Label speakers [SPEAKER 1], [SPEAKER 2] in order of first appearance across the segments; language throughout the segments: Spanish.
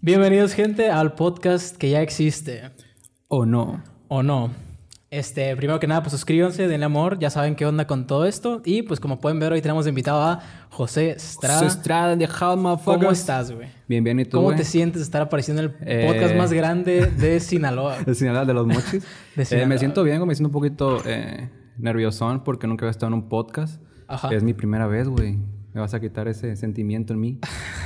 [SPEAKER 1] Bienvenidos, gente, al podcast que ya existe.
[SPEAKER 2] ¿O no?
[SPEAKER 1] ¿O no? Este, primero que nada, pues suscríbanse, denle amor, ya saben qué onda con todo esto. Y pues como pueden ver, hoy tenemos invitado a José Estrada.
[SPEAKER 2] Sustrada de Hal, motherfuckers.
[SPEAKER 1] ¿Cómo estás, güey?
[SPEAKER 2] Bien, bien, ¿y tú,
[SPEAKER 1] ¿Cómo
[SPEAKER 2] güey?
[SPEAKER 1] te sientes de estar apareciendo en el
[SPEAKER 2] Eh.
[SPEAKER 1] podcast más grande de Sinaloa?
[SPEAKER 2] El señalar de los mochis.
[SPEAKER 1] De
[SPEAKER 2] Eh,
[SPEAKER 1] Sinaloa.
[SPEAKER 2] me siento bien, güey, me siento un poquito eh, nerviosón porque nunca había estado en un podcast.
[SPEAKER 1] Ajá.
[SPEAKER 2] Es mi primera vez, güey. Me vas a quitar ese sentimiento en mí.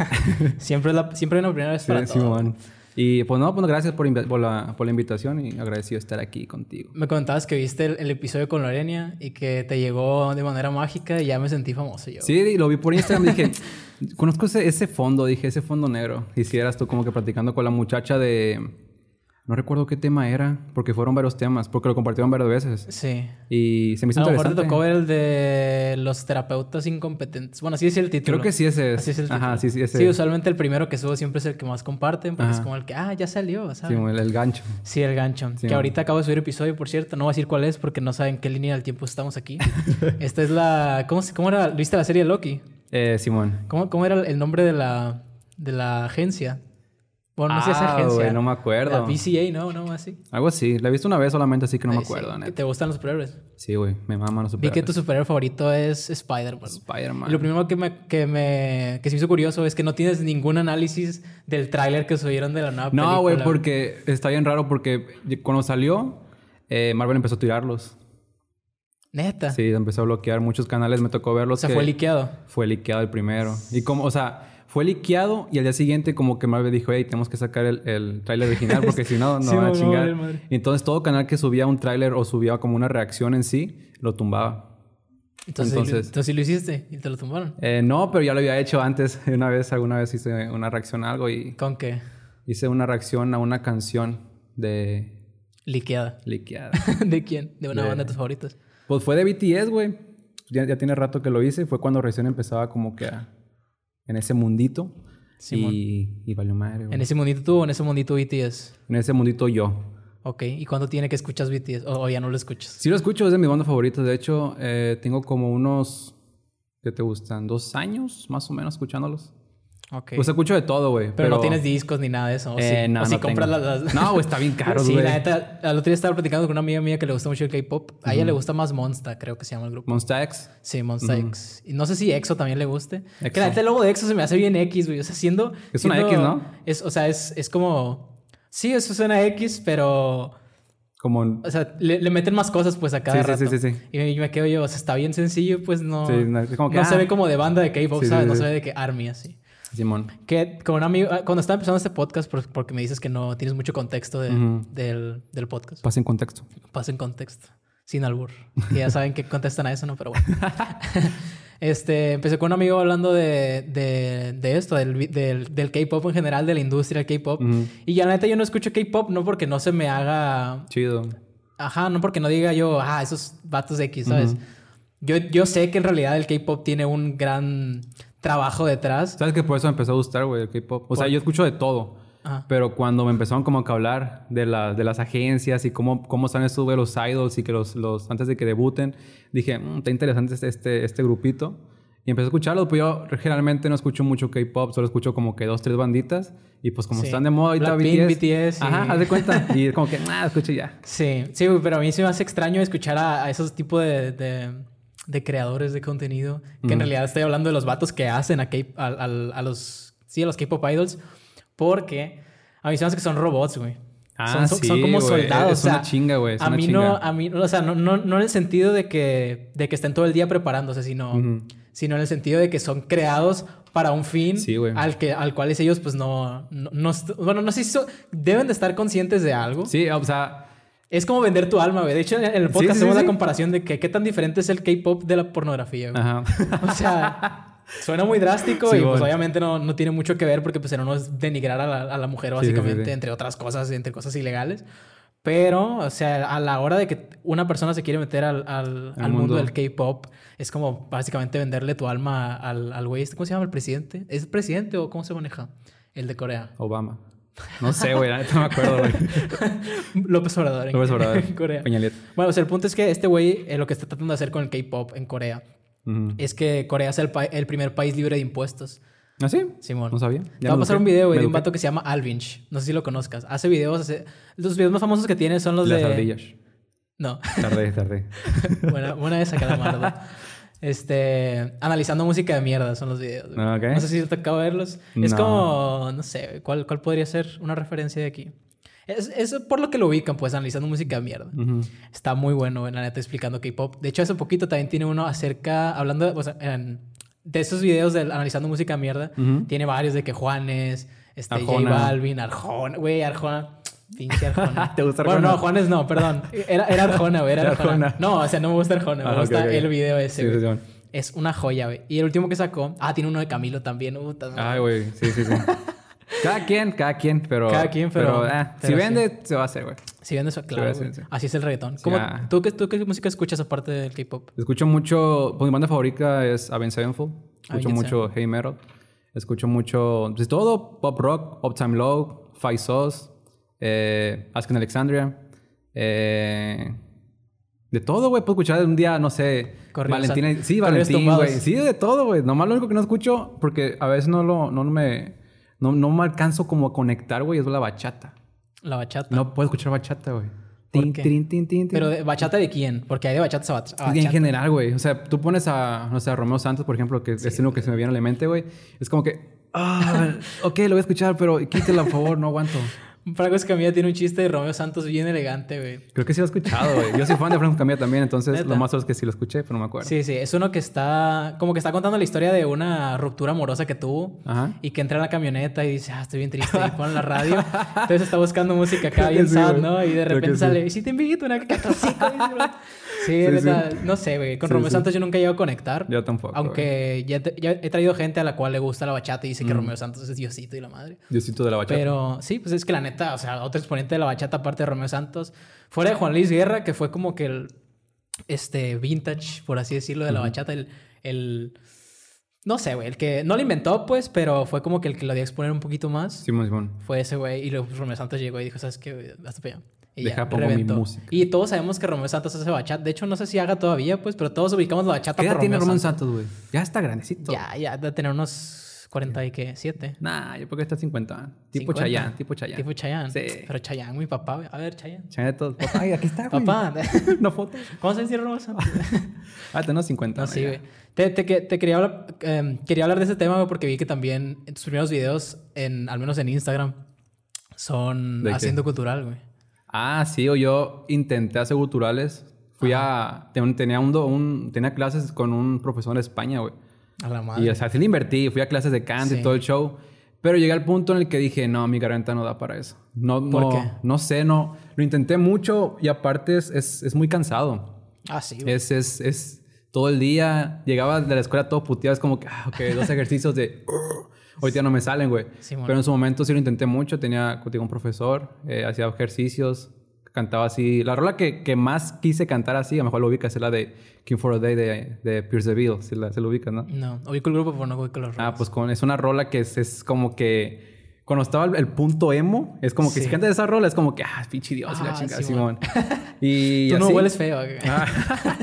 [SPEAKER 1] Siempre, es la, siempre hay una primera vez para
[SPEAKER 2] Sí,
[SPEAKER 1] todo.
[SPEAKER 2] Simón. Y pues no, pues gracias por, invi- por la, por la invitación y agradecido de estar aquí contigo.
[SPEAKER 1] Me comentabas que viste el, el episodio con Lorenia y que te llegó de manera mágica y ya me sentí famoso yo.
[SPEAKER 2] Sí, y lo vi por Instagram y dije, conozco ese, ese fondo, dije, ese fondo negro. Y si eras tú como que platicando con la muchacha de... No recuerdo qué tema era, porque fueron varios temas, porque lo compartieron varias veces.
[SPEAKER 1] Sí.
[SPEAKER 2] Y se me hizo
[SPEAKER 1] A lo mejor te
[SPEAKER 2] interesante.
[SPEAKER 1] tocó ver el de los terapeutas incompetentes. Bueno, así es el título.
[SPEAKER 2] Creo que sí ese es.
[SPEAKER 1] Así es el título.
[SPEAKER 2] Ajá, sí, sí, ese
[SPEAKER 1] Sí,
[SPEAKER 2] es.
[SPEAKER 1] usualmente el primero que subo siempre es el que más comparten porque es
[SPEAKER 2] Ajá.
[SPEAKER 1] como el que, ah, ya salió,
[SPEAKER 2] Sí,
[SPEAKER 1] ¿sabes? Sí,
[SPEAKER 2] el, el gancho.
[SPEAKER 1] el gancho. que
[SPEAKER 2] man.
[SPEAKER 1] ahorita acabo de subir episodio, por cierto. No voy a decir cuál es porque no saben qué línea del tiempo estamos aquí. Esta es la... ¿Cómo, se- cómo era? ¿Viste la serie Loki?
[SPEAKER 2] Eh, Simón.
[SPEAKER 1] ¿Cómo, cómo era el nombre de la, de la agencia? Bueno, no sé esa
[SPEAKER 2] Ah,
[SPEAKER 1] agencia.
[SPEAKER 2] güey, no me acuerdo.
[SPEAKER 1] La PCA, ¿no? No, así.
[SPEAKER 2] Algo así. La he visto una vez solamente, así que no me
[SPEAKER 1] Ahí sí.
[SPEAKER 2] acuerdo,
[SPEAKER 1] Que
[SPEAKER 2] neta.
[SPEAKER 1] te gustan los superhéroes.
[SPEAKER 2] Sí, güey. Me maman los
[SPEAKER 1] Vi que
[SPEAKER 2] superhéroes.
[SPEAKER 1] tu superhéroe favorito es Spider-Man. Y
[SPEAKER 2] Spider-Man.
[SPEAKER 1] Lo primero que me, que me que se me hizo curioso es que no tienes ningún análisis del tráiler que subieron de la nueva película.
[SPEAKER 2] No, güey, porque está bien raro porque cuando salió, eh, Marvel empezó a tirarlos.
[SPEAKER 1] Neta.
[SPEAKER 2] Sí, empezó a bloquear muchos canales. Me tocó verlos.
[SPEAKER 1] o sea,
[SPEAKER 2] que
[SPEAKER 1] fue liqueado.
[SPEAKER 2] fue liqueado el primero. Y como, o sea, fue liqueado y al día siguiente como que Marvel dijo, hey, tenemos que sacar el, el tráiler original porque si no, no
[SPEAKER 1] Sí,
[SPEAKER 2] van a
[SPEAKER 1] no, no,
[SPEAKER 2] chingar.
[SPEAKER 1] vale madre.
[SPEAKER 2] Entonces todo canal que subía un tráiler o subía como una reacción en sí, lo tumbaba.
[SPEAKER 1] Entonces,
[SPEAKER 2] Entonces-
[SPEAKER 1] entonces sí lo hiciste y te lo tumbaron.
[SPEAKER 2] Eh, no, pero ya lo había hecho antes. Una vez, alguna vez hice una reacción a algo y
[SPEAKER 1] ¿Con qué?
[SPEAKER 2] hice una reacción a una canción de
[SPEAKER 1] Liqueada.
[SPEAKER 2] liqueada.
[SPEAKER 1] ¿De quién? De una
[SPEAKER 2] De-
[SPEAKER 1] banda de tus favoritos.
[SPEAKER 2] pues fue de BTS, güey. Ya, ya tiene rato que lo hice. Fue cuando recién empezaba como que a- en ese mundito.
[SPEAKER 1] Simón.
[SPEAKER 2] Y, y valió madre, güey.
[SPEAKER 1] ¿En ese mundito tú o en ese mundito BTS?
[SPEAKER 2] En ese mundito yo.
[SPEAKER 1] Ok. ¿Y cuánto tiene que escuchas BTS? O, o ya no lo escuchas.
[SPEAKER 2] Sí lo escucho, es de mis bandas favoritas. De hecho, eh, tengo como unos... ¿Qué te gustan? ¿Dos años más o menos escuchándolos?
[SPEAKER 1] Ok.
[SPEAKER 2] Pues escucho de todo, güey.
[SPEAKER 1] pero, no tienes discos ni nada de eso. ¿o sí?
[SPEAKER 2] Eh, no,
[SPEAKER 1] o si
[SPEAKER 2] no
[SPEAKER 1] compras
[SPEAKER 2] tengo.
[SPEAKER 1] las, las-
[SPEAKER 2] No, güey, está bien caro,
[SPEAKER 1] sí,
[SPEAKER 2] güey.
[SPEAKER 1] la neta, al otro día estaba platicando con una amiga mía que le gusta mucho el K-pop. A ella le gusta más Monsta, creo que se llama el grupo.
[SPEAKER 2] Monsta X.
[SPEAKER 1] Sí, Monsta X. Y no sé si EXO también le guste. Que
[SPEAKER 2] EXO.
[SPEAKER 1] la neta el logo de EXO se me hace bien X, güey. O sea, siendo...
[SPEAKER 2] Es una
[SPEAKER 1] siendo-
[SPEAKER 2] X, ¿no?
[SPEAKER 1] Es, o sea, es, es como... Sí, eso suena X, pero...
[SPEAKER 2] Como... en-
[SPEAKER 1] O sea, le, le meten más cosas, pues, a cada
[SPEAKER 2] Sí, sí,
[SPEAKER 1] rato.
[SPEAKER 2] sí, sí, sí.
[SPEAKER 1] Y me, me quedo yo, o sea, está bien sencillo, pues, no...
[SPEAKER 2] Sí, no, es como que,
[SPEAKER 1] no
[SPEAKER 2] ah.
[SPEAKER 1] se ve como de banda de K-pop,
[SPEAKER 2] Sí, sí,
[SPEAKER 1] ¿sabes? No
[SPEAKER 2] sí.
[SPEAKER 1] se ve de que ARMY, así.
[SPEAKER 2] Simón.
[SPEAKER 1] Que con un amigo... ah, Cuando estaba empezando este podcast, por- porque me dices que no tienes mucho contexto de- del, del podcast.
[SPEAKER 2] Pasa en contexto.
[SPEAKER 1] Pasen contexto, sin albur. Que ya saben que contestan a eso, ¿no? Pero bueno. este, empecé con un amigo hablando de, de, de esto, del, vi- del, del K-pop en general, de la industria del K-pop. Y ya la neta yo no escucho K-pop, no porque no se me haga...
[SPEAKER 2] Chido.
[SPEAKER 1] Ajá, no porque no diga yo, ah, esos vatos X, ¿sabes? yo, yo sé que en realidad el K-pop tiene un gran trabajo detrás.
[SPEAKER 2] ¿Sabes que por eso me empezó a gustar, güey, el K-pop? O sea, yo escucho de todo.
[SPEAKER 1] Ajá.
[SPEAKER 2] Pero cuando me empezaron como que a hablar de, la- de las agencias y cómo, cómo están estos de los idols y que los, los antes de que debuten, dije, "Mm, está interesante este, este, este grupito. Y empecé a escucharlo, pues yo generalmente no escucho mucho K-pop, solo escucho como que dos, tres banditas. Y pues como
[SPEAKER 1] Sí.
[SPEAKER 2] están de moda ahorita
[SPEAKER 1] Blackpink,
[SPEAKER 2] BTS.
[SPEAKER 1] BTS y-
[SPEAKER 2] Ajá, haz de cuenta. Y es como que, nada, escucho ya.
[SPEAKER 1] Sí, sí, güey, pero a mí se me hace extraño escuchar a, a esos tipos de, de- de creadores de contenido, que en realidad estoy hablando de los vatos que hacen a, K- al- al- a los, sí, a los K-pop idols, porque a mí se me hace que son robots, güey.
[SPEAKER 2] Ah,
[SPEAKER 1] son,
[SPEAKER 2] sí,
[SPEAKER 1] son como
[SPEAKER 2] güey.
[SPEAKER 1] soldados.
[SPEAKER 2] Es
[SPEAKER 1] o sea,
[SPEAKER 2] una chinga, güey, es
[SPEAKER 1] A
[SPEAKER 2] una
[SPEAKER 1] mí no,
[SPEAKER 2] chinga.
[SPEAKER 1] a mí, o sea, no, no, no en el sentido de que, de que estén todo el día preparándose, sino, sino en el sentido de que son creados para un fin
[SPEAKER 2] Sí, güey.
[SPEAKER 1] al que al cual ellos pues no, no, no est- bueno no sé si so- deben de estar conscientes de algo
[SPEAKER 2] Sí, o sea,
[SPEAKER 1] es como vender tu alma, güey. De hecho, en el podcast
[SPEAKER 2] Sí, sí,
[SPEAKER 1] hacemos
[SPEAKER 2] sí.
[SPEAKER 1] la comparación de que qué tan diferente es el K-pop de la pornografía, güey.
[SPEAKER 2] ajá.
[SPEAKER 1] O sea, suena muy drástico
[SPEAKER 2] Sí,
[SPEAKER 1] y pues
[SPEAKER 2] bueno.
[SPEAKER 1] obviamente no, no tiene mucho que ver porque pues en uno es denigrar a la, a la mujer
[SPEAKER 2] Sí, sí, sí,
[SPEAKER 1] básicamente,
[SPEAKER 2] sí.
[SPEAKER 1] entre otras cosas, entre cosas ilegales. Pero, o sea, a la hora de que una persona se quiere meter al, al,
[SPEAKER 2] Al
[SPEAKER 1] al mundo
[SPEAKER 2] mundo.
[SPEAKER 1] del K-pop, es como básicamente venderle tu alma al, al güey. este, ¿Cómo se llama el presidente? ¿Es presidente o cómo se maneja? El de Corea.
[SPEAKER 2] Obama. No sé, güey, la neta no me acuerdo, güey.
[SPEAKER 1] López Obrador. en-
[SPEAKER 2] López Obrador.
[SPEAKER 1] en Corea.
[SPEAKER 2] Peña Nieto.
[SPEAKER 1] Bueno, o sea, el punto es que este güey eh, lo que está tratando de hacer con el K-pop en Corea
[SPEAKER 2] Ujú.
[SPEAKER 1] es que Corea sea el, pa- el primer país libre de impuestos.
[SPEAKER 2] ¿Ah, sí?
[SPEAKER 1] Simón.
[SPEAKER 2] No sabía.
[SPEAKER 1] Te eh,
[SPEAKER 2] Ya
[SPEAKER 1] va a
[SPEAKER 2] me
[SPEAKER 1] pasar
[SPEAKER 2] eduqué.
[SPEAKER 1] un video, güey,
[SPEAKER 2] Me
[SPEAKER 1] de un
[SPEAKER 2] eduqué.
[SPEAKER 1] vato que se llama Alvinch. No sé si lo conozcas. Hace videos, hace... Los videos más famosos que tiene son los
[SPEAKER 2] Las
[SPEAKER 1] de...
[SPEAKER 2] ardillas.
[SPEAKER 1] No.
[SPEAKER 2] Tardé, tardé.
[SPEAKER 1] buena, buena esa, Calamardo. Este... Analizando música de mierda son los videos. güey.
[SPEAKER 2] Ah, ok.
[SPEAKER 1] No sé si te acabo de verlos. Es
[SPEAKER 2] No.
[SPEAKER 1] como... No sé, güey, ¿cuál, ¿cuál podría ser una referencia de aquí? Es, es por lo que lo ubican, pues, analizando música de mierda.
[SPEAKER 2] Ujú.
[SPEAKER 1] Está muy bueno, en la neta, explicando K-pop. De hecho, hace poquito también tiene uno acerca, hablando, de- o sea, en- de esos videos de analizando música mierda,
[SPEAKER 2] Ujú.
[SPEAKER 1] tiene varios de que Juanes, este,
[SPEAKER 2] Arjona.
[SPEAKER 1] J Balvin, Arjona, güey, Arjona. Pinche Arjona.
[SPEAKER 2] ¿Te gusta
[SPEAKER 1] Bueno,
[SPEAKER 2] Arjona?
[SPEAKER 1] no, Juanes no, perdón. Era, era Arjona, güey, era
[SPEAKER 2] Era
[SPEAKER 1] Arjona.
[SPEAKER 2] Arjona.
[SPEAKER 1] No, o sea, no me gusta Arjona, me
[SPEAKER 2] Ah, ok,
[SPEAKER 1] gusta
[SPEAKER 2] ok.
[SPEAKER 1] el video ese.
[SPEAKER 2] Sí, sí,
[SPEAKER 1] güey.
[SPEAKER 2] sí, bueno.
[SPEAKER 1] Es una joya, güey. Y el último que sacó, ah, tiene uno de Camilo también. puta madre.
[SPEAKER 2] Ay, güey. Sí, sí, sí. cada quien, cada quien, pero...
[SPEAKER 1] Cada quien, pero-
[SPEAKER 2] ah,
[SPEAKER 1] pero
[SPEAKER 2] si
[SPEAKER 1] sí.
[SPEAKER 2] vende, se va a hacer, güey.
[SPEAKER 1] Si bien eso, claro.
[SPEAKER 2] sí,
[SPEAKER 1] güey.
[SPEAKER 2] sí.
[SPEAKER 1] Así es el reggaetón. ¿Cómo-
[SPEAKER 2] ah.
[SPEAKER 1] ¿tú, qué, ¿Tú qué música escuchas aparte del K-pop?
[SPEAKER 2] Escucho mucho... Pues mi banda favorita es Avenged Sevenfold. Escucho
[SPEAKER 1] Avenged
[SPEAKER 2] mucho heavy metal. Escucho mucho... Pues todo. Pop rock, Pop Time Low, Five Sauce, eh, Ask in Alexandria. Eh, de todo, güey. Puedo escuchar un día, no sé...
[SPEAKER 1] Corridos
[SPEAKER 2] Valentina...
[SPEAKER 1] sal-
[SPEAKER 2] Sí,
[SPEAKER 1] corridos
[SPEAKER 2] Valentín,
[SPEAKER 1] tumbados.
[SPEAKER 2] güey. Sí, de todo, güey. Nomás lo único que no escucho... Porque a veces no lo... No me... No, no me alcanzo como a conectar, güey. Es la bachata.
[SPEAKER 1] La bachata.
[SPEAKER 2] No puedo escuchar bachata, güey.
[SPEAKER 1] ¿Por
[SPEAKER 2] Tin,
[SPEAKER 1] qué?
[SPEAKER 2] tirin, tin, tin, tin.
[SPEAKER 1] Pero de- bachata de quién? Porque hay de bachatas a bach- a
[SPEAKER 2] Y en
[SPEAKER 1] bachata.
[SPEAKER 2] general, güey. O sea, tú pones a, no sé, a Romeo Santos, por ejemplo, que es lo que se me viene a la mente, güey. Es como que, ah, ok, lo voy a escuchar, pero quítela, por favor, no aguanto.
[SPEAKER 1] Franco Escamilla tiene un chiste de Romeo Santos bien elegante, güey.
[SPEAKER 2] Creo que sí lo he escuchado, güey. Yo soy fan de Franco Camilla también, entonces
[SPEAKER 1] ¿Neta?
[SPEAKER 2] lo más seguro es que sí lo escuché, pero no me acuerdo.
[SPEAKER 1] Sí, sí, es uno que está como que está contando la historia de una ruptura amorosa que tuvo
[SPEAKER 2] Ajá.
[SPEAKER 1] y que entra en la camioneta y dice, ah, estoy bien triste y pone la radio. Entonces está buscando música
[SPEAKER 2] Creo
[SPEAKER 1] acá
[SPEAKER 2] que
[SPEAKER 1] bien
[SPEAKER 2] sí,
[SPEAKER 1] sad,
[SPEAKER 2] güey.
[SPEAKER 1] ¿no? Y de
[SPEAKER 2] Creo que
[SPEAKER 1] repente
[SPEAKER 2] sí.
[SPEAKER 1] sale, y si te invito una catorcico. sí,
[SPEAKER 2] Sí,
[SPEAKER 1] neta, no sé, güey. Con
[SPEAKER 2] Sí,
[SPEAKER 1] Romeo
[SPEAKER 2] sí.
[SPEAKER 1] Santos yo nunca he llegado a conectar.
[SPEAKER 2] Yo tampoco,
[SPEAKER 1] Aunque ya, te- ya he traído gente a la cual le gusta la bachata y dice
[SPEAKER 2] Mm.
[SPEAKER 1] que Romeo Santos es Diosito y la madre.
[SPEAKER 2] Diosito de la bachata.
[SPEAKER 1] Pero sí, pues es que la neta, o sea, otro exponente de la bachata aparte de Romeo Santos, fuera de Juan Luis Guerra, que fue como que el este vintage, por así decirlo, de la bachata, el, el no sé, güey, el que no lo inventó, pues, pero fue como que el que lo dio a exponer un poquito más.
[SPEAKER 2] Simón, Simón.
[SPEAKER 1] Fue ese güey y luego pues, Romeo Santos llegó y dijo, "¿Sabes qué? güey? Hasta para allá." Y
[SPEAKER 2] Deja,
[SPEAKER 1] ya
[SPEAKER 2] pongo mi
[SPEAKER 1] reventó.
[SPEAKER 2] música.
[SPEAKER 1] Y todos sabemos que Romeo Santos hace bachata. De hecho, no sé si haga todavía, pues, pero todos ubicamos la bachata
[SPEAKER 2] ¿Qué edad
[SPEAKER 1] por
[SPEAKER 2] tiene
[SPEAKER 1] Romeo
[SPEAKER 2] Romeo Santos, güey? Ya está grandecito.
[SPEAKER 1] Ya, ya, de tener unos 40 y qué, 7.
[SPEAKER 2] Nah, yo creo que está 50. Tipo
[SPEAKER 1] 50.
[SPEAKER 2] Chayanne, tipo Chayanne.
[SPEAKER 1] Tipo Chayanne.
[SPEAKER 2] Sí.
[SPEAKER 1] Pero Chayanne, mi papá. güey. A ver, Chayanne.
[SPEAKER 2] Chayanne de todos. Ay, aquí está, güey.
[SPEAKER 1] Papá.
[SPEAKER 2] Una foto.
[SPEAKER 1] ¿Cómo se dice Romeo Santos?
[SPEAKER 2] Ah, tenemos 50.
[SPEAKER 1] No,
[SPEAKER 2] ¿no?
[SPEAKER 1] sí,
[SPEAKER 2] Ya.
[SPEAKER 1] güey. Te, te que- te quería, hablar, em, quería hablar de ese tema, güey, porque vi que también en tus primeros videos, en, al menos en Instagram, son
[SPEAKER 2] ¿De qué?
[SPEAKER 1] haciendo cultural, güey.
[SPEAKER 2] Ah, sí, o yo intenté hacer guturales. Fui a. ten- Tenía, un, do- un- tenía clases con un profesor de España, güey.
[SPEAKER 1] A la madre.
[SPEAKER 2] Y o sea, sí le invertí, fui a clases de canto
[SPEAKER 1] Sí.
[SPEAKER 2] y todo el show. Pero llegué al punto en el que dije, no, mi garganta no da para eso. No,
[SPEAKER 1] ¿Por
[SPEAKER 2] no,
[SPEAKER 1] qué?
[SPEAKER 2] no sé, no. Lo intenté mucho y aparte es, es, es muy cansado.
[SPEAKER 1] Ah, sí, güey.
[SPEAKER 2] Es, es, es todo el día. Llegaba de la escuela todo puteado. Es como que, ah, ok, dos ejercicios de... Hoy día no me salen, güey.
[SPEAKER 1] Simón.
[SPEAKER 2] Pero en su momento sí lo intenté mucho. Tenía contigo un profesor. eh, hacía ejercicios. Cantaba así. La rola que, que más quise cantar así, a lo mejor lo ubicas, es la de King for a Day de, de Pierce DeVille. Si la, si lo ubicas, ¿no?
[SPEAKER 1] No, ubico el grupo, pero no ubico los
[SPEAKER 2] Ah,
[SPEAKER 1] roles.
[SPEAKER 2] pues con, es una rola que es, es como que... Cuando estaba el, el punto emo, es como que
[SPEAKER 1] Sí.
[SPEAKER 2] si cantas esa rola, es como que, ah, pinche Dios, y
[SPEAKER 1] Ah,
[SPEAKER 2] la chingada,
[SPEAKER 1] Simón.
[SPEAKER 2] Simón. Y
[SPEAKER 1] Tú no
[SPEAKER 2] así.
[SPEAKER 1] hueles feo, güey.
[SPEAKER 2] Ah,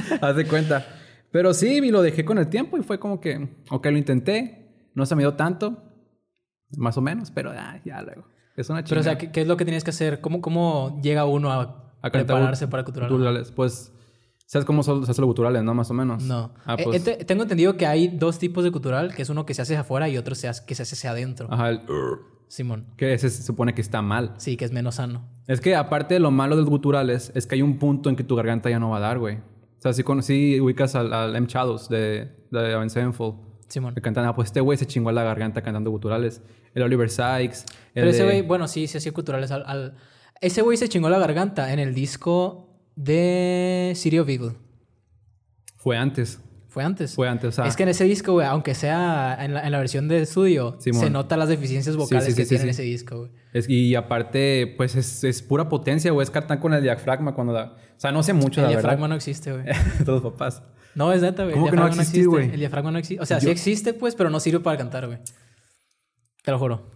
[SPEAKER 2] haz de cuenta. Pero sí, y lo dejé con el tiempo y fue como que, ok, lo intenté, no se me dio tanto, más o menos, pero ah, ya luego. Es una
[SPEAKER 1] pero, o
[SPEAKER 2] chingada.
[SPEAKER 1] sea, ¿qué, qué es lo que tienes que hacer? ¿Cómo, cómo llega uno a,
[SPEAKER 2] A cantar
[SPEAKER 1] prepararse
[SPEAKER 2] gut-
[SPEAKER 1] para cultural?
[SPEAKER 2] guturales, pues, ¿sabes cómo son- se hacen los guturales, no? Más o menos.
[SPEAKER 1] No.
[SPEAKER 2] Ah,
[SPEAKER 1] Eh,
[SPEAKER 2] pues,
[SPEAKER 1] ente- tengo entendido que hay dos tipos de cultural, que es uno que se hace afuera y otro se hace- que se hace hacia adentro.
[SPEAKER 2] Ajá, el,
[SPEAKER 1] Simón.
[SPEAKER 2] que ese se supone que está mal.
[SPEAKER 1] Sí, que es menos sano.
[SPEAKER 2] Es que aparte de lo malo de los guturales, es que hay un punto en que tu garganta ya no va a dar, güey. O sea, si, con, si ubicas al, al M. Chados de, de Avenged Sevenfold,
[SPEAKER 1] Simón.
[SPEAKER 2] que cantan, ah, pues este güey se chingó la garganta cantando guturales. El Oliver Sykes. el
[SPEAKER 1] Pero ese
[SPEAKER 2] de-
[SPEAKER 1] güey, bueno, sí, sí hacía culturales al, al- Ese güey se chingó la garganta en el disco de City of Evil.
[SPEAKER 2] Fue antes.
[SPEAKER 1] Fue antes.
[SPEAKER 2] Fue antes, ah. o sea.
[SPEAKER 1] Es que en ese disco, güey, aunque sea en la, en la versión de estudio,
[SPEAKER 2] Simón.
[SPEAKER 1] se nota las deficiencias vocales
[SPEAKER 2] sí,
[SPEAKER 1] que
[SPEAKER 2] sí,
[SPEAKER 1] tiene
[SPEAKER 2] sí.
[SPEAKER 1] ese disco, güey.
[SPEAKER 2] es- y aparte, pues es, es pura potencia, güey. Es cantar con el diafragma cuando da. O sea, no sé mucho,
[SPEAKER 1] El
[SPEAKER 2] la
[SPEAKER 1] diafragma
[SPEAKER 2] verdad.
[SPEAKER 1] no existe, güey.
[SPEAKER 2] Todos papás.
[SPEAKER 1] No, es neta, güey. El
[SPEAKER 2] ¿Cómo que no
[SPEAKER 1] diafragma
[SPEAKER 2] va a existir, güey?
[SPEAKER 1] El diafragma no existe. O sea, sí
[SPEAKER 2] Yo-
[SPEAKER 1] existe, pues, pero no sirve para cantar, güey. Te lo juro.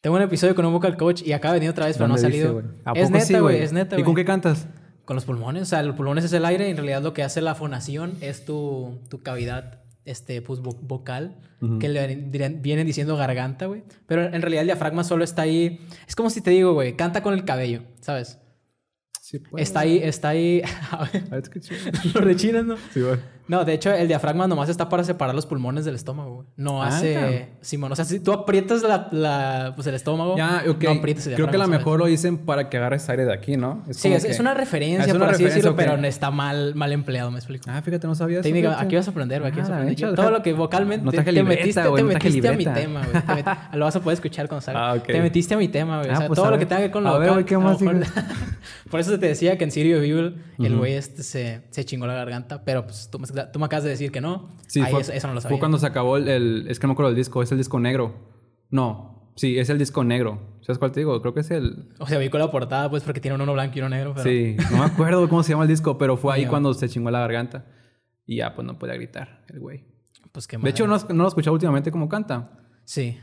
[SPEAKER 1] Tengo un episodio con un vocal coach y acaba de venir otra vez, pero no ha
[SPEAKER 2] ¿Dónde dice,
[SPEAKER 1] salido.
[SPEAKER 2] güey? ¿A
[SPEAKER 1] es
[SPEAKER 2] poco sí,
[SPEAKER 1] neta, güey. es neta,
[SPEAKER 2] ¿Y
[SPEAKER 1] güey.
[SPEAKER 2] con qué cantas?
[SPEAKER 1] Con los pulmones, o sea, los pulmones es el aire y en realidad lo que hace la fonación es tu, tu cavidad este, pues, vo- vocal, que le dirían- vienen diciendo garganta, güey. Pero en realidad el diafragma solo está ahí. Es como si te digo, güey, canta con el cabello, ¿sabes?
[SPEAKER 2] Sí, pues.
[SPEAKER 1] Está ahí, está ahí.
[SPEAKER 2] Ah, es que chido.
[SPEAKER 1] Los rechinas, ¿no?
[SPEAKER 2] Sí, güey.
[SPEAKER 1] No, de hecho, el diafragma nomás está para separar los pulmones del estómago, güey. No
[SPEAKER 2] Ah,
[SPEAKER 1] hace.
[SPEAKER 2] claro.
[SPEAKER 1] Simón, o sea, si tú aprietas la, la- pues, el estómago,
[SPEAKER 2] Ya, ok.
[SPEAKER 1] no aprietas el
[SPEAKER 2] Creo que a
[SPEAKER 1] diafragma,
[SPEAKER 2] lo
[SPEAKER 1] ¿sabes?
[SPEAKER 2] mejor lo dicen para que agarres aire de aquí, ¿no?
[SPEAKER 1] Sí,
[SPEAKER 2] como
[SPEAKER 1] es,
[SPEAKER 2] que-
[SPEAKER 1] es una
[SPEAKER 2] Ah,
[SPEAKER 1] referencia,
[SPEAKER 2] es una
[SPEAKER 1] por así
[SPEAKER 2] referencia,
[SPEAKER 1] decirlo,
[SPEAKER 2] ok.
[SPEAKER 1] pero está mal, mal empleado, me explico.
[SPEAKER 2] Ah, fíjate, no sabía eso,
[SPEAKER 1] Técnica-
[SPEAKER 2] fíjate.
[SPEAKER 1] aquí vas a aprender, güey. Aquí vas a
[SPEAKER 2] Ah, la
[SPEAKER 1] aprender.
[SPEAKER 2] mecha,
[SPEAKER 1] Yo-
[SPEAKER 2] deja-
[SPEAKER 1] Todo lo que vocalmente
[SPEAKER 2] No traje
[SPEAKER 1] te
[SPEAKER 2] libreta,
[SPEAKER 1] metiste,
[SPEAKER 2] güey,
[SPEAKER 1] te
[SPEAKER 2] no traje
[SPEAKER 1] metiste a mi
[SPEAKER 2] libreta.
[SPEAKER 1] tema, güey. Te met- Lo vas a poder escuchar cuando salga.
[SPEAKER 2] Ah, ok.
[SPEAKER 1] Te metiste a mi tema, güey. o
[SPEAKER 2] Ah,
[SPEAKER 1] sea,
[SPEAKER 2] pues,
[SPEAKER 1] todo
[SPEAKER 2] a
[SPEAKER 1] lo que
[SPEAKER 2] ver.
[SPEAKER 1] tenga que ver con lo
[SPEAKER 2] A ver,
[SPEAKER 1] vocal,
[SPEAKER 2] güey, ¿qué
[SPEAKER 1] a lo
[SPEAKER 2] más
[SPEAKER 1] mejor-
[SPEAKER 2] dices?
[SPEAKER 1] Por eso te decía que en Sirio Evil el güey este se, se chingó la garganta, pero pues tú me, tú me acabas de decir que no.
[SPEAKER 2] Sí,
[SPEAKER 1] Ahí
[SPEAKER 2] fue,
[SPEAKER 1] eso, eso no lo
[SPEAKER 2] fue
[SPEAKER 1] sabía.
[SPEAKER 2] cuando se acabó el, el- Es que no me acuerdo del disco. Es el disco negro. No. Sí, es el disco negro. ¿Sabes cuál te digo? Creo que es el...
[SPEAKER 1] O sea, vi con la portada, pues, porque tiene uno blanco y uno negro, pero...
[SPEAKER 2] Sí. No me acuerdo cómo se llama el disco, pero fue ahí
[SPEAKER 1] Ya.
[SPEAKER 2] cuando se chingó la garganta. Y ya, pues, no podía gritar el güey.
[SPEAKER 1] Pues qué
[SPEAKER 2] De
[SPEAKER 1] madre.
[SPEAKER 2] hecho, no, has- no lo he escuchado últimamente cómo canta.
[SPEAKER 1] Sí.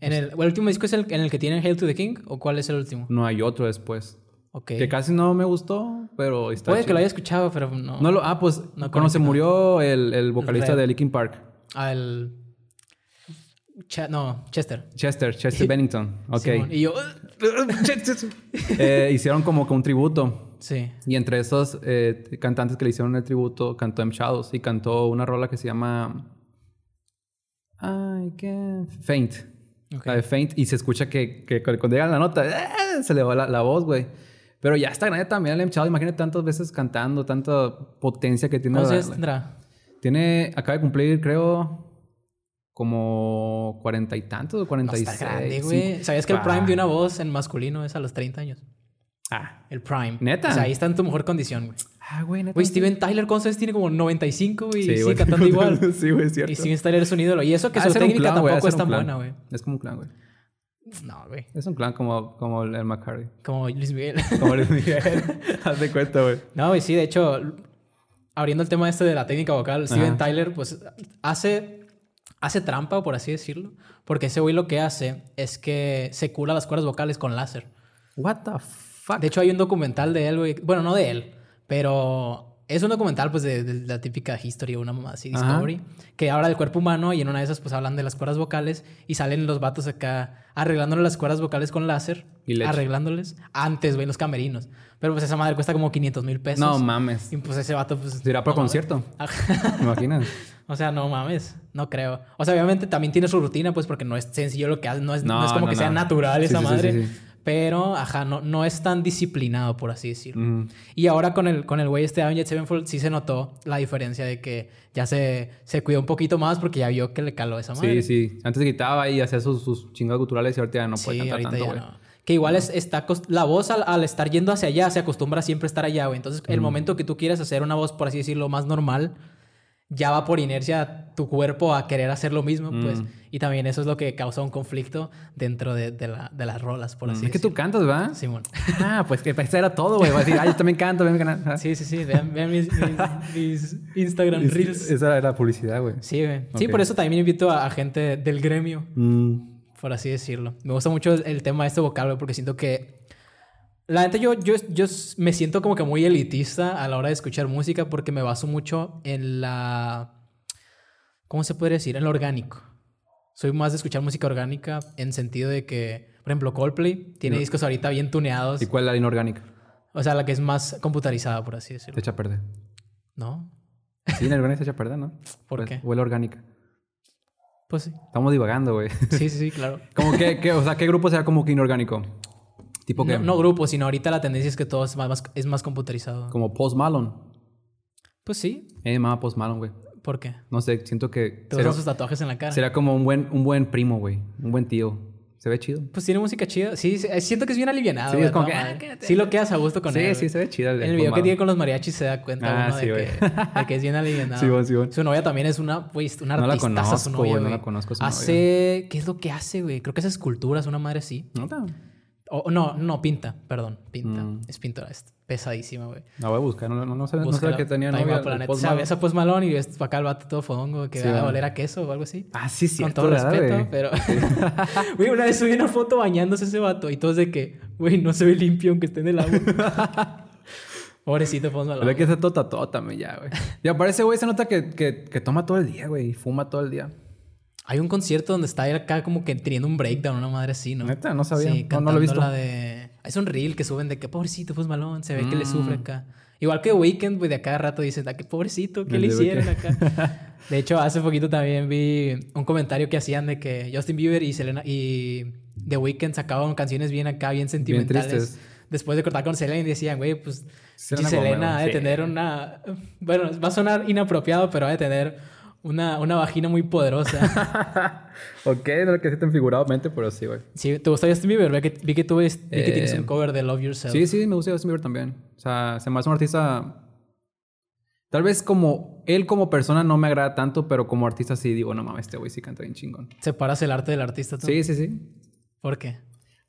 [SPEAKER 1] En el, ¿El último disco es el en el que tienen Hail to the King? ¿O cuál es el último?
[SPEAKER 2] No hay otro después.
[SPEAKER 1] Ok.
[SPEAKER 2] Que casi no me gustó, pero está
[SPEAKER 1] Puede que
[SPEAKER 2] chido.
[SPEAKER 1] lo haya escuchado, pero no.
[SPEAKER 2] No lo... Ah, pues, cuando se murió el, el vocalista
[SPEAKER 1] Red.
[SPEAKER 2] de Linkin Park.
[SPEAKER 1] Al... Cha- no, Chester.
[SPEAKER 2] Chester, Chester Bennington. Ok.
[SPEAKER 1] Simón. Y yo...
[SPEAKER 2] Eh, hicieron como que un tributo.
[SPEAKER 1] Sí.
[SPEAKER 2] Y entre esos eh, cantantes que le hicieron el tributo, cantó M. Shadows y cantó una rola que se llama. I can... Faint.
[SPEAKER 1] Ok.
[SPEAKER 2] La de Faint. Y se escucha que, que cu- cuando llega la nota, ¡eh! se le va la, la voz, güey. Pero ya está grande también el M. Shadows. Imagínate tantas veces cantando, tanta potencia que tiene.
[SPEAKER 1] ¿Cuántos
[SPEAKER 2] la-
[SPEAKER 1] años
[SPEAKER 2] la-
[SPEAKER 1] tendrá?
[SPEAKER 2] tiene. Acaba de cumplir, creo. Como cuarenta y tantos o
[SPEAKER 1] No
[SPEAKER 2] cuarenta y
[SPEAKER 1] está
[SPEAKER 2] seis.
[SPEAKER 1] grande, güey. ¿Sabías que el prime de una voz en masculino es a los 30 años?
[SPEAKER 2] Ah,
[SPEAKER 1] El prime.
[SPEAKER 2] ¿Neta?
[SPEAKER 1] O sea, ahí está en tu mejor condición, güey.
[SPEAKER 2] ah güey, neta.
[SPEAKER 1] Güey, Steven Tyler, ¿cuántos años tiene? Como 95, güey. y sigue
[SPEAKER 2] güey.
[SPEAKER 1] cantando igual.
[SPEAKER 2] sí, güey, es cierto.
[SPEAKER 1] Y Steven Tyler es un ídolo. Y eso que
[SPEAKER 2] Ah,
[SPEAKER 1] su
[SPEAKER 2] ese era un
[SPEAKER 1] técnica
[SPEAKER 2] clan, güey,
[SPEAKER 1] tampoco es
[SPEAKER 2] ese era
[SPEAKER 1] tan
[SPEAKER 2] un clan.
[SPEAKER 1] buena, güey.
[SPEAKER 2] Es como un clan, güey.
[SPEAKER 1] No, güey.
[SPEAKER 2] Es un clan como, como el el McCarthy.
[SPEAKER 1] Como Luis Miguel.
[SPEAKER 2] Como Luis Miguel. Haz de cuenta, güey.
[SPEAKER 1] No, güey, sí, de hecho, abriendo el tema este de la técnica vocal, Steven Tyler, pues, hace, hace trampa, por así decirlo, porque ese güey lo que hace es que se cura las cuerdas vocales con láser.
[SPEAKER 2] What the fuck?
[SPEAKER 1] De hecho, hay un documental de él, güey, bueno, no de él, pero es un documental, pues, de, de la típica History o una mamá así,
[SPEAKER 2] Ajá.
[SPEAKER 1] Discovery, que habla del cuerpo humano y en una de esas, pues, hablan de las cuerdas vocales y salen los vatos acá arreglándole las cuerdas vocales con láser.
[SPEAKER 2] Y leche.
[SPEAKER 1] Arreglándoles antes, güey, en los camerinos. Pero pues esa madre cuesta como 500 mil pesos.
[SPEAKER 2] no mames.
[SPEAKER 1] Y pues ese vato, pues.
[SPEAKER 2] Será para
[SPEAKER 1] no
[SPEAKER 2] concierto.
[SPEAKER 1] mames.
[SPEAKER 2] ¿Te imaginas?
[SPEAKER 1] o sea, no mames. No creo. O sea, obviamente también tiene su rutina, pues, porque no es sencillo lo que hace. No es, no
[SPEAKER 2] No,
[SPEAKER 1] es como
[SPEAKER 2] no,
[SPEAKER 1] que sea
[SPEAKER 2] no.
[SPEAKER 1] natural
[SPEAKER 2] Sí,
[SPEAKER 1] esa
[SPEAKER 2] sí, sí,
[SPEAKER 1] madre.
[SPEAKER 2] sí, sí.
[SPEAKER 1] Pero, ajá, no, no es tan disciplinado, por así decirlo.
[SPEAKER 2] Mm.
[SPEAKER 1] Y ahora con el, con el güey este Avenged Sevenfold sí se notó la diferencia de que ya se, se cuidó un poquito más porque ya vio que le caló esa madre.
[SPEAKER 2] Sí, sí. Antes gritaba y hacía sus, sus chingados culturales y ahorita ya no puede
[SPEAKER 1] Sí,
[SPEAKER 2] cantar
[SPEAKER 1] ahorita
[SPEAKER 2] tanto,
[SPEAKER 1] ya
[SPEAKER 2] güey.
[SPEAKER 1] no. Que igual es, está acost- la voz al, al estar yendo hacia allá se acostumbra siempre a estar allá, güey. Entonces,
[SPEAKER 2] Mm.
[SPEAKER 1] el momento que tú quieres hacer una voz, por así decirlo, más normal, ya va por inercia tu cuerpo a querer hacer lo mismo,
[SPEAKER 2] Mm.
[SPEAKER 1] pues. Y también eso es lo que causa un conflicto dentro de, de la- de las rolas, por así
[SPEAKER 2] Mm, Es que
[SPEAKER 1] decirlo.
[SPEAKER 2] tú cantas, ¿verdad?
[SPEAKER 1] Simón.
[SPEAKER 2] Ah, pues que eso era todo, güey. Va a decir, ah, yo también canto, ven, ganar.
[SPEAKER 1] Sí, sí, sí. Vean, vean mis, mis- mis Instagram Reels.
[SPEAKER 2] Esa era la publicidad, güey.
[SPEAKER 1] Sí, güey. Sí,
[SPEAKER 2] Ok.
[SPEAKER 1] por eso también invito a, a gente del gremio
[SPEAKER 2] Mm.
[SPEAKER 1] por así decirlo. Me gusta mucho el, el tema de este vocablo porque siento que... La neta, yo, yo, yo s- me siento como que muy elitista a la hora de escuchar música porque me baso mucho en la... ¿Cómo se podría decir? En lo orgánico. Soy más de escuchar música orgánica en sentido de que, por ejemplo, Coldplay tiene
[SPEAKER 2] No.
[SPEAKER 1] discos ahorita bien tuneados.
[SPEAKER 2] ¿Y cuál era la inorgánica?
[SPEAKER 1] O sea, la que es más computarizada, por así
[SPEAKER 2] Te
[SPEAKER 1] decirlo.
[SPEAKER 2] echa a perder.
[SPEAKER 1] ¿No?
[SPEAKER 2] Sí, la inorgánica te echa a perder, ¿no?
[SPEAKER 1] ¿Por
[SPEAKER 2] Pues,
[SPEAKER 1] qué?
[SPEAKER 2] Huele a orgánica.
[SPEAKER 1] Pues sí.
[SPEAKER 2] Estamos divagando, güey.
[SPEAKER 1] Sí, sí, sí, claro.
[SPEAKER 2] Como que, que, o sea, ¿qué grupo será como que inorgánico? Tipo que.
[SPEAKER 1] No, no grupo, sino ahorita la tendencia es que todo es más, más- es más computarizado.
[SPEAKER 2] Como Post Malone.
[SPEAKER 1] Pues sí.
[SPEAKER 2] Eh, mamá Post Malone, güey.
[SPEAKER 1] ¿Por qué?
[SPEAKER 2] No sé, siento que
[SPEAKER 1] ¿Te
[SPEAKER 2] será,
[SPEAKER 1] gustan sus tatuajes en la cara?
[SPEAKER 2] será como un buen, un buen primo, güey. Un buen tío. Se ve chido.
[SPEAKER 1] Pues tiene música chida. Sí, sí, eh, siento que es bien alivianado.
[SPEAKER 2] Sí,
[SPEAKER 1] güey,
[SPEAKER 2] es como
[SPEAKER 1] a toda
[SPEAKER 2] que,
[SPEAKER 1] madre.
[SPEAKER 2] ah, quédate.
[SPEAKER 1] Sí lo quedas a gusto con
[SPEAKER 2] sí,
[SPEAKER 1] él.
[SPEAKER 2] sí,
[SPEAKER 1] güey.
[SPEAKER 2] se ve chido.
[SPEAKER 1] En el video que tiene
[SPEAKER 2] tiene
[SPEAKER 1] con los mariachis se da cuenta
[SPEAKER 2] Ah,
[SPEAKER 1] uno
[SPEAKER 2] sí,
[SPEAKER 1] de,
[SPEAKER 2] güey.
[SPEAKER 1] que, de que es bien alivianado.
[SPEAKER 2] Sí, güey, sí, güey.
[SPEAKER 1] Su novia también es una, güey, es una
[SPEAKER 2] No la
[SPEAKER 1] artistaza, su
[SPEAKER 2] conozco,
[SPEAKER 1] novia,
[SPEAKER 2] güey, no
[SPEAKER 1] güey.
[SPEAKER 2] la conozco, su
[SPEAKER 1] Hace... ¿Qué es lo que hace, güey? Creo que hace esculturas, una madre así.
[SPEAKER 2] No, no.
[SPEAKER 1] O, no, no, pinta. Perdón, pinta.
[SPEAKER 2] Mm.
[SPEAKER 1] Es pintora. Es pesadísima, güey.
[SPEAKER 2] La voy a buscar. No, no, no sé, no
[SPEAKER 1] Búscala.
[SPEAKER 2] sé que tenía
[SPEAKER 1] Está bien
[SPEAKER 2] novia,
[SPEAKER 1] guapa, la neta.
[SPEAKER 2] Post
[SPEAKER 1] O sea,
[SPEAKER 2] Malone.
[SPEAKER 1] ves a Post Malone y ves para acá el vato todo fodongo que
[SPEAKER 2] Sí,
[SPEAKER 1] va a
[SPEAKER 2] güey.
[SPEAKER 1] oler a queso o algo así.
[SPEAKER 2] Ah, sí, sí.
[SPEAKER 1] Con todo respeto, pero... Güey, una vez subí una foto bañándose ese vato y todos de que, güey, no se ve limpio aunque esté en el agua. Pobrecito Post
[SPEAKER 2] La
[SPEAKER 1] Malone.
[SPEAKER 2] verdad que ese tota también ya, güey. Y aparece, güey, se nota que, que, que toma todo el día, güey. Y fuma todo el día.
[SPEAKER 1] Hay un concierto donde está él acá como que teniendo un breakdown, una madre así, ¿no?
[SPEAKER 2] Neta, no sabía.
[SPEAKER 1] Sí,
[SPEAKER 2] No, no lo
[SPEAKER 1] cantando
[SPEAKER 2] he visto.
[SPEAKER 1] la de... Es un reel que suben de que pobrecito Post Malone, se ve que le
[SPEAKER 2] Mm.
[SPEAKER 1] sufre acá. Igual que Weekend, güey, de acá a rato dicen, ah, qué pobrecito, ¿qué
[SPEAKER 2] El
[SPEAKER 1] le
[SPEAKER 2] de
[SPEAKER 1] hicieron acá? De hecho, hace poquito también vi un comentario que hacían de que Justin Bieber y Selena y The Weeknd sacaban canciones bien acá, bien sentimentales.
[SPEAKER 2] tristes.
[SPEAKER 1] Después de cortar con Selena y decían, güey, pues Selena,
[SPEAKER 2] Selena Gomez,
[SPEAKER 1] Selena ha de
[SPEAKER 2] sí.
[SPEAKER 1] tener una... Bueno, va a sonar inapropiado, pero ha de tener una, una vagina muy poderosa.
[SPEAKER 2] Ok, no lo que sí tan figuradamente, pero sí, güey.
[SPEAKER 1] Sí, ¿te gustó Justin Bieber? Vi que, vi que tú ves- vi que tienes
[SPEAKER 2] Eh,
[SPEAKER 1] un cover de Love Yourself.
[SPEAKER 2] Sí, sí, me gusta Justin Bieber también. O sea, se me hace un artista. Tal vez como él como persona no me agrada tanto, pero como artista sí digo, no mames, este güey sí canta bien chingón.
[SPEAKER 1] ¿Separas el arte del artista tú?
[SPEAKER 2] Sí, sí, sí.
[SPEAKER 1] ¿Por qué?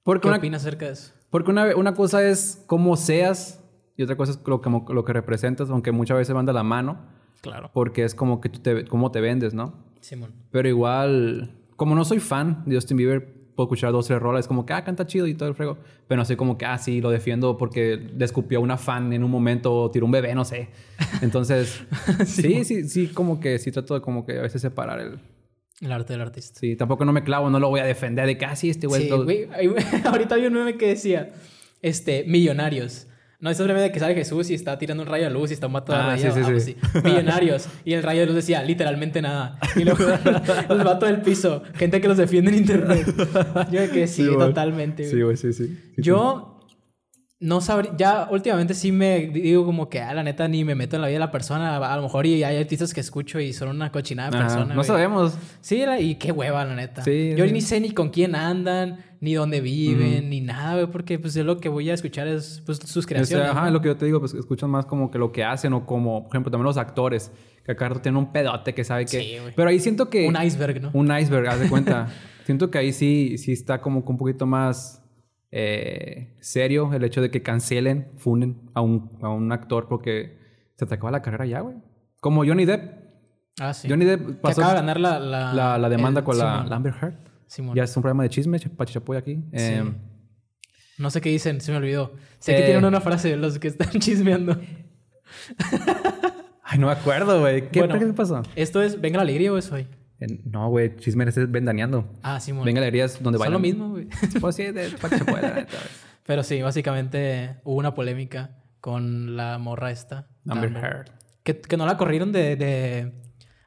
[SPEAKER 2] Porque,
[SPEAKER 1] ¿Qué
[SPEAKER 2] una,
[SPEAKER 1] opinas acerca de eso?
[SPEAKER 2] porque una, una cosa es cómo seas y otra cosa es lo que, lo que representas, aunque muchas veces van de la mano,
[SPEAKER 1] Claro.
[SPEAKER 2] porque es como que tú te, cómo te vendes, ¿no?
[SPEAKER 1] Simón.
[SPEAKER 2] Pero igual, como no soy fan de Justin Bieber, puedo escuchar dos, tres rolas, como que, ah, canta chido y todo el frego. Pero no sé, como que, ah, sí, lo defiendo porque le escupió a una fan en un momento o tiró un bebé, no sé. Entonces, sí, sí, sí, como que sí trato de como que a veces separar el...
[SPEAKER 1] El arte del artista.
[SPEAKER 2] Sí, tampoco no me clavo, no lo voy a defender de que, ah, sí, este güey...
[SPEAKER 1] Sí,
[SPEAKER 2] es lo-
[SPEAKER 1] güey. ahí- Ahorita había un meme que decía, este, millonarios. No, es un meme de que sale Jesús y está tirando un rayo de luz y está matando
[SPEAKER 2] Ah,
[SPEAKER 1] a
[SPEAKER 2] sí, sí, sí.
[SPEAKER 1] Millonarios. Y el rayo de luz decía, literalmente nada. Y luego los vatos del piso. Gente que los defiende en internet. Yo de que sí,
[SPEAKER 2] Sí, güey.
[SPEAKER 1] totalmente. güey.
[SPEAKER 2] Sí, güey, sí, sí. Sí,
[SPEAKER 1] Yo no sabría, ya últimamente sí me digo como que, ah, la neta, ni me meto en la vida de la persona. A lo mejor y hay artistas que escucho y son una cochinada de
[SPEAKER 2] Ajá,
[SPEAKER 1] persona.
[SPEAKER 2] no
[SPEAKER 1] güey.
[SPEAKER 2] sabemos. Este,
[SPEAKER 1] Sí, la- y qué hueva, la neta.
[SPEAKER 2] Sí,
[SPEAKER 1] Yo
[SPEAKER 2] sí.
[SPEAKER 1] ni sé ni con quién andan, ni dónde viven, ni nada, güey, porque pues yo lo que voy a escuchar es pues, sus
[SPEAKER 2] O sea,
[SPEAKER 1] creaciones.
[SPEAKER 2] Este, ajá,
[SPEAKER 1] ¿no?
[SPEAKER 2] lo que yo te digo, pues escuchan más como que lo que hacen o como, por ejemplo, también los actores, que acá tienen un pedote que sabe que...
[SPEAKER 1] Sí, güey.
[SPEAKER 2] Pero ahí siento que...
[SPEAKER 1] Un iceberg, ¿no?
[SPEAKER 2] Un iceberg, haz de cuenta. Siento que ahí sí, sí está como que un poquito más eh, serio el hecho de que cancelen, funen a un, a un actor porque se te acaba la carrera ya, güey. Como Johnny Depp.
[SPEAKER 1] Ah, sí.
[SPEAKER 2] Johnny Depp
[SPEAKER 1] que
[SPEAKER 2] pasó
[SPEAKER 1] acaba de ganar la... La,
[SPEAKER 2] la, la demanda
[SPEAKER 1] el-
[SPEAKER 2] con la,
[SPEAKER 1] Simón.
[SPEAKER 2] la Amber Heard.
[SPEAKER 1] Simón.
[SPEAKER 2] Ya es un programa de chisme, ch- pachapoy aquí. Eh,
[SPEAKER 1] No sé qué dicen, se me olvidó. Sé
[SPEAKER 2] Eh.
[SPEAKER 1] que tienen una frase los que están chismeando.
[SPEAKER 2] Ay, no me acuerdo, güey. ¿Qué,
[SPEAKER 1] Bueno.
[SPEAKER 2] qué pasó?
[SPEAKER 1] ¿Esto es Venga la Alegría o es hoy?
[SPEAKER 2] Eh, no, güey, chisme es vendaneando.
[SPEAKER 1] Ah, Simón.
[SPEAKER 2] Venga, alegrías donde
[SPEAKER 1] Son
[SPEAKER 2] bailan.
[SPEAKER 1] lo mismo, güey.
[SPEAKER 2] Pues sí, de pachapoy, la neta, güey.
[SPEAKER 1] Pero sí, básicamente hubo una polémica con la morra esta.
[SPEAKER 2] Amber
[SPEAKER 1] Amber.
[SPEAKER 2] Heard.
[SPEAKER 1] Que, que no la corrieron de, de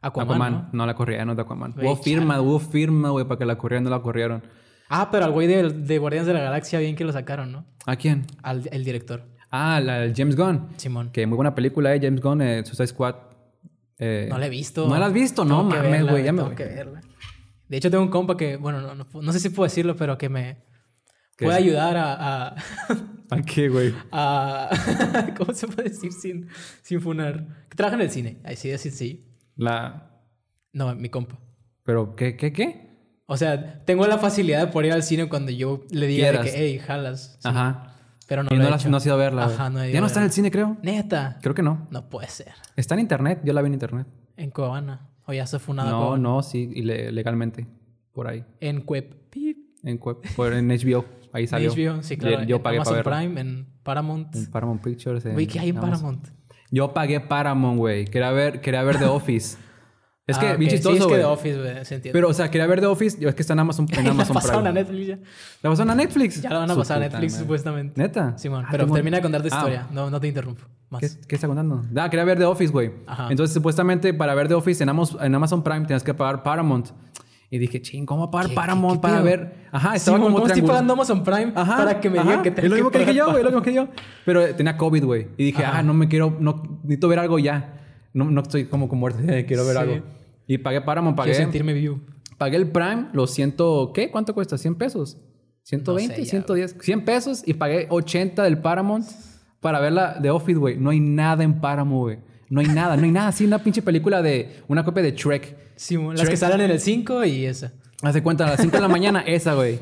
[SPEAKER 1] Aquaman,
[SPEAKER 2] Aquaman,
[SPEAKER 1] ¿no?
[SPEAKER 2] no la corrieron, no de Aquaman.
[SPEAKER 1] Güey,
[SPEAKER 2] hubo firma, hubo firma, güey, para que la corrieran, no la corrieron.
[SPEAKER 1] Ah, pero al güey de, de Guardianes de la Galaxia bien que lo sacaron, ¿no?
[SPEAKER 2] ¿A quién?
[SPEAKER 1] Al el director,
[SPEAKER 2] Ah, la del James Gunn.
[SPEAKER 1] Simón.
[SPEAKER 2] Que muy buena película, eh, James Gunn, eh, Suicide Squad. Eh,
[SPEAKER 1] No la he visto.
[SPEAKER 2] ¿No la has visto? No,
[SPEAKER 1] Tengo que
[SPEAKER 2] mames,
[SPEAKER 1] verla,
[SPEAKER 2] güey, ya me
[SPEAKER 1] tengo
[SPEAKER 2] voy.
[SPEAKER 1] que verla. De hecho, tengo un compa que, bueno, no, no, no sé si puedo decirlo, pero que me
[SPEAKER 2] ¿Qué?
[SPEAKER 1] puede ayudar a... a,
[SPEAKER 2] ¿A qué, güey?
[SPEAKER 1] a- ¿Cómo se puede decir sin, sin funar? Que trabaja en el cine. Ahí sí, decir sí.
[SPEAKER 2] La...
[SPEAKER 1] No, mi compa.
[SPEAKER 2] ¿Pero qué, qué, qué?
[SPEAKER 1] O sea, tengo la facilidad de poder ir al cine cuando yo le diga de
[SPEAKER 2] Quieras.
[SPEAKER 1] que, hey, jalas. Sí,
[SPEAKER 2] Ajá.
[SPEAKER 1] Pero no
[SPEAKER 2] y
[SPEAKER 1] lo
[SPEAKER 2] no,
[SPEAKER 1] he
[SPEAKER 2] la,
[SPEAKER 1] hecho.
[SPEAKER 2] no has ido a verla, güey.
[SPEAKER 1] Ajá, no he ido
[SPEAKER 2] Ya
[SPEAKER 1] a
[SPEAKER 2] no está en el
[SPEAKER 1] verla.
[SPEAKER 2] cine, creo.
[SPEAKER 1] Neta.
[SPEAKER 2] Creo que no.
[SPEAKER 1] No puede ser.
[SPEAKER 2] Está en internet, yo la vi en internet.
[SPEAKER 1] En Cuevana. O ya se fue una
[SPEAKER 2] no, no, sí, ile- legalmente. Por ahí.
[SPEAKER 1] En Cuep. Pip.
[SPEAKER 2] En, cu- por- en HBO. Ahí
[SPEAKER 1] En
[SPEAKER 2] salió.
[SPEAKER 1] HBO, sí,
[SPEAKER 2] Y-
[SPEAKER 1] claro.
[SPEAKER 2] Yo
[SPEAKER 1] en
[SPEAKER 2] pagué
[SPEAKER 1] Amazon
[SPEAKER 2] para verla.
[SPEAKER 1] Prime, en Paramount.
[SPEAKER 2] En Paramount Pictures. en
[SPEAKER 1] Güey, ¿qué hay en
[SPEAKER 2] Amazon.
[SPEAKER 1] Paramount?
[SPEAKER 2] Yo pagué Paramount, güey. Quería ver, quería ver The Office. Es que,
[SPEAKER 1] Ah,
[SPEAKER 2] bien
[SPEAKER 1] ok.
[SPEAKER 2] chistoso,
[SPEAKER 1] Sí, es que
[SPEAKER 2] güey.
[SPEAKER 1] The Office, güey. Se entiende.
[SPEAKER 2] Pero, o sea, quería ver The Office. Yo es que está en Amazon, en
[SPEAKER 1] Ya
[SPEAKER 2] Amazon
[SPEAKER 1] pasaron
[SPEAKER 2] Prime.
[SPEAKER 1] a Netflix ya.
[SPEAKER 2] ¿La pasaron a Netflix?
[SPEAKER 1] Ya la van a
[SPEAKER 2] Su
[SPEAKER 1] pasar a
[SPEAKER 2] puta
[SPEAKER 1] Netflix,
[SPEAKER 2] madre.
[SPEAKER 1] supuestamente.
[SPEAKER 2] ¿Neta?
[SPEAKER 1] Simón,
[SPEAKER 2] Ah,
[SPEAKER 1] pero
[SPEAKER 2] tengo-
[SPEAKER 1] termina de contar tu
[SPEAKER 2] Ah,
[SPEAKER 1] historia. No, no te interrumpo. Más.
[SPEAKER 2] ¿Qué, ¿Qué está contando? Ah, quería ver The Office, güey.
[SPEAKER 1] Ajá.
[SPEAKER 2] Entonces, supuestamente, para ver The Office en, Amos- en Amazon Prime tenías que pagar Paramount. Y dije, ching, ¿cómo voy a pagar
[SPEAKER 1] ¿Qué-
[SPEAKER 2] Paramount
[SPEAKER 1] qué- qué
[SPEAKER 2] para
[SPEAKER 1] pedo?
[SPEAKER 2] ver? Ajá, Ah, estaba
[SPEAKER 1] Simón,
[SPEAKER 2] como
[SPEAKER 1] ¿cómo estoy
[SPEAKER 2] triangul-
[SPEAKER 1] pagando Amazon Prime
[SPEAKER 2] Ajá,
[SPEAKER 1] para que me
[SPEAKER 2] ajá.
[SPEAKER 1] digan que
[SPEAKER 2] Es lo mismo que dije
[SPEAKER 1] pagar
[SPEAKER 2] yo, güey, es
[SPEAKER 1] pa-
[SPEAKER 2] lo mismo que dije yo. Pero eh, tenía COVID, güey. Y dije,
[SPEAKER 1] Ajá.
[SPEAKER 2] ah, no me quiero, no, necesito ver algo ya. No, no estoy como con muerte, de quiero ver
[SPEAKER 1] Sí.
[SPEAKER 2] algo. Y pagué Paramount, pagué,
[SPEAKER 1] Quiero sentirme vivo.
[SPEAKER 2] pagué el Prime, los ciento, ¿qué? ¿Cuánto cuesta? ¿100 pesos? ¿120?
[SPEAKER 1] No sé ya,
[SPEAKER 2] 110, 100 pesos y pagué 80 del Paramount para verla de Office, güey. No hay nada en Paramount, güey. No hay nada, no hay nada. Así una pinche película de, una copia de Shrek.
[SPEAKER 1] Simón, las
[SPEAKER 2] Shrek.
[SPEAKER 1] que salen en el 5 y esa.
[SPEAKER 2] Hace cuenta, a las 5 de la mañana, esa, güey.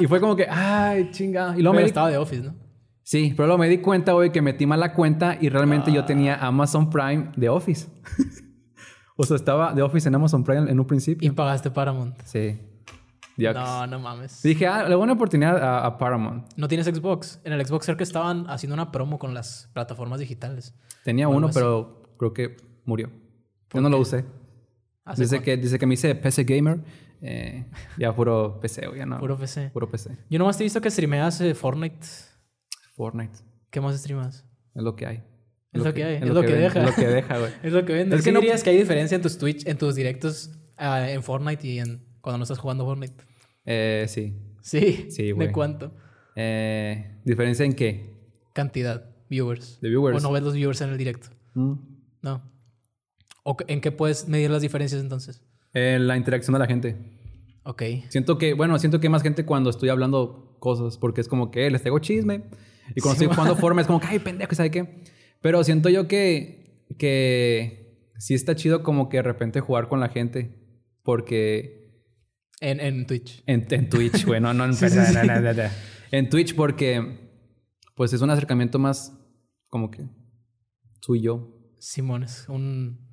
[SPEAKER 2] Y fue como que, ay, chinga. Y
[SPEAKER 1] Pero
[SPEAKER 2] luego me di
[SPEAKER 1] estaba de Office, ¿no?
[SPEAKER 2] Sí, pero luego me di cuenta, güey, que metí mal la cuenta y realmente
[SPEAKER 1] Ah.
[SPEAKER 2] yo tenía Amazon Prime de Office. o sea, estaba de Office en Amazon Prime en un
[SPEAKER 1] Y
[SPEAKER 2] principio.
[SPEAKER 1] pagaste Paramount.
[SPEAKER 2] Sí. Yucks.
[SPEAKER 1] No, no mames.
[SPEAKER 2] Dije, ah, le voy a una oportunidad a, a Paramount.
[SPEAKER 1] ¿No tienes Xbox? En el Xbox creo que estaban haciendo una promo con las plataformas digitales.
[SPEAKER 2] Tenía
[SPEAKER 1] Algo
[SPEAKER 2] uno,
[SPEAKER 1] así.
[SPEAKER 2] pero creo que murió. Yo no lo usé.
[SPEAKER 1] Hace
[SPEAKER 2] Desde que, desde que me hice PC Gamer, eh, ya puro PC, güey, ya no.
[SPEAKER 1] Puro PC.
[SPEAKER 2] puro PC.
[SPEAKER 1] Yo nomás te he visto que streameas eh, Fortnite.
[SPEAKER 2] Fortnite.
[SPEAKER 1] ¿Qué más streamas?
[SPEAKER 2] Es lo que hay.
[SPEAKER 1] Es lo que hay, es lo que
[SPEAKER 2] ven,
[SPEAKER 1] deja.
[SPEAKER 2] Es lo que deja, güey.
[SPEAKER 1] Es lo que venden.
[SPEAKER 2] Es
[SPEAKER 1] Es
[SPEAKER 2] que
[SPEAKER 1] que
[SPEAKER 2] no-
[SPEAKER 1] dirías que hay diferencia en tus Twitch, en tus directos ah, en Fortnite y en cuando no estás jugando Fortnite.
[SPEAKER 2] Eh, sí.
[SPEAKER 1] Sí.
[SPEAKER 2] Sí, güey.
[SPEAKER 1] ¿De cuánto?
[SPEAKER 2] Eh, ¿Diferencia en qué?
[SPEAKER 1] Cantidad. Viewers.
[SPEAKER 2] De viewers.
[SPEAKER 1] O no ves los viewers en el directo.
[SPEAKER 2] Mm.
[SPEAKER 1] No. ¿O qué- ¿En qué puedes medir las diferencias entonces?
[SPEAKER 2] Eh, la interacción de la gente.
[SPEAKER 1] Ok.
[SPEAKER 2] Siento que, bueno, siento que hay más gente cuando estoy hablando cosas, porque es como que eh, les tengo chisme. Y cuando
[SPEAKER 1] Sí,
[SPEAKER 2] estoy jugando forma es como que, ay, pendejo, ¿sabes qué? Pero siento yo que, que sí está chido como que de repente jugar con la gente, porque
[SPEAKER 1] En, en Twitch.
[SPEAKER 2] En, en Twitch, güey. No, no, en-
[SPEAKER 1] Sí, sí, sí.
[SPEAKER 2] na, na, na, na. En Twitch porque... Pues es un acercamiento más... Como que... Tú y yo.
[SPEAKER 1] Simón es un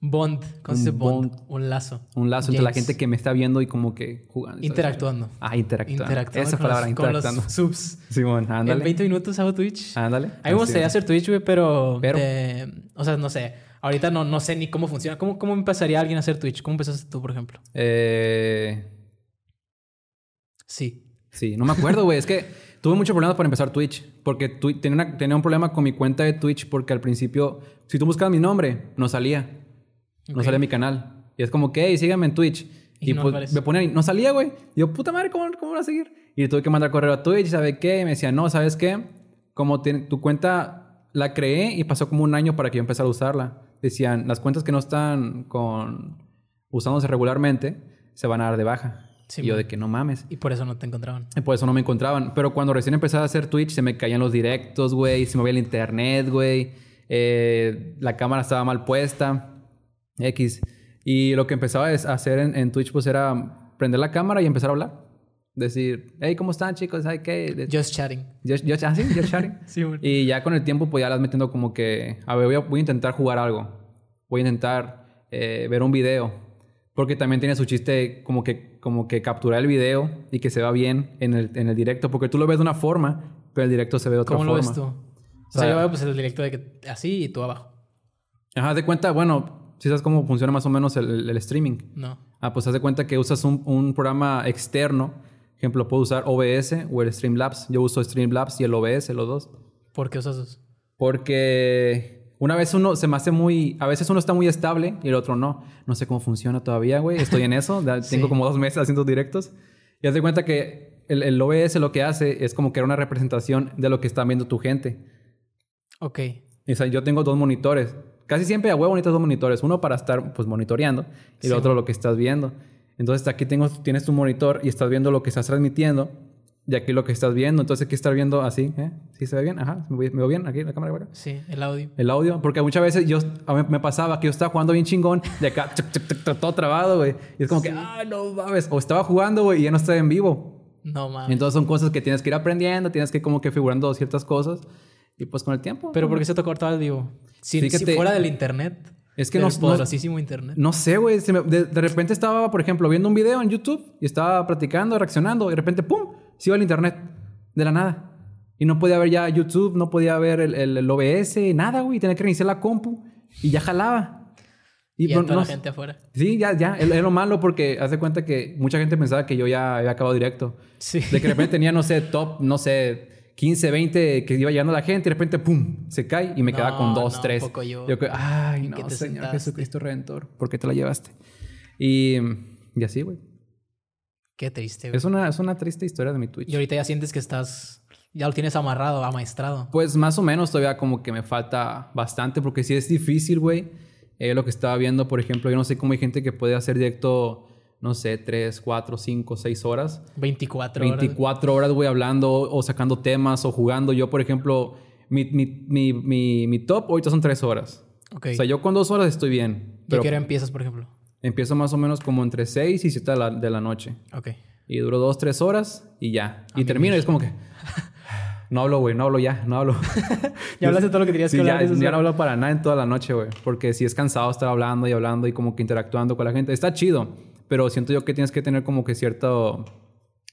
[SPEAKER 1] bond. ¿Cómo
[SPEAKER 2] Un
[SPEAKER 1] se dice bond? Un lazo.
[SPEAKER 2] Un lazo entre la
[SPEAKER 1] James.
[SPEAKER 2] gente que me está viendo y como que jugando. ¿sabes?
[SPEAKER 1] Interactuando.
[SPEAKER 2] Ah, interactuando.
[SPEAKER 1] Interactuando
[SPEAKER 2] Esa
[SPEAKER 1] con, los-
[SPEAKER 2] palabra,
[SPEAKER 1] con los,
[SPEAKER 2] interactuando.
[SPEAKER 1] subs.
[SPEAKER 2] Simón,
[SPEAKER 1] En
[SPEAKER 2] ándale.
[SPEAKER 1] 20 minutos hago Twitch.
[SPEAKER 2] Ándale.
[SPEAKER 1] A mí me gustaría
[SPEAKER 2] Así
[SPEAKER 1] hacer Twitch, güey, pero...
[SPEAKER 2] Pero-
[SPEAKER 1] eh, o sea, no sé. Ahorita no, no sé ni cómo funciona. ¿Cómo, ¿Cómo empezaría alguien a hacer Twitch? ¿Cómo empezaste tú, por ejemplo?
[SPEAKER 2] es. Eh...
[SPEAKER 1] Sí.
[SPEAKER 2] Sí, no me acuerdo, güey. Es que tuve muchos problemas para empezar Twitch. Porque Twi- tenía, una- tenía un problema con mi cuenta de Twitch porque al principio, si tú buscabas mi nombre, no salía. No
[SPEAKER 1] Ok.
[SPEAKER 2] salía mi canal. Y es como que, hey, síganme en Twitch.
[SPEAKER 1] Y
[SPEAKER 2] Y,
[SPEAKER 1] no
[SPEAKER 2] pues
[SPEAKER 1] aparece.
[SPEAKER 2] me ponían, y no salía, güey. Y yo, puta madre, ¿cómo, ¿cómo voy a seguir? Y tuve que mandar correo a Twitch, ¿sabe qué? Y me decían, no, ¿sabes qué? Como tiene- tu cuenta la creé y pasó como un año para que yo empezara a usarla. Decían, las cuentas que no están con usándose regularmente se van a dar de baja.
[SPEAKER 1] Sí,
[SPEAKER 2] y yo
[SPEAKER 1] man.
[SPEAKER 2] de que no mames.
[SPEAKER 1] Y por eso no te encontraban.
[SPEAKER 2] Y por eso no me encontraban. Pero cuando recién empezaba a hacer Twitch, se me caían los directos, güey. Se me movía el internet, güey. eh, la cámara estaba mal puesta. X. Y lo que empezaba es- a hacer en, en Twitch, pues era prender la cámara y empezar a hablar. Decir, hey, ¿cómo están, chicos? ¿Sabe qué?
[SPEAKER 1] Just chatting.
[SPEAKER 2] Yo, yo, ah, sí, yo chatting.
[SPEAKER 1] Sí, güey.
[SPEAKER 2] Y ya con el tiempo, pues ya las metiendo como que, a ver, voy a, voy a intentar jugar algo. Voy a intentar eh, ver un video. Porque también tiene su chiste como que, como que capturar el video y que se vea bien en el, en el directo. Porque tú lo ves de una forma, pero el directo se ve de otra
[SPEAKER 1] ¿Cómo
[SPEAKER 2] forma.
[SPEAKER 1] lo ves tú? O sea,
[SPEAKER 2] sea,
[SPEAKER 1] yo veo pues el directo de que así y tú abajo.
[SPEAKER 2] Ajá, haz de cuenta, bueno, si sabes cómo funciona más o menos el- el- el streaming.
[SPEAKER 1] No.
[SPEAKER 2] Ah, pues haz de cuenta que usas un, un programa externo. Ejemplo, puedo usar OBS o el Streamlabs. Yo uso Streamlabs y el OBS, los dos.
[SPEAKER 1] ¿Por qué usas dos?
[SPEAKER 2] Porque una vez uno se me hace muy. A veces uno está muy estable y el otro no. No sé cómo funciona todavía, güey. Estoy en eso. Da-
[SPEAKER 1] Sí.
[SPEAKER 2] Tengo como dos meses haciendo directos. Y haz de cuenta que el, el OBS lo que hace es como crear una representación de lo que está viendo tu gente.
[SPEAKER 1] Ok.
[SPEAKER 2] O sea, yo tengo dos monitores. Casi siempre a huevo necesitas dos monitores. Uno para estar, pues, monitoreando. Y
[SPEAKER 1] Sí.
[SPEAKER 2] el otro lo que estás viendo. Entonces, aquí tengo, tienes tu monitor y estás viendo lo que estás transmitiendo. Y aquí lo que estás viendo. Entonces, aquí estás viendo así. ¿eh? ¿Sí se ve bien? Ajá. ¿Me voy- me veo bien? Aquí la cámara, güey.
[SPEAKER 1] Sí, el audio.
[SPEAKER 2] El audio. Porque muchas veces yo... A mí me pasaba que yo estaba jugando bien chingón. Y acá... chuc, chuc, chuc, todo trabado, güey. Y es como que... ¡Ah, no mames! O estaba jugando, güey. Y ya no estaba en vivo.
[SPEAKER 1] No mames.
[SPEAKER 2] Entonces, son cosas que tienes que ir aprendiendo. Tienes que como que figurando ciertas cosas. Y pues con el tiempo...
[SPEAKER 1] Pero ¿por qué se te cortaba el vivo? Si, si
[SPEAKER 2] Fíjate-
[SPEAKER 1] fuera del internet.
[SPEAKER 2] Es que
[SPEAKER 1] del
[SPEAKER 2] no- no-
[SPEAKER 1] poderosísimo internet.
[SPEAKER 2] No sé, güey. se me- De, de repente estaba, por ejemplo, viendo un video en YouTube y estaba platicando, reaccionando. Y de repente, ¡pum! Se iba al internet. De la nada. Y no podía ver ya YouTube, no podía ver el, el- el OBS, nada, güey. Tenía que reiniciar la compu. Y ya jalaba.
[SPEAKER 1] Y, a
[SPEAKER 2] no-
[SPEAKER 1] toda
[SPEAKER 2] no
[SPEAKER 1] la
[SPEAKER 2] sé.
[SPEAKER 1] gente afuera.
[SPEAKER 2] Sí, ya, ya. Es, es lo malo porque hace cuenta que mucha gente pensaba que yo ya había acabado directo.
[SPEAKER 1] Sí.
[SPEAKER 2] De que de repente tenía, no sé, top, no sé, 15, 20 que iba llegando la gente y de repente, ¡pum! Se cae y me quedaba
[SPEAKER 1] No,
[SPEAKER 2] con dos,
[SPEAKER 1] no,
[SPEAKER 2] tres.
[SPEAKER 1] poco yo.
[SPEAKER 2] que, ay, no,
[SPEAKER 1] ¿Qué
[SPEAKER 2] Señor
[SPEAKER 1] te sentaste?
[SPEAKER 2] Jesucristo Redentor, ¿por qué te la llevaste? Y, y así, güey.
[SPEAKER 1] Qué triste, güey.
[SPEAKER 2] Es una, es una triste historia de mi Twitch.
[SPEAKER 1] Y ahorita ya sientes que estás... Ya lo tienes amarrado, amaestrado.
[SPEAKER 2] Pues más o menos todavía como que me falta bastante porque sí es difícil, güey. Eh, lo que estaba viendo, por ejemplo, yo no sé cómo hay gente que puede hacer directo, no sé, 3, 4, 5, 6 horas.
[SPEAKER 1] 24 horas.
[SPEAKER 2] 24 horas, güey, hablando o sacando temas o jugando. Yo, por ejemplo, mi, mi, mi, mi, mi top ahorita son 3 horas.
[SPEAKER 1] Ok.
[SPEAKER 2] O sea, yo con 2 horas estoy bien.
[SPEAKER 1] ¿Y a
[SPEAKER 2] Pero
[SPEAKER 1] qué hora empiezas, por ejemplo?
[SPEAKER 2] empiezo más o menos como entre 6 y 7 de la, de la noche.
[SPEAKER 1] Ok.
[SPEAKER 2] Y duro 2, 3 horas y ya.
[SPEAKER 1] Ah,
[SPEAKER 2] y termino y es como que... No hablo, güey, no hablo ya, no hablo.
[SPEAKER 1] Ya hablaste todo lo que tenías
[SPEAKER 2] Sí,
[SPEAKER 1] que
[SPEAKER 2] ya,
[SPEAKER 1] hablar. eso es
[SPEAKER 2] ya no
[SPEAKER 1] bueno.
[SPEAKER 2] hablo para nada en toda la noche, güey. Porque si es cansado estar hablando y hablando y como que interactuando con la gente. Está chido. Pero siento yo que tienes que tener como que cierto,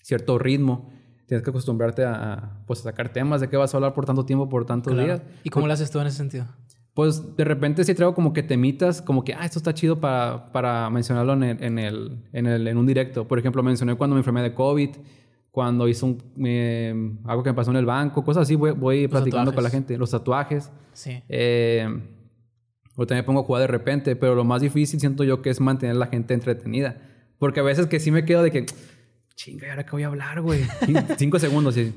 [SPEAKER 2] cierto ritmo. Tienes que acostumbrarte a, a, pues, a sacar temas de qué vas a hablar por tanto tiempo, por tantos
[SPEAKER 1] Claro.
[SPEAKER 2] días.
[SPEAKER 1] ¿Y cómo lo haces tú en ese sentido?
[SPEAKER 2] Pues de repente sí traigo como que temitas, como que, ah, esto está chido para, para mencionarlo en, el, en, el, en, el- en un directo. Por ejemplo, mencioné cuando me enfermé de COVID, cuando hice un, eh, algo que me pasó en el banco, cosas así, voy, voy platicando con la
[SPEAKER 1] tatuajes.
[SPEAKER 2] gente, los tatuajes.
[SPEAKER 1] Sí.
[SPEAKER 2] Eh, o también pongo a jugar de repente, pero lo más difícil siento yo que es mantener a la gente entretenida. Porque a veces que sí me quedo de que, chinga, ¿y ahora qué voy a hablar, güey? Cin- Cinco segundos y,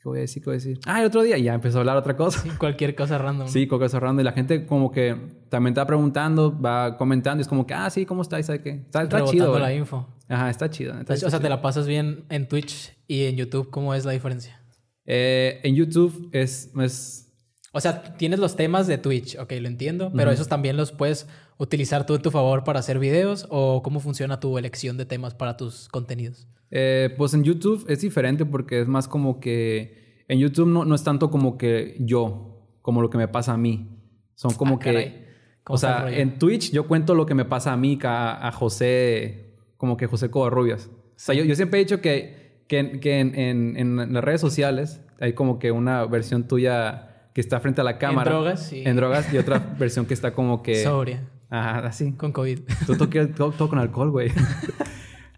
[SPEAKER 2] ¿qué voy a decir? ¿Qué voy a decir? Ah, el otro día y ya empezó a hablar otra cosa.
[SPEAKER 1] Sí, cualquier cosa random.
[SPEAKER 2] Sí, con cosas random. Y la gente como que también está preguntando, va comentando. Y es como que, ah, sí, ¿cómo está? ¿Y sabe qué? Está, está
[SPEAKER 1] Rebotando
[SPEAKER 2] chido.
[SPEAKER 1] la
[SPEAKER 2] güey.
[SPEAKER 1] info. Pues,
[SPEAKER 2] Ajá, está chido.
[SPEAKER 1] O
[SPEAKER 2] neta, está
[SPEAKER 1] sea,
[SPEAKER 2] chido.
[SPEAKER 1] te la pasas bien en Twitch y en YouTube. ¿Cómo es la diferencia?
[SPEAKER 2] Eh, en YouTube es, es...
[SPEAKER 1] O sea, tienes los temas de Twitch, ok, lo entiendo, pero esos también los puedes utilizar tú en tu favor para hacer videos o cómo funciona tu elección de temas para tus contenidos.
[SPEAKER 2] eh, pues en YouTube es diferente porque es más como que... En YouTube no, no es tanto como que yo, como lo que me pasa a mí. Son como
[SPEAKER 1] Ah,
[SPEAKER 2] que...
[SPEAKER 1] caray. ¿Cómo
[SPEAKER 2] O
[SPEAKER 1] está el
[SPEAKER 2] sea,
[SPEAKER 1] rollo?
[SPEAKER 2] en Twitch yo cuento lo que me pasa a mí, a, a José, como que José Covarrubias. O sea, yo, yo siempre he dicho que, que, que en, en- en las redes sociales hay como que una versión tuya que está frente a la cámara.
[SPEAKER 1] drogas y-
[SPEAKER 2] En drogas y otra versión que está como que...
[SPEAKER 1] Sobria,
[SPEAKER 2] Ajá, así.
[SPEAKER 1] con COVID.
[SPEAKER 2] Tú toques todo, todo con alcohol, güey.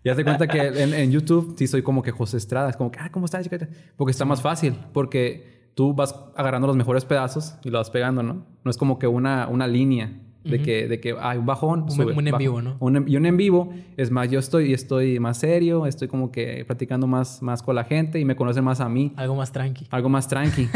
[SPEAKER 2] Ya te cuenta que en, en YouTube sí soy como que José Estrada. Es como que, ah, ¿cómo estás? chiquita?" Porque está más fácil. Porque tú vas agarrando los mejores pedazos y los vas pegando, ¿no? No es como que una, una línea de que, de que hay un bajón.
[SPEAKER 1] Un-
[SPEAKER 2] sube,
[SPEAKER 1] un en
[SPEAKER 2] baja.
[SPEAKER 1] vivo, ¿no?
[SPEAKER 2] Un en- y un en vivo es más, yo estoy, estoy más serio, estoy como que platicando más, más con la gente y me conocen más a mí.
[SPEAKER 1] Algo más tranqui.
[SPEAKER 2] Algo más tranqui.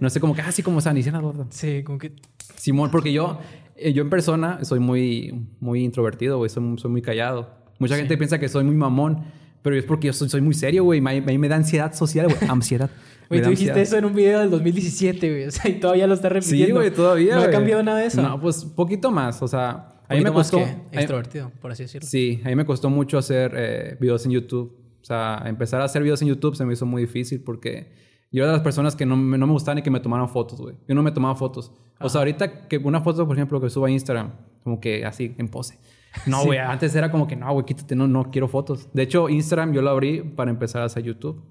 [SPEAKER 2] No sé como que, ah, sí, como están, hicieron algo.
[SPEAKER 1] Sí, como que...
[SPEAKER 2] Simón, porque yo, eh, yo en persona soy muy, muy introvertido, güey. Soy, soy muy callado. Mucha gente piensa que soy muy mamón, pero es porque yo soy, soy muy serio, güey. Me- A mí me da ansiedad social, güey. Ansiedad. Me
[SPEAKER 1] Güey,
[SPEAKER 2] da
[SPEAKER 1] tú dijiste
[SPEAKER 2] ansiedad.
[SPEAKER 1] eso en un video del 2017, güey. O sea, y todavía lo estás repitiendo.
[SPEAKER 2] Sí, güey, todavía.
[SPEAKER 1] No ha
[SPEAKER 2] güey.
[SPEAKER 1] cambiado nada de eso.
[SPEAKER 2] No, pues poquito más. O sea, a
[SPEAKER 1] A
[SPEAKER 2] mí me
[SPEAKER 1] más
[SPEAKER 2] costó.
[SPEAKER 1] que
[SPEAKER 2] a mí-
[SPEAKER 1] extrovertido, por así decirlo.
[SPEAKER 2] Sí, a mí me costó mucho hacer eh, videos en YouTube. O sea, empezar a hacer videos en YouTube se me hizo muy difícil porque yo era de las personas que no, me- no me gustaba ni que me tomaran fotos, güey. Yo no me tomaba fotos. O sea, ahorita que una foto, por ejemplo, que suba a Instagram, como que así, en pose. No, güey, antes era como que no, güey, quítate, no, no quiero fotos. De hecho, Instagram yo lo abrí para empezar a hacer YouTube.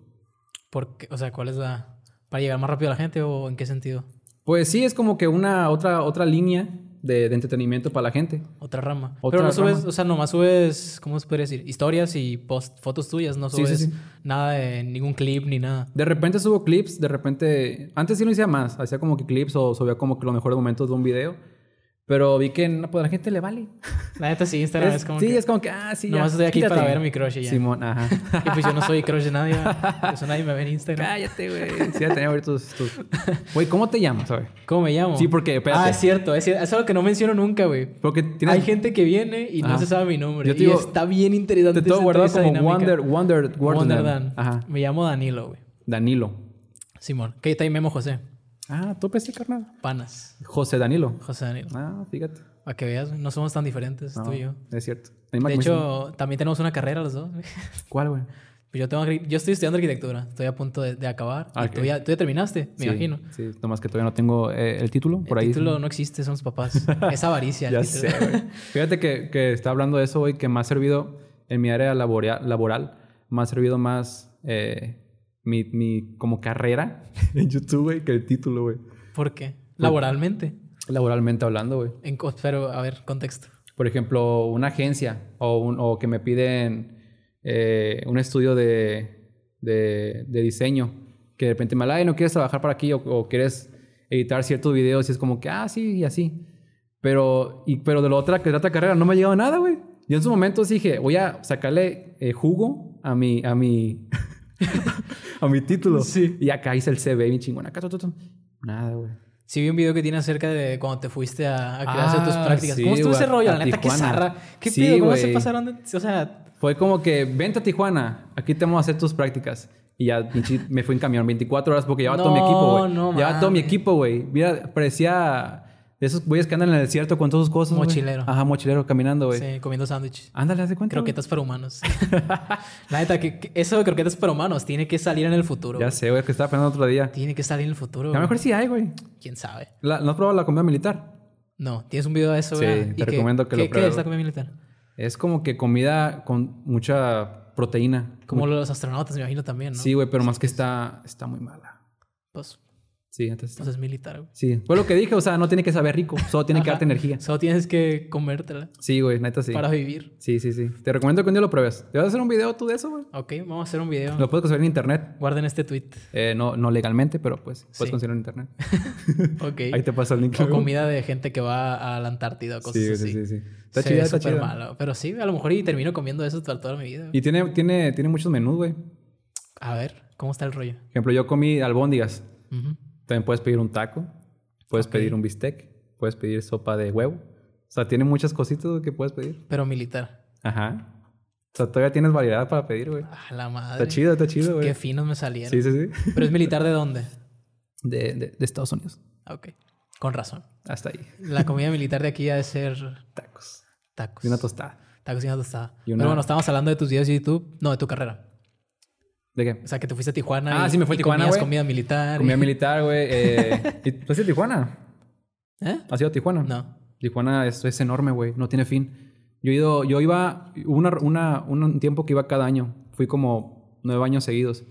[SPEAKER 1] Porque, o sea, ¿cuál es la... ¿Para llegar más rápido a la gente o en qué sentido?
[SPEAKER 2] Pues sí, es como que una otra, otra línea de, de entretenimiento para la gente.
[SPEAKER 1] Otra rama.
[SPEAKER 2] Otra
[SPEAKER 1] Pero no subes,
[SPEAKER 2] rama.
[SPEAKER 1] o sea, nomás subes, ¿cómo se podría decir? Historias y post, fotos tuyas, no
[SPEAKER 2] Sí,
[SPEAKER 1] subes
[SPEAKER 2] sí, sí.
[SPEAKER 1] nada de ningún clip ni nada.
[SPEAKER 2] De repente subo clips, de repente... Antes sí lo hacía más, hacía como que clips o subía como que los mejores momentos de un video. Pero vi que no, pues, a la gente le vale.
[SPEAKER 1] La neta sí, Instagram es,
[SPEAKER 2] Es-
[SPEAKER 1] como
[SPEAKER 2] sí,
[SPEAKER 1] que...
[SPEAKER 2] es como que, ah, sí,
[SPEAKER 1] Nomás estoy aquí
[SPEAKER 2] quítate.
[SPEAKER 1] para ver a mi crush y ya.
[SPEAKER 2] Simón, ajá.
[SPEAKER 1] Y pues yo no soy crush de nadie. Por eso nadie me ve en Instagram.
[SPEAKER 2] Cállate, güey. Sí, ya tenía que ver tus... tus- Güey, ¿cómo te llamas, güey?
[SPEAKER 1] ¿Cómo me llamo?
[SPEAKER 2] Sí, porque, espérate.
[SPEAKER 1] Ah, es cierto. Es, cier- es algo que no menciono nunca, güey.
[SPEAKER 2] Porque tienes...
[SPEAKER 1] Hay gente que viene y no
[SPEAKER 2] Ajá.
[SPEAKER 1] se sabe mi nombre.
[SPEAKER 2] Yo te
[SPEAKER 1] y
[SPEAKER 2] digo,
[SPEAKER 1] está bien interesante.
[SPEAKER 2] te tengo
[SPEAKER 1] esa-
[SPEAKER 2] guardado
[SPEAKER 1] esa
[SPEAKER 2] como
[SPEAKER 1] dinámica.
[SPEAKER 2] Wonder... Wonder...
[SPEAKER 1] Wonder Dan.
[SPEAKER 2] Ajá.
[SPEAKER 1] Me llamo Danilo, güey.
[SPEAKER 2] Danilo.
[SPEAKER 1] Simón. Que está ahí Memo José.
[SPEAKER 2] Ah, tú pensé, carnal.
[SPEAKER 1] Panas.
[SPEAKER 2] José Danilo.
[SPEAKER 1] José Danilo.
[SPEAKER 2] Ah, fíjate.
[SPEAKER 1] Para que veas, güey, no somos tan diferentes,
[SPEAKER 2] No,
[SPEAKER 1] tú y yo.
[SPEAKER 2] Es cierto. La misma
[SPEAKER 1] De
[SPEAKER 2] que me
[SPEAKER 1] hecho, también tenemos una carrera los dos.
[SPEAKER 2] hizo- ¿Cuál, güey?
[SPEAKER 1] Pues Yo, tengo, arqui- yo estoy estudiando arquitectura, estoy a punto de, de acabar.
[SPEAKER 2] Ah,
[SPEAKER 1] Y tú,
[SPEAKER 2] ok.
[SPEAKER 1] ya, tú ya terminaste, me
[SPEAKER 2] Sí,
[SPEAKER 1] imagino.
[SPEAKER 2] Sí, nomás que todavía no tengo eh, el título. Por
[SPEAKER 1] el
[SPEAKER 2] ahí.
[SPEAKER 1] título no existe, son los papás. Es avaricia. el
[SPEAKER 2] Ya
[SPEAKER 1] título.
[SPEAKER 2] sé, güey. Fíjate que, que está hablando de eso, güey, que me ha servido en mi área laboral, laboral me ha servido más eh, mi, mi como carrera en YouTube, güey, que el título, güey.
[SPEAKER 1] ¿Por qué? Laboralmente.
[SPEAKER 2] Laboralmente hablando, güey.
[SPEAKER 1] En, co- pero, a ver, contexto.
[SPEAKER 2] Por ejemplo, una agencia o, un- o que me piden eh, un estudio de, de, de diseño, que de repente me habla, "Ay, no quieres trabajar para aquí o, o quieres editar ciertos videos y es como que, ah, sí, y así. Pero, y, pero de la otra, de la otra carrera no me ha llegado nada, güey. Yo en su momento sí dije, voy a sacarle eh, jugo a mi, a mi, a mi título.
[SPEAKER 1] Sí.
[SPEAKER 2] Y acá hice el CV, mi chingón. Acá, tu, tu, tu. Nada, güey.
[SPEAKER 1] Sí vi un video que tiene acerca de cuando te fuiste a, a quedarse
[SPEAKER 2] Ah,
[SPEAKER 1] tus prácticas.
[SPEAKER 2] sí,
[SPEAKER 1] ¿Cómo estuvo ese
[SPEAKER 2] güey,
[SPEAKER 1] rollo?
[SPEAKER 2] a
[SPEAKER 1] La neta, qué
[SPEAKER 2] Tijuana.
[SPEAKER 1] zarra. ¿Qué
[SPEAKER 2] Sí,
[SPEAKER 1] pido? ¿Cómo se
[SPEAKER 2] güey.
[SPEAKER 1] pasaron? de- o sea,
[SPEAKER 2] Fue como que, vente a Tijuana, aquí te vamos a hacer tus prácticas. Y ya pinche, me fui en camión 24 horas porque llevaba todo mi
[SPEAKER 1] No,
[SPEAKER 2] equipo, güey.
[SPEAKER 1] no
[SPEAKER 2] llevaba todo mi
[SPEAKER 1] mames.
[SPEAKER 2] equipo, güey. Mira, parecía de esos güeyes que andan en el desierto con todas sus cosas. güey.
[SPEAKER 1] Mochilero.
[SPEAKER 2] Ajá, mochilero, caminando, güey.
[SPEAKER 1] sí, comiendo sándwich.
[SPEAKER 2] Ándale, haz de cuenta. güey.
[SPEAKER 1] Croquetas para humanos. la neta, que, que eso de croquetas para humanos tiene que salir en el futuro.
[SPEAKER 2] Ya
[SPEAKER 1] güey.
[SPEAKER 2] sé, güey, que estaba pensando otro día.
[SPEAKER 1] Tiene que salir en el futuro.
[SPEAKER 2] A lo
[SPEAKER 1] güey.
[SPEAKER 2] mejor sí hay, güey.
[SPEAKER 1] ¿Quién sabe?
[SPEAKER 2] La- ¿No has probado la comida militar?
[SPEAKER 1] No, tienes un video de eso,
[SPEAKER 2] Sí,
[SPEAKER 1] ¿verdad?
[SPEAKER 2] te
[SPEAKER 1] ¿Y qué-
[SPEAKER 2] recomiendo que lo
[SPEAKER 1] qué- ¿Qué
[SPEAKER 2] pruebes.
[SPEAKER 1] es la comida militar?
[SPEAKER 2] Es como que comida con mucha proteína.
[SPEAKER 1] Como
[SPEAKER 2] Muy-
[SPEAKER 1] los astronautas, me imagino también, ¿no?
[SPEAKER 2] Sí, güey, pero más que está, está muy mala.
[SPEAKER 1] Pues,
[SPEAKER 2] Sí, entonces.
[SPEAKER 1] pues es militar, güey.
[SPEAKER 2] Sí, fue lo que dije, o sea, no tiene que saber rico, solo tiene que
[SPEAKER 1] Ajá.
[SPEAKER 2] darte energía.
[SPEAKER 1] Solo tienes que comértela
[SPEAKER 2] Sí, güey, neta sí.
[SPEAKER 1] para vivir.
[SPEAKER 2] Sí, sí, sí. Te recomiendo que un día lo pruebes. ¿Te vas a hacer un video tú de eso, güey?
[SPEAKER 1] Ok, vamos a hacer un video.
[SPEAKER 2] Lo puedes conseguir en internet.
[SPEAKER 1] Guarden este tweet.
[SPEAKER 2] Eh, no, no legalmente, pero pues puedes
[SPEAKER 1] Sí.
[SPEAKER 2] conseguirlo en internet.
[SPEAKER 1] Ok.
[SPEAKER 2] Ahí te pasa el link.
[SPEAKER 1] o comida de gente que va a la Antártida o cosas
[SPEAKER 2] Sí,
[SPEAKER 1] así.
[SPEAKER 2] sí, sí, sí. Está
[SPEAKER 1] Se ve
[SPEAKER 2] chida, está
[SPEAKER 1] súper
[SPEAKER 2] chida.
[SPEAKER 1] malo. Pero sí, a lo mejor y termino comiendo eso toda, toda mi vida. güey.
[SPEAKER 2] Y tiene, tiene, tiene muchos menús, güey. Por
[SPEAKER 1] A ver, ¿cómo está el rollo?
[SPEAKER 2] ejemplo, yo comí albóndigas.
[SPEAKER 1] Ujú.
[SPEAKER 2] También puedes pedir un taco. Puedes pedir un bistec. Puedes pedir sopa de huevo. O sea, tiene muchas cositas güey, que puedes pedir.
[SPEAKER 1] Pero militar.
[SPEAKER 2] Ajá. O sea, todavía tienes variedad para pedir, güey.
[SPEAKER 1] A la madre.
[SPEAKER 2] Está chido, está chido,
[SPEAKER 1] Qué
[SPEAKER 2] güey.
[SPEAKER 1] finos me salieron.
[SPEAKER 2] Sí, sí, sí.
[SPEAKER 1] Pero es militar de dónde?
[SPEAKER 2] De, de, de Estados Unidos.
[SPEAKER 1] Ah, Ok. Con razón.
[SPEAKER 2] Hasta ahí.
[SPEAKER 1] La comida militar de aquí ha de ser
[SPEAKER 2] Tacos.
[SPEAKER 1] tacos.
[SPEAKER 2] Y una tostada.
[SPEAKER 1] tacos y una tostada.
[SPEAKER 2] Y una-
[SPEAKER 1] Pero bueno, estábamos hablando de tus videos de YouTube. No, de tu carrera.
[SPEAKER 2] ¿De qué?
[SPEAKER 1] O sea, que te fuiste a Tijuana.
[SPEAKER 2] Ah,
[SPEAKER 1] y,
[SPEAKER 2] sí, me fui a
[SPEAKER 1] y
[SPEAKER 2] Tijuana,
[SPEAKER 1] Comías
[SPEAKER 2] güey.
[SPEAKER 1] comida militar. y-
[SPEAKER 2] Comida militar, güey. Eh, ¿y ¿Tú has ido a Tijuana?
[SPEAKER 1] ¿Eh?
[SPEAKER 2] ¿Has ido a Tijuana?
[SPEAKER 1] No.
[SPEAKER 2] Tijuana es, es enorme, güey. No tiene fin. Yo he ido... Yo iba... hubo Una, una, un tiempo que iba cada año. Fui como nueve años seguidos.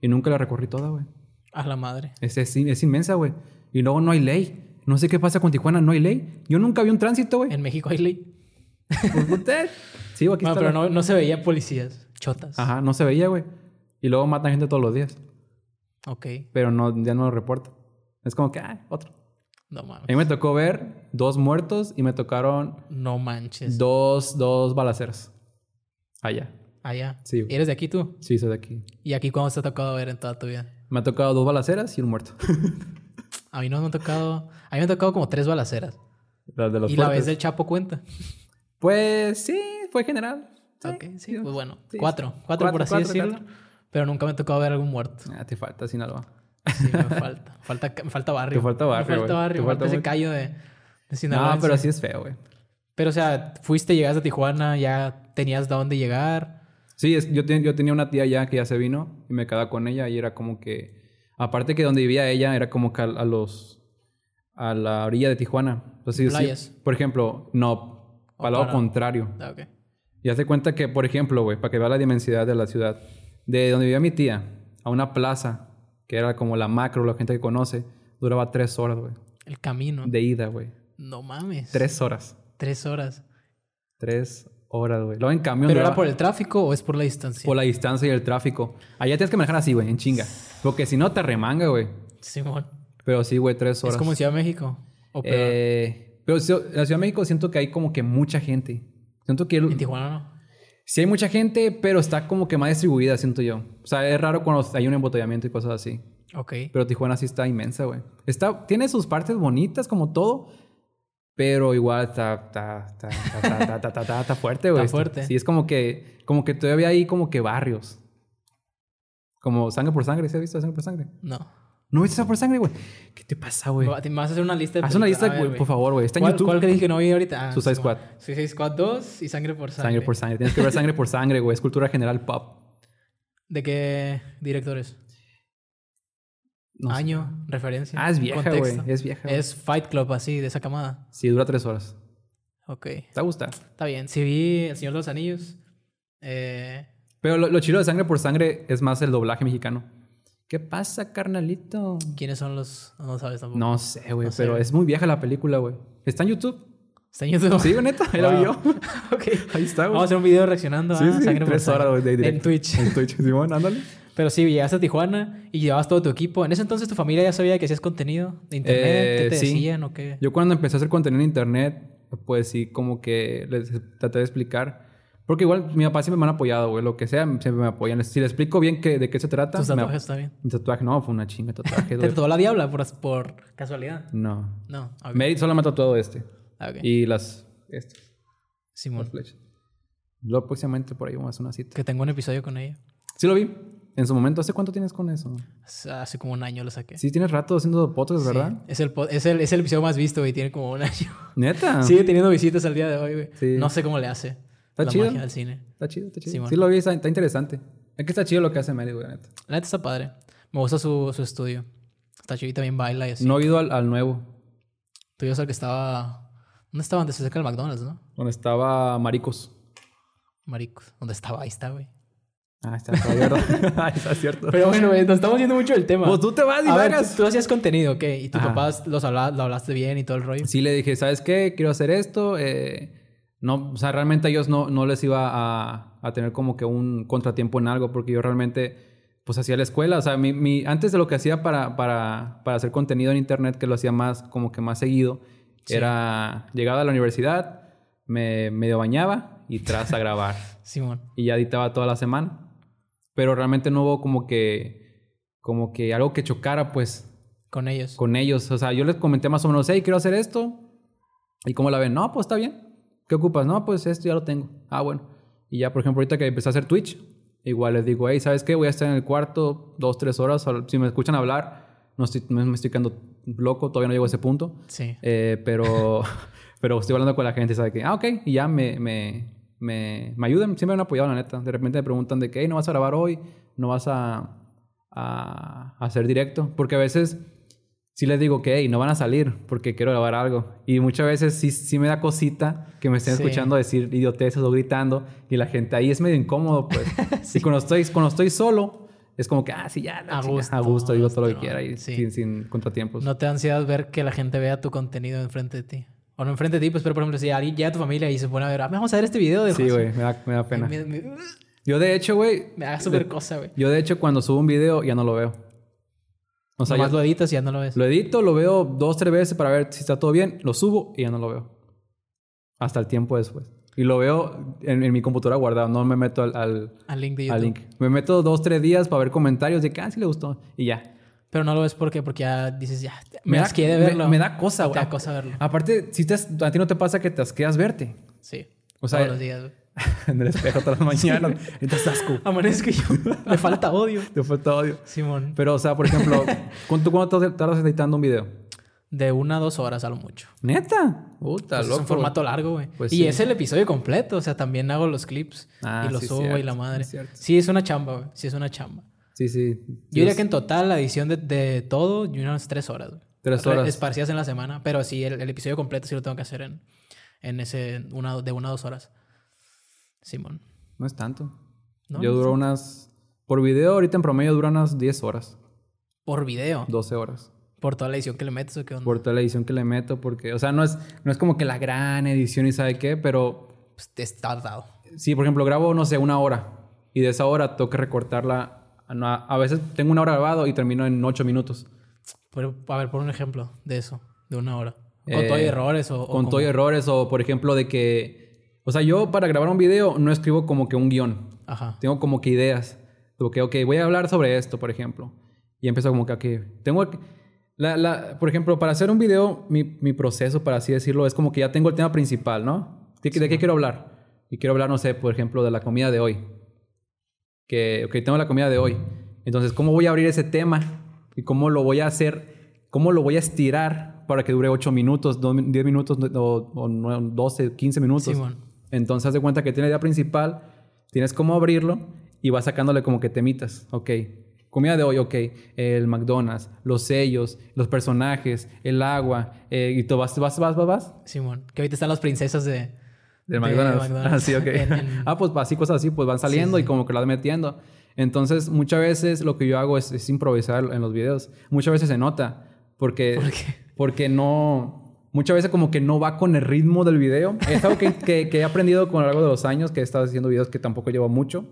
[SPEAKER 2] Y nunca la recorrí toda, güey.
[SPEAKER 1] A la madre.
[SPEAKER 2] Es, es, es inmensa, güey. Y luego no hay ley. No sé qué pasa con Tijuana, no hay ley. Yo nunca vi un tránsito, güey.
[SPEAKER 1] En México hay ley.
[SPEAKER 2] Pues, usted- sí, güey, aquí
[SPEAKER 1] Bueno,
[SPEAKER 2] está
[SPEAKER 1] pero no,
[SPEAKER 2] la-
[SPEAKER 1] no se veía policías. Chotas.
[SPEAKER 2] Ajá, no se veía, güey. Y luego matan gente todos los días.
[SPEAKER 1] Ok.
[SPEAKER 2] Pero no, ya no lo reportan. Es como que, ah, otro.
[SPEAKER 1] No
[SPEAKER 2] A mí
[SPEAKER 1] mames.
[SPEAKER 2] me tocó ver dos muertos y me tocaron
[SPEAKER 1] No manches.
[SPEAKER 2] dos, dos balaceras. Allá.
[SPEAKER 1] Allá.
[SPEAKER 2] Sí, güey.
[SPEAKER 1] ¿Eres de aquí tú?
[SPEAKER 2] Sí, soy de aquí.
[SPEAKER 1] ¿Y aquí cuándo te ha tocado ver en toda tu vida?
[SPEAKER 2] Me ha tocado dos balaceras y un muerto.
[SPEAKER 1] A mí no me han tocado... A mí me han tocado como tres balaceras.
[SPEAKER 2] Las de los
[SPEAKER 1] y la
[SPEAKER 2] fuertes.
[SPEAKER 1] vez del Chapo cuenta.
[SPEAKER 2] Pues sí, fue general. Sí,
[SPEAKER 1] Ok, sí. Pues bueno.
[SPEAKER 2] Sí,
[SPEAKER 1] cuatro. Cuatro,
[SPEAKER 2] Cuatro,
[SPEAKER 1] por así
[SPEAKER 2] cuatro,
[SPEAKER 1] decirlo. Pero nunca me ha tocado ver algún muerto.
[SPEAKER 2] Ah, te falta Sinaloa.
[SPEAKER 1] Sí, me falta. falta me falta barrio.
[SPEAKER 2] Te falta barrio,
[SPEAKER 1] Me falta
[SPEAKER 2] güey.
[SPEAKER 1] barrio.
[SPEAKER 2] Te
[SPEAKER 1] Me falta
[SPEAKER 2] falta
[SPEAKER 1] ese
[SPEAKER 2] mucho.
[SPEAKER 1] callo de, de Sinaloa.
[SPEAKER 2] No,
[SPEAKER 1] en
[SPEAKER 2] pero
[SPEAKER 1] sí.
[SPEAKER 2] sí es feo, güey.
[SPEAKER 1] Pero, o sea, fuiste, llegaste a Tijuana, ya tenías de dónde llegar.
[SPEAKER 2] Sí, es- yo, ten- yo tenía una tía ya que ya se vino y me quedaba con ella y era como que... Aparte que donde vivía ella era como que a, a los... A la orilla de Tijuana. Entonces, yo sí-
[SPEAKER 1] ¿Playas?
[SPEAKER 2] por ejemplo, no. Para el lado
[SPEAKER 1] para-
[SPEAKER 2] contrario.
[SPEAKER 1] Ah, ok.
[SPEAKER 2] Y hace cuenta que, por ejemplo, güey, para que vea la dimensidad de la ciudad, de donde vivía mi tía a una plaza, que era como la macro, la gente que conoce, duraba tres horas, güey.
[SPEAKER 1] El camino.
[SPEAKER 2] De ida, güey.
[SPEAKER 1] No mames.
[SPEAKER 2] Tres horas.
[SPEAKER 1] Tres horas.
[SPEAKER 2] Tres horas, güey. Luego en camión
[SPEAKER 1] ¿Pero
[SPEAKER 2] duraba-
[SPEAKER 1] era por el tráfico o es por la distancia?
[SPEAKER 2] por la distancia y el tráfico. Allá tienes que manejar así, güey, en chinga. Porque si no, te remanga, güey.
[SPEAKER 1] Simón.
[SPEAKER 2] Pero sí, güey, tres horas.
[SPEAKER 1] Es como en Ciudad de México. O peor.
[SPEAKER 2] Eh, pero sí, en la Ciudad de México siento que hay como que mucha gente. Siento que...
[SPEAKER 1] en Tijuana no.
[SPEAKER 2] Sí hay mucha gente, pero está como que más distribuida, siento yo. O sea, es raro cuando hay un embotellamiento y cosas así.
[SPEAKER 1] Ok.
[SPEAKER 2] Pero Tijuana sí está inmensa, güey. Está, tiene sus partes bonitas como todo, pero igual está, está, está, está, está, está, está, está- está fuerte, güey.
[SPEAKER 1] Está fuerte.
[SPEAKER 2] Sí, es como que, como que todavía hay como que barrios. Como sangre por sangre, ¿se ha visto sangre por sangre?
[SPEAKER 1] No.
[SPEAKER 2] ¿No viste sangre por sangre, güey? ¿Qué te pasa, güey?
[SPEAKER 1] Va- Te vas a hacer una lista. de
[SPEAKER 2] Haz una
[SPEAKER 1] películas.
[SPEAKER 2] lista,
[SPEAKER 1] A ver,
[SPEAKER 2] güey, por favor, güey. Está en
[SPEAKER 1] ¿Cuál,
[SPEAKER 2] YouTube.
[SPEAKER 1] ¿Cuál que dije que no vi ahorita? Ah,
[SPEAKER 2] Suicide
[SPEAKER 1] Simón.
[SPEAKER 2] Squad.
[SPEAKER 1] Suicide Squad 2 y Sangre por Sangre.
[SPEAKER 2] Sangre por sangre. Tienes que ver sangre por sangre, güey. Es cultura general pop.
[SPEAKER 1] ¿De qué directores?
[SPEAKER 2] No sé.
[SPEAKER 1] Año, referencia.
[SPEAKER 2] Ah, es vieja, güey.
[SPEAKER 1] contexto.
[SPEAKER 2] Es vieja. güey.
[SPEAKER 1] Es Fight Club así, de esa camada.
[SPEAKER 2] Sí, dura tres horas.
[SPEAKER 1] Ok.
[SPEAKER 2] Te va a gustar.
[SPEAKER 1] Está bien. Sí vi El Señor de los Anillos. Eh,
[SPEAKER 2] Pero lo, lo chido de sangre por sangre es más el doblaje mexicano. ¿Qué pasa, carnalito?
[SPEAKER 1] ¿Quiénes son los...? No, no sabes tampoco.
[SPEAKER 2] No sé, güey,
[SPEAKER 1] No sé,
[SPEAKER 2] pero
[SPEAKER 1] güey.
[SPEAKER 2] es muy vieja la película, güey. ¿Está en YouTube?
[SPEAKER 1] ¿Está en YouTube?
[SPEAKER 2] Sí, güey, neta. Ahí la vi yo.
[SPEAKER 1] Wow. ok.
[SPEAKER 2] Ahí está,
[SPEAKER 1] Vamos a
[SPEAKER 2] güey.
[SPEAKER 1] hacer un video reaccionando
[SPEAKER 2] Sí,
[SPEAKER 1] a
[SPEAKER 2] sí,
[SPEAKER 1] Sangre por
[SPEAKER 2] tres
[SPEAKER 1] Sangre.
[SPEAKER 2] horas, güey, de
[SPEAKER 1] En
[SPEAKER 2] directo.
[SPEAKER 1] Twitch.
[SPEAKER 2] En Twitch, Simón, ándale.
[SPEAKER 1] Pero sí, llegaste a Tijuana y llevabas todo tu equipo. En ese entonces tu familia ya sabía que hacías contenido de internet.
[SPEAKER 2] Eh,
[SPEAKER 1] ¿Qué te
[SPEAKER 2] sí.
[SPEAKER 1] decían o qué?
[SPEAKER 2] Yo cuando empecé a hacer contenido en internet, pues sí, como que les traté de explicar. Porque igual mi papá siempre me han apoyado, güey. Lo que sea, siempre me apoyan. Si les explico bien qué- de qué se trata...
[SPEAKER 1] Tus
[SPEAKER 2] me-
[SPEAKER 1] tatuajes está bien.
[SPEAKER 2] Mi tatuaje, no, fue una chinga de tatuaje,
[SPEAKER 1] ¿Te
[SPEAKER 2] güey.
[SPEAKER 1] tatuó la diabla por, por casualidad?
[SPEAKER 2] No.
[SPEAKER 1] No. ok.
[SPEAKER 2] Merit solo me ha tatuado este.
[SPEAKER 1] Ah, ok.
[SPEAKER 2] Y pues, las... este. Estas.
[SPEAKER 1] Simón.
[SPEAKER 2] flechas. Luego próximamente por ahí vamos a hacer una cita.
[SPEAKER 1] Que tengo un episodio con ella.
[SPEAKER 2] Sí lo vi. En su momento. ¿Hace cuánto tienes con eso?
[SPEAKER 1] Hace hace como un año lo saqué.
[SPEAKER 2] Sí, tienes rato haciendo podcast, ¿verdad?
[SPEAKER 1] Sí, Es el, po- es, el, es el episodio más visto, güey. Tiene como un año.
[SPEAKER 2] Neta.
[SPEAKER 1] Sigue teniendo visitas al día de hoy, güey.
[SPEAKER 2] Ah. Sí.
[SPEAKER 1] No sé cómo le hace.
[SPEAKER 2] Está
[SPEAKER 1] la
[SPEAKER 2] chido.
[SPEAKER 1] magia del cine.
[SPEAKER 2] Está chido, está chido.
[SPEAKER 1] Simón.
[SPEAKER 2] Sí lo vi, está, está interesante. Es que está chido lo que hace Mary, güey, neta.
[SPEAKER 1] La neta está padre. Me gusta su, su estudio. Está chido y también baila y así.
[SPEAKER 2] No he ido al, al nuevo.
[SPEAKER 1] Tú ibas al que estaba... ¿Dónde estaba antes? Se cerca del McDonald's, ¿no?
[SPEAKER 2] Donde estaba Maricos.
[SPEAKER 1] Maricos, ¿dónde estaba? Ahí está, güey.
[SPEAKER 2] Ah, está, está abierto. Ah, está cierto.
[SPEAKER 1] Pero bueno, güey, nos estamos yendo mucho del tema.
[SPEAKER 2] Pues tú te vas y
[SPEAKER 1] A ver,
[SPEAKER 2] vagas.
[SPEAKER 1] tú, tú hacías contenido, ¿ok? Y tus
[SPEAKER 2] Ajá.
[SPEAKER 1] papás los habla- lo hablaste bien y todo el rollo.
[SPEAKER 2] Sí le dije, ¿sabes qué? Quiero hacer esto. eh, no, o sea, realmente a ellos no, no les iba a, a tener como que un contratiempo en algo porque yo realmente pues hacía la escuela. O sea, mi, mi- antes de lo que hacía para, para, para hacer contenido en internet, que lo hacía más como que más seguido, era llegaba a la universidad, me medio bañaba y tras a grabar.
[SPEAKER 1] Simón.
[SPEAKER 2] Y ya editaba toda la semana. Pero realmente no hubo como que, como que algo que chocara, pues
[SPEAKER 1] Con ellos.
[SPEAKER 2] con ellos. O sea, yo les comenté más o menos, hey, quiero hacer esto. ¿Y cómo la ven? No, pues está bien. ¿Qué ocupas? No, pues esto ya lo tengo. Ah, bueno. Y ya, por ejemplo, ahorita que empecé a hacer Twitch, igual les digo, hey, ¿sabes qué? Voy a estar en el cuarto dos, tres horas. O- Si me escuchan hablar, no estoy, me me estoy quedando loco, todavía no llego a ese punto.
[SPEAKER 1] Sí.
[SPEAKER 2] Eh, pero, pero estoy hablando con la gente, sabe que, ah, ok, y ya me, me, me, me ayudan, siempre me han apoyado, la neta. De repente me preguntan de que, hey, no vas a grabar hoy, no vas a, a, a hacer directo, porque a veces sí les digo que, hey, no van a salir porque quiero grabar algo. Y muchas veces sí, sí me da cosita que me estén
[SPEAKER 1] Sí.
[SPEAKER 2] escuchando decir idioteces o gritando y la gente ahí es medio incómodo, pues. Y cuando estoy, cuando estoy solo, es como que, ah, sí, ya, la
[SPEAKER 1] A
[SPEAKER 2] chica,
[SPEAKER 1] gusto,
[SPEAKER 2] a gusto, digo todo lo que
[SPEAKER 1] gusto,
[SPEAKER 2] quiera y
[SPEAKER 1] sí.
[SPEAKER 2] sin, sin contratiempos.
[SPEAKER 1] No te da ansiedad ver que la gente vea tu contenido enfrente de ti. O no enfrente de ti, pues, pero por ejemplo, si alguien llega a tu familia y se pone a ver, ah, vamos a ver este video de
[SPEAKER 2] Sí, güey, me da, me da pena.
[SPEAKER 1] Me, me-
[SPEAKER 2] Yo de hecho, güey,
[SPEAKER 1] me da súper cosa, güey.
[SPEAKER 2] yo de hecho cuando subo un video ya no lo veo. O sea,
[SPEAKER 1] Nomás
[SPEAKER 2] yo
[SPEAKER 1] lo editas y ya no lo ves.
[SPEAKER 2] lo edito, lo veo dos, tres veces para ver si está todo bien, lo subo y ya no lo veo. Hasta el tiempo después. Y lo veo en, en mi computadora guardado, no me meto al, al,
[SPEAKER 1] Al link de
[SPEAKER 2] al
[SPEAKER 1] YouTube.
[SPEAKER 2] link. Me meto dos, tres días para ver comentarios de que, ah, sí le gustó. Y ya.
[SPEAKER 1] Pero no lo ves porque porque ya dices, ya, me,
[SPEAKER 2] da-
[SPEAKER 1] asqueé de
[SPEAKER 2] me-
[SPEAKER 1] verlo.
[SPEAKER 2] Me, da cosa, güey.
[SPEAKER 1] Te da cosa verlo.
[SPEAKER 2] Aparte, si te, as- a ti no te pasa que te asqueas verte.
[SPEAKER 1] Sí.
[SPEAKER 2] O sea,
[SPEAKER 1] Todos los días, güey.
[SPEAKER 2] en el espejo todas las mañanas. Entonces, asco.
[SPEAKER 1] Amanezco y yo. Le falta odio.
[SPEAKER 2] Te fue todo odio.
[SPEAKER 1] Simón.
[SPEAKER 2] Pero, o sea, por ejemplo, ¿cuánto, cuánto tardas editando un video?
[SPEAKER 1] De una a dos horas a lo mucho.
[SPEAKER 2] ¿Neta? Puta,
[SPEAKER 1] Pues es un formato largo, güey.
[SPEAKER 2] Pues
[SPEAKER 1] y
[SPEAKER 2] sí.
[SPEAKER 1] es el episodio completo. O sea, también hago los clips
[SPEAKER 2] Ah,
[SPEAKER 1] y los
[SPEAKER 2] sí,
[SPEAKER 1] subo y
[SPEAKER 2] cierto,
[SPEAKER 1] la madre.
[SPEAKER 2] sí, cierto.
[SPEAKER 1] sí, es una chamba, güey. Sí, es una chamba.
[SPEAKER 2] Sí, sí.
[SPEAKER 1] Yo diría que en total la edición de, de todo, yo unas tres horas. güey.
[SPEAKER 2] Tres
[SPEAKER 1] Re-
[SPEAKER 2] horas.
[SPEAKER 1] Esparcidas en la semana. Pero sí, el, el episodio completo sí lo tengo que hacer en, en ese una, de una a dos horas. Simón.
[SPEAKER 2] No es tanto.
[SPEAKER 1] No,
[SPEAKER 2] Yo
[SPEAKER 1] no
[SPEAKER 2] duro unas... Por video, ahorita en promedio dura unas 10 horas.
[SPEAKER 1] Por video.
[SPEAKER 2] 12 horas.
[SPEAKER 1] Por toda la edición que le metes o qué onda.
[SPEAKER 2] Por toda la edición que le meto, porque... O sea, no es, no es como que la gran edición y sabe qué, pero...
[SPEAKER 1] Pues, te está dado.
[SPEAKER 2] Si, por ejemplo, grabo, no sé, una hora. Y de esa hora tengo que recortarla... a- no, A, a veces tengo una hora grabado y termino en 8 minutos.
[SPEAKER 1] Pero, a ver, pon un ejemplo de eso. De una hora. Con
[SPEAKER 2] Eh,
[SPEAKER 1] todo y errores o... o
[SPEAKER 2] con todo y
[SPEAKER 1] como-
[SPEAKER 2] errores o, por ejemplo, de que... O sea, yo para grabar un video no escribo como que un guión.
[SPEAKER 1] Ajá.
[SPEAKER 2] Tengo como que ideas. Como que, ok, voy a hablar sobre esto, por ejemplo. Y empiezo como que, ok, tengo... que- La, la- por ejemplo, para hacer un video, mi, mi proceso, para así decirlo, es como que ya tengo el tema principal, ¿no? ¿De, qué- de qué quiero hablar? Y quiero hablar, no sé, por ejemplo, de la comida de hoy. Que, ok, tengo la comida de hoy. Entonces, ¿cómo voy a abrir ese tema? ¿Y cómo lo voy a hacer? ¿Cómo lo voy a estirar para que dure 8 minutos, 10 minutos, o, o nue- 12, 15 minutos?
[SPEAKER 1] Simón.
[SPEAKER 2] Entonces, haz de cuenta que tiene la idea principal, tienes cómo abrirlo y vas sacándole como que temitas. Ok, comida de hoy, ok, el McDonald's, los sellos, los personajes, el agua, eh, y tú vas, vas, vas, vas, vas.
[SPEAKER 1] Simón. Que ahorita están las princesas de...
[SPEAKER 2] Del McDonald's.
[SPEAKER 1] McDonald's.
[SPEAKER 2] Ah, sí, ok.
[SPEAKER 1] En- en-
[SPEAKER 2] Ah, pues así, cosas así, pues van saliendo
[SPEAKER 1] Sí, sí.
[SPEAKER 2] y como que las van metiendo. Entonces, muchas veces lo que yo hago es, es improvisar en los videos. Muchas veces se nota. Porque,
[SPEAKER 1] ¿Por qué?
[SPEAKER 2] Porque no... Muchas veces como que no va con el ritmo del video. Es algo que, que- que he aprendido con a lo largo de los años, que he estado haciendo videos que tampoco llevo mucho.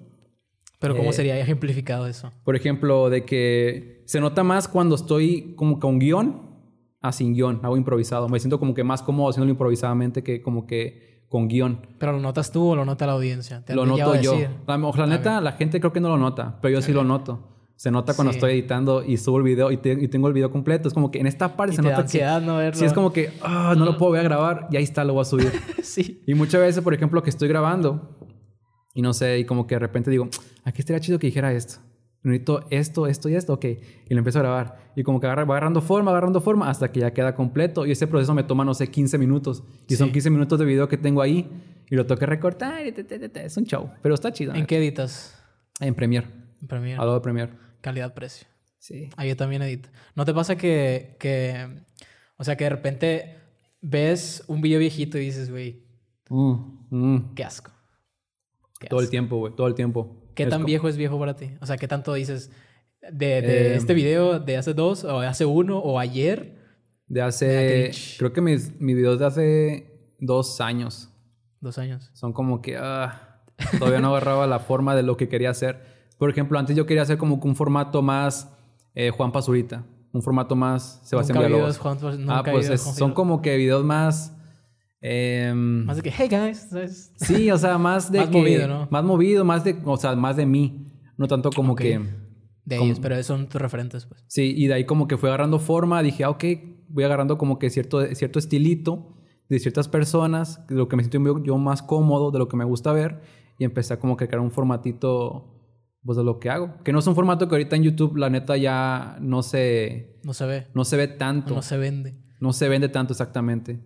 [SPEAKER 1] Pero ¿cómo
[SPEAKER 2] Eh,
[SPEAKER 1] sería ejemplificado eso?
[SPEAKER 2] Por ejemplo, de que se nota más cuando estoy como con guión a sin guión, hago improvisado. Me siento como que más cómodo haciéndolo improvisadamente que como que con guión.
[SPEAKER 1] ¿Pero lo notas tú o lo nota la audiencia? ¿Te han
[SPEAKER 2] Lo
[SPEAKER 1] llegado
[SPEAKER 2] noto
[SPEAKER 1] a
[SPEAKER 2] yo.
[SPEAKER 1] decir?
[SPEAKER 2] La, o- la neta, la gente creo que no lo nota, pero yo sí lo noto. Se nota cuando
[SPEAKER 1] Sí.
[SPEAKER 2] estoy editando y subo el video y, te- y tengo el video completo. Es como que en esta parte
[SPEAKER 1] Y
[SPEAKER 2] se
[SPEAKER 1] te da
[SPEAKER 2] nota
[SPEAKER 1] ansiedad no
[SPEAKER 2] que...
[SPEAKER 1] verlo.
[SPEAKER 2] Sí, es como que "Ah, no lo puedo voy a grabar y ahí está, lo voy a subir.
[SPEAKER 1] sí.
[SPEAKER 2] y muchas veces, por ejemplo, que estoy grabando y no sé, y como que de repente digo, aquí estaría chido que dijera esto. Necesito esto, esto y esto, ok. Y lo empiezo a grabar. Y como que agarra- va agarrando forma, agarrando forma, hasta que ya queda completo. Y ese proceso me toma, no sé, 15 minutos. Y son
[SPEAKER 1] Sí.
[SPEAKER 2] 15 minutos de video que tengo ahí. Y lo tengo que recortar. y te, te, te, te. Es un show. Pero está chido.
[SPEAKER 1] ¿En qué editas?
[SPEAKER 2] En Premiere.
[SPEAKER 1] En Premiere.
[SPEAKER 2] Adobe Premiere.
[SPEAKER 1] Calidad-precio.
[SPEAKER 2] Sí.
[SPEAKER 1] Ah, yo también edito. ¿No te pasa que, que... O sea, que de repente ves un video viejito y dices, güey,
[SPEAKER 2] Mm, mm.
[SPEAKER 1] qué asco. ¿Qué
[SPEAKER 2] Todo el
[SPEAKER 1] haces?
[SPEAKER 2] tiempo, güey. Todo el tiempo.
[SPEAKER 1] ¿Qué
[SPEAKER 2] Es
[SPEAKER 1] tan
[SPEAKER 2] co-
[SPEAKER 1] viejo es viejo para ti? O sea, ¿qué tanto dices de, de
[SPEAKER 2] Eh,
[SPEAKER 1] este video de hace dos o de hace uno o ayer?
[SPEAKER 2] De
[SPEAKER 1] Me da
[SPEAKER 2] hace...
[SPEAKER 1] cringe.
[SPEAKER 2] Creo que mis, mis videos de hace dos años.
[SPEAKER 1] Dos años.
[SPEAKER 2] Son como que... ah, todavía no agarraba la forma de lo que quería hacer. Por ejemplo, antes yo quería hacer como que un formato más eh, Juan Pazurita. Un formato más Sebastián
[SPEAKER 1] nunca
[SPEAKER 2] Villalobos.
[SPEAKER 1] videos, Juan, pues, nunca
[SPEAKER 2] ah, pues
[SPEAKER 1] videos,
[SPEAKER 2] es-
[SPEAKER 1] Juan,
[SPEAKER 2] son
[SPEAKER 1] Juan.
[SPEAKER 2] como que videos más... em,
[SPEAKER 1] Más de que, hey guys, ¿sabes?
[SPEAKER 2] Sí, o sea, más de
[SPEAKER 1] Más
[SPEAKER 2] que-
[SPEAKER 1] movido, ¿no?
[SPEAKER 2] Más movido, más de... O sea, más de mí. No tanto como
[SPEAKER 1] Ok.
[SPEAKER 2] que...
[SPEAKER 1] De
[SPEAKER 2] Como-
[SPEAKER 1] ellos, pero son tus referentes, pues.
[SPEAKER 2] Sí, y de ahí como que fue agarrando forma, dije, ah, ok, voy agarrando como que cierto, cierto estilito de ciertas personas, de lo que me siento yo, yo más cómodo, de lo que me gusta ver, y empecé a como que crear un formatito, pues, de lo que hago. Que no es un formato que ahorita en YouTube, la neta, ya no se,
[SPEAKER 1] No se ve,
[SPEAKER 2] no se ve tanto,
[SPEAKER 1] no se vende.
[SPEAKER 2] no se vende tanto exactamente.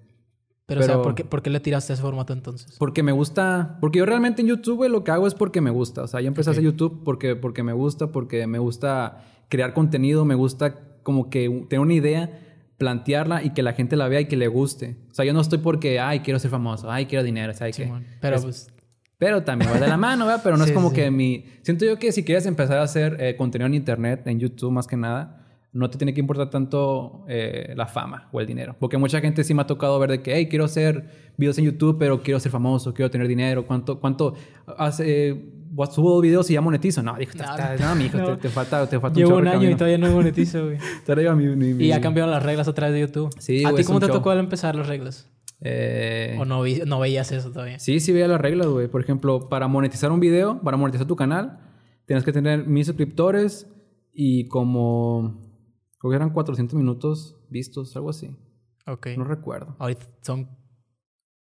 [SPEAKER 1] Pero, o sea,
[SPEAKER 2] Pero-
[SPEAKER 1] ¿por qué, por qué le tiraste ese formato entonces?
[SPEAKER 2] Porque me gusta, porque yo realmente en YouTube güey, lo que hago es porque me gusta. O sea, yo
[SPEAKER 1] Ok.
[SPEAKER 2] empecé a hacer YouTube porque, porque me gusta, porque me gusta crear contenido, me gusta como que u- tener una idea, plantearla y que la gente la vea y que le guste. O sea, yo no estoy porque, ay, quiero ser famoso, ay, quiero dinero, ¿sabes qué?
[SPEAKER 1] Simón. Pero
[SPEAKER 2] Es-
[SPEAKER 1] pues,
[SPEAKER 2] Pero también va de la mano, ¿verdad? Pero no
[SPEAKER 1] Sí,
[SPEAKER 2] es como
[SPEAKER 1] sí.
[SPEAKER 2] que mi... Siento yo que si quieres empezar a hacer eh, contenido en Internet, en YouTube más que nada, no te tiene que importar tanto eh, la fama o el dinero. Porque mucha gente sí me ha tocado ver de que, hey, quiero hacer videos en YouTube, pero quiero ser famoso, quiero tener dinero. ¿Cuánto? ¿Cuánto? Hace, eh, subo videos y ya monetizo. No, dijo,
[SPEAKER 1] No,
[SPEAKER 2] no, no, mijo,
[SPEAKER 1] no.
[SPEAKER 2] Te, te falta, te falta
[SPEAKER 1] llevo
[SPEAKER 2] chorro
[SPEAKER 1] un
[SPEAKER 2] de
[SPEAKER 1] año y
[SPEAKER 2] camino".
[SPEAKER 1] todavía no monetizo, güey.
[SPEAKER 2] Te arriba mi- mi- mi-
[SPEAKER 1] Y ya cambiaron las reglas otra vez de YouTube.
[SPEAKER 2] Sí,
[SPEAKER 1] ¿A
[SPEAKER 2] güey,
[SPEAKER 1] ti
[SPEAKER 2] es
[SPEAKER 1] cómo
[SPEAKER 2] un
[SPEAKER 1] te
[SPEAKER 2] show.
[SPEAKER 1] tocó al empezar las reglas?
[SPEAKER 2] Eh,
[SPEAKER 1] ¿O no, vi- no veías eso todavía?
[SPEAKER 2] Sí, sí veía las reglas, güey. Por ejemplo, para monetizar un video, para monetizar tu canal, tenías que tener mil suscriptores y como... Creo que eran 400 minutos vistos, algo así.
[SPEAKER 1] Ok.
[SPEAKER 2] No recuerdo.
[SPEAKER 1] Ahorita son,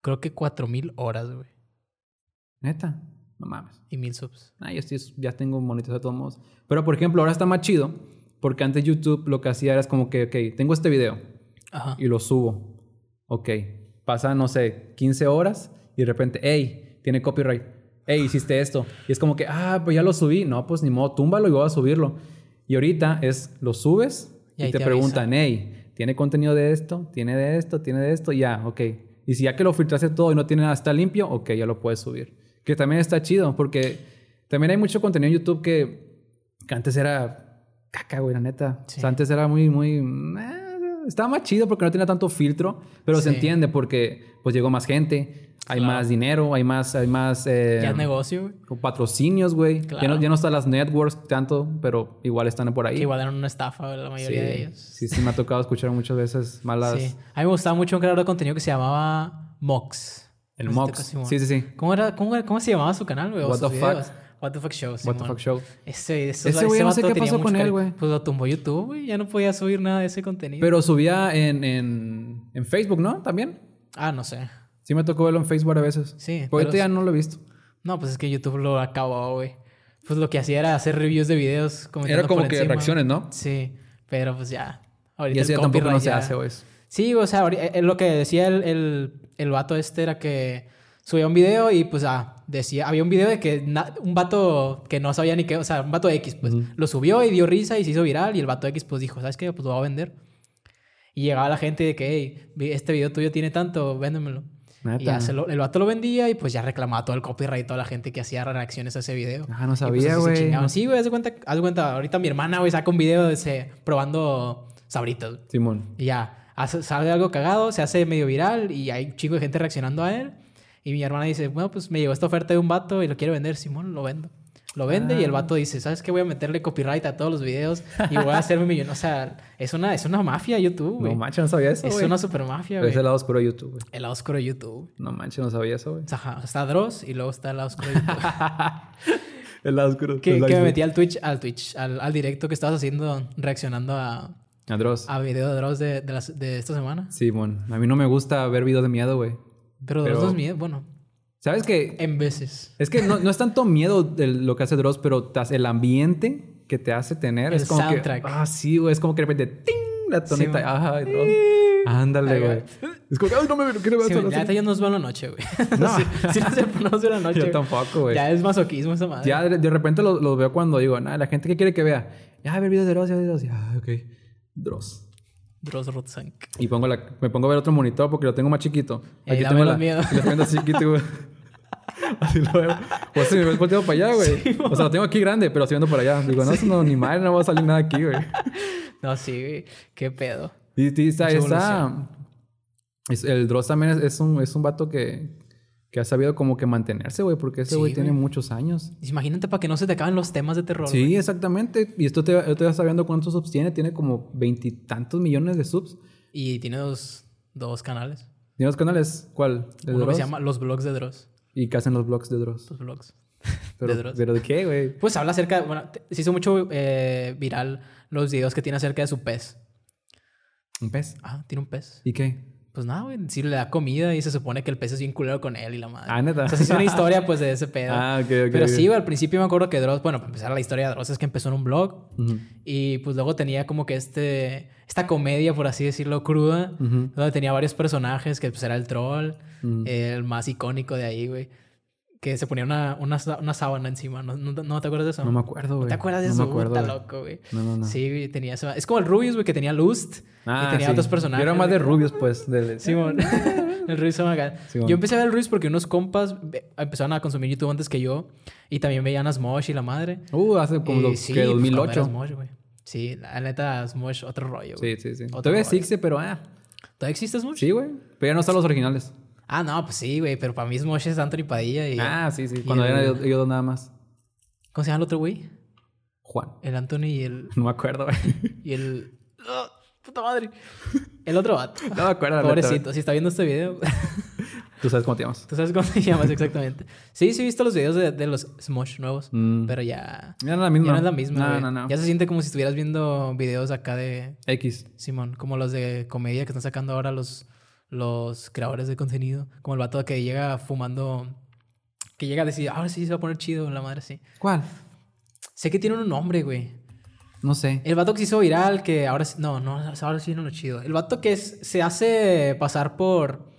[SPEAKER 1] creo que 4000 horas, güey.
[SPEAKER 2] Neta, no mames.
[SPEAKER 1] Y 1000 subs.
[SPEAKER 2] Ah, yo estoy- ya tengo monetizado de todos modos. Pero, por ejemplo, ahora está más chido porque antes YouTube lo que hacía era es como que, ok, tengo este video
[SPEAKER 1] Ajá.
[SPEAKER 2] y lo subo. Ok, pasan, no sé, 15 horas y de repente, hey, tiene copyright. Hey, hiciste esto. Y es como que, ah, pues ya lo subí. No, pues ni modo, túmbalo y voy a subirlo. Y ahorita es, lo subes
[SPEAKER 1] Y
[SPEAKER 2] y,
[SPEAKER 1] ahí
[SPEAKER 2] te,
[SPEAKER 1] te
[SPEAKER 2] preguntan, hey, ¿tiene contenido de esto? ¿Tiene de esto? ¿Tiene de esto? Ya, ok. Y si ya que lo filtraste todo y no tiene nada, está limpio, ok, ya lo puedes subir. Que también está chido porque también hay mucho contenido en YouTube que, que antes era caca, güey, la neta.
[SPEAKER 1] Sí.
[SPEAKER 2] O sea, antes era muy, muy... eh, estaba más chido porque no tenía tanto filtro, pero se
[SPEAKER 1] Sí.
[SPEAKER 2] entiende porque pues llegó más gente, hay
[SPEAKER 1] Claro.
[SPEAKER 2] más dinero, hay más... Hay más eh,
[SPEAKER 1] Ya es negocio, güey.
[SPEAKER 2] con patrocinios, güey. Ya,
[SPEAKER 1] Claro.
[SPEAKER 2] no, ya no están las networks tanto, pero igual están por ahí.
[SPEAKER 1] Que igual eran una estafa, güey, la mayoría de ellos.
[SPEAKER 2] Sí, sí, me ha tocado escuchar muchas veces malas...
[SPEAKER 1] Sí. A mí me gustaba mucho un creador de contenido que se llamaba Mox.
[SPEAKER 2] El
[SPEAKER 1] No sé si te
[SPEAKER 2] Mox.
[SPEAKER 1] acuerdas, Simón.
[SPEAKER 2] Sí, sí, sí.
[SPEAKER 1] ¿Cómo, era, cómo, era- cómo se llamaba su canal, güey? o
[SPEAKER 2] What
[SPEAKER 1] sus
[SPEAKER 2] the fuck.
[SPEAKER 1] videos? What the fuck show.
[SPEAKER 2] What the
[SPEAKER 1] Simón.
[SPEAKER 2] fuck show.
[SPEAKER 1] Ese, eso-
[SPEAKER 2] Ese güey, no sé
[SPEAKER 1] vato
[SPEAKER 2] qué
[SPEAKER 1] tenía
[SPEAKER 2] pasó
[SPEAKER 1] mucho
[SPEAKER 2] con él,
[SPEAKER 1] cari-
[SPEAKER 2] güey.
[SPEAKER 1] Pues lo tumbó YouTube, güey. Ya no podía subir nada de ese contenido.
[SPEAKER 2] Pero subía en, en, en Facebook, ¿no? También.
[SPEAKER 1] Ah, no sé.
[SPEAKER 2] Sí me tocó verlo en Facebook a veces.
[SPEAKER 1] Sí,
[SPEAKER 2] Pero
[SPEAKER 1] pero
[SPEAKER 2] ahorita ya no lo he visto.
[SPEAKER 1] No, pues es que YouTube lo acabó, güey. Pues lo que hacía era hacer reviews de videos. comentando
[SPEAKER 2] Era como
[SPEAKER 1] por
[SPEAKER 2] que
[SPEAKER 1] encima.
[SPEAKER 2] reacciones, ¿no?
[SPEAKER 1] Sí, pero pues ya.
[SPEAKER 2] Y
[SPEAKER 1] Ahorita
[SPEAKER 2] así
[SPEAKER 1] el
[SPEAKER 2] ya tampoco
[SPEAKER 1] copyright
[SPEAKER 2] no se
[SPEAKER 1] ya-
[SPEAKER 2] hace, güey.
[SPEAKER 1] Sí, o sea, ahori- eh, eh, lo que decía el, el, el vato este era que subía un video y pues ah, decía, había un video de que na- un vato que no sabía ni qué, o sea, un vato X, pues lo subió y dio risa y se hizo viral y el vato X pues dijo, ¿sabes qué? Pues lo voy a vender. Y llegaba la gente de que, hey, vi- este video tuyo tiene tanto, véndemelo. Y ya se lo- el vato lo vendía y pues ya reclamaba todo el copyright, toda la gente que hacía reacciones a ese video.
[SPEAKER 2] Ah, no
[SPEAKER 1] Y, pues,
[SPEAKER 2] sabía,
[SPEAKER 1] así se
[SPEAKER 2] güey.
[SPEAKER 1] chingaban. Sí, güey, haz de cuenta, haz de cuenta, ahorita mi hermana, güey, saca un video de ese, probando sabritos.
[SPEAKER 2] Simón.
[SPEAKER 1] Y ya, hace- sale algo cagado, se hace medio viral y hay un chingo de gente reaccionando a él. Y mi hermana dice, bueno, pues me llegó esta oferta de un vato y lo quiero vender, Simón, lo vendo. Lo vende y el
[SPEAKER 2] Ah.
[SPEAKER 1] vato dice, ¿sabes qué? Voy a meterle copyright a todos los videos y voy a hacerme millonario. O sea, es una, es una mafia YouTube, güey.
[SPEAKER 2] No manches, no sabía eso,
[SPEAKER 1] es
[SPEAKER 2] güey.
[SPEAKER 1] una super mafia,
[SPEAKER 2] Pero
[SPEAKER 1] güey.
[SPEAKER 2] es el lado oscuro de YouTube, güey.
[SPEAKER 1] El lado oscuro de YouTube.
[SPEAKER 2] No manches, no sabía eso, güey.
[SPEAKER 1] O sea, ajá, está Dross y luego está el lado oscuro de YouTube.
[SPEAKER 2] El lado oscuro.
[SPEAKER 1] que, que me metí al Twitch, al Twitch, al, al directo que estabas haciendo reaccionando a,
[SPEAKER 2] Andros.
[SPEAKER 1] a video de Dross de, de, las- de esta semana.
[SPEAKER 2] Simón. A mí no me gusta ver videos de miedo, güey.
[SPEAKER 1] Pero Dross
[SPEAKER 2] Pero-
[SPEAKER 1] nos mide, bueno,
[SPEAKER 2] ¿Sabes qué?
[SPEAKER 1] en veces.
[SPEAKER 2] Es que no, no es tanto miedo de lo que hace Dross, pero tas- el ambiente que te hace tener
[SPEAKER 1] El
[SPEAKER 2] es como
[SPEAKER 1] soundtrack.
[SPEAKER 2] que... Ah, sí, güey. Es como que de repente... ¡Ting! La tonita.
[SPEAKER 1] Simón.
[SPEAKER 2] Ajá, Dross. Ándale,
[SPEAKER 1] Ay,
[SPEAKER 2] güey. Es como que... ¡Ay, Ah, no me veo! ¿Qué le
[SPEAKER 1] Sí,
[SPEAKER 2] vas a
[SPEAKER 1] güey, la
[SPEAKER 2] hacer?
[SPEAKER 1] neta yo no os veo en la noche, güey.
[SPEAKER 2] No.
[SPEAKER 1] sí, sí no se pronuncia la noche.
[SPEAKER 2] Yo
[SPEAKER 1] güey.
[SPEAKER 2] tampoco, güey.
[SPEAKER 1] Ya es masoquismo esa madre.
[SPEAKER 2] Ya de, de repente los lo veo cuando digo, nada, la gente que quiere que vea, ya a ver videos de Dross, ya de Dross, ya, "Ah, ok, Dross.
[SPEAKER 1] Dross Rotzank.
[SPEAKER 2] Y pongo la, me pongo a ver otro monitor porque lo tengo más chiquito.
[SPEAKER 1] Y ahí
[SPEAKER 2] Aquí
[SPEAKER 1] dame
[SPEAKER 2] tengo
[SPEAKER 1] los
[SPEAKER 2] la,
[SPEAKER 1] miedos.
[SPEAKER 2] y lo tengo así chiquito, güey. Así lo veo. O sea, me volteo para allá, güey.
[SPEAKER 1] Sí,
[SPEAKER 2] o sea, lo tengo aquí grande, pero estoy viendo para allá. Digo, no, eso no, ni madre, no va a salir nada aquí, güey.
[SPEAKER 1] No, sí, güey. Qué pedo.
[SPEAKER 2] Y, y está,
[SPEAKER 1] Mucha
[SPEAKER 2] está- es- el Dross también es, es un, es un vato que, que ha sabido como que mantenerse, güey, porque ese
[SPEAKER 1] Sí,
[SPEAKER 2] güey tiene
[SPEAKER 1] güey.
[SPEAKER 2] muchos años.
[SPEAKER 1] Imagínate para que no se te acaben los temas de terror.
[SPEAKER 2] Sí,
[SPEAKER 1] güey.
[SPEAKER 2] exactamente. Y esto te, yo te vas sabiendo cuántos subs tiene. Tiene como veintitantos millones de subs.
[SPEAKER 1] Y tiene dos, dos canales.
[SPEAKER 2] ¿Tiene los canales? ¿Cuál? ¿De
[SPEAKER 1] Uno que
[SPEAKER 2] Dross?
[SPEAKER 1] se llama Los Blogs de Dross.
[SPEAKER 2] ¿Y qué hacen los blogs de Dross?
[SPEAKER 1] Los blogs.
[SPEAKER 2] Pero,
[SPEAKER 1] de Dross.
[SPEAKER 2] ¿Pero de qué, güey?
[SPEAKER 1] Pues habla acerca, bueno, te- se hizo mucho eh, viral los videos que tiene acerca de su pez.
[SPEAKER 2] ¿Un pez?
[SPEAKER 1] Ah, tiene un pez.
[SPEAKER 2] ¿Y qué?
[SPEAKER 1] Pues nada, güey, sí le da comida y se supone que el pez es bien culero con él y la madre.
[SPEAKER 2] Ah, ¿neta?
[SPEAKER 1] O sea, sí es una historia pues de ese pedo.
[SPEAKER 2] Ah, ok, ok.
[SPEAKER 1] Pero
[SPEAKER 2] ok.
[SPEAKER 1] sí, güey, al principio me acuerdo que Dross, bueno, para empezar la historia de Dross es que empezó en un blog
[SPEAKER 2] Ujú.
[SPEAKER 1] y pues luego tenía como que este, esta comedia, por así decirlo, cruda,
[SPEAKER 2] Ujú.
[SPEAKER 1] donde tenía varios personajes, que pues era el troll,
[SPEAKER 2] Ujú.
[SPEAKER 1] el más icónico de ahí, güey, que se ponía una, una, sa- una sábana encima, ¿No, no, no te acuerdas de eso?
[SPEAKER 2] No me acuerdo, güey.
[SPEAKER 1] ¿No te acuerdas de
[SPEAKER 2] No
[SPEAKER 1] eso?
[SPEAKER 2] me acuerdo,
[SPEAKER 1] Está
[SPEAKER 2] güey.
[SPEAKER 1] loco, güey.
[SPEAKER 2] No, no, no.
[SPEAKER 1] Sí, güey, tenía eso. Es como el Rubius, güey, que tenía Lust
[SPEAKER 2] Ah,
[SPEAKER 1] y tenía
[SPEAKER 2] sí.
[SPEAKER 1] otros personajes.
[SPEAKER 2] Yo era más de
[SPEAKER 1] güey.
[SPEAKER 2] rubios, pues. De...
[SPEAKER 1] Simón. el Ruiz Amagal.
[SPEAKER 2] Simón.
[SPEAKER 1] Yo empecé a ver el Ruiz porque unos compas ve- empezaron a consumir YouTube antes que yo y también veían a Smosh y la madre.
[SPEAKER 2] Uh, hace como
[SPEAKER 1] Y
[SPEAKER 2] do-
[SPEAKER 1] sí,
[SPEAKER 2] que
[SPEAKER 1] pues, cuando
[SPEAKER 2] 2008.
[SPEAKER 1] era Smosh, güey. Sí, la neta, Smosh, otro rollo. güey.
[SPEAKER 2] sí, sí, sí.
[SPEAKER 1] Otro
[SPEAKER 2] Todavía
[SPEAKER 1] rollo.
[SPEAKER 2] existe, pero ah.
[SPEAKER 1] ¿Todavía existe Smosh?
[SPEAKER 2] Sí, güey. Pero ya no están los originales.
[SPEAKER 1] Ah, no, pues sí, güey, pero para mí Smosh es Anthony Padilla y.
[SPEAKER 2] Ah, sí, sí. Cuando
[SPEAKER 1] el-
[SPEAKER 2] eran ellos, ellos dos nada más.
[SPEAKER 1] ¿Cómo se llama el otro güey?
[SPEAKER 2] Juan.
[SPEAKER 1] El Anthony y el.
[SPEAKER 2] No me acuerdo, güey.
[SPEAKER 1] Y el. ¡Ah! ¡Puta madre! El otro vato.
[SPEAKER 2] No me acuerdo. la neta,
[SPEAKER 1] Pobrecito, si está viendo este video.
[SPEAKER 2] güey. Tú sabes cómo te llamas.
[SPEAKER 1] Tú sabes cómo te llamas exactamente. Sí, sí he visto los videos de, de los Smosh nuevos,
[SPEAKER 2] Mm.
[SPEAKER 1] pero ya,
[SPEAKER 2] Ya no es la misma.
[SPEAKER 1] ya no es la misma.
[SPEAKER 2] No,
[SPEAKER 1] güey.
[SPEAKER 2] no, no.
[SPEAKER 1] Ya se siente como si estuvieras viendo videos acá de
[SPEAKER 2] X.
[SPEAKER 1] Simón, como los de comedia que están sacando ahora los, los creadores de contenido. Como el vato que llega fumando, que llega a decir, ahora sí se va a poner chido, la madre sí.
[SPEAKER 2] ¿Cuál?
[SPEAKER 1] Sé que tiene un nombre, güey.
[SPEAKER 2] No sé.
[SPEAKER 1] El vato que se hizo viral, que ahora sí, no, no, ahora sí no lo chido. El vato que es- se hace pasar por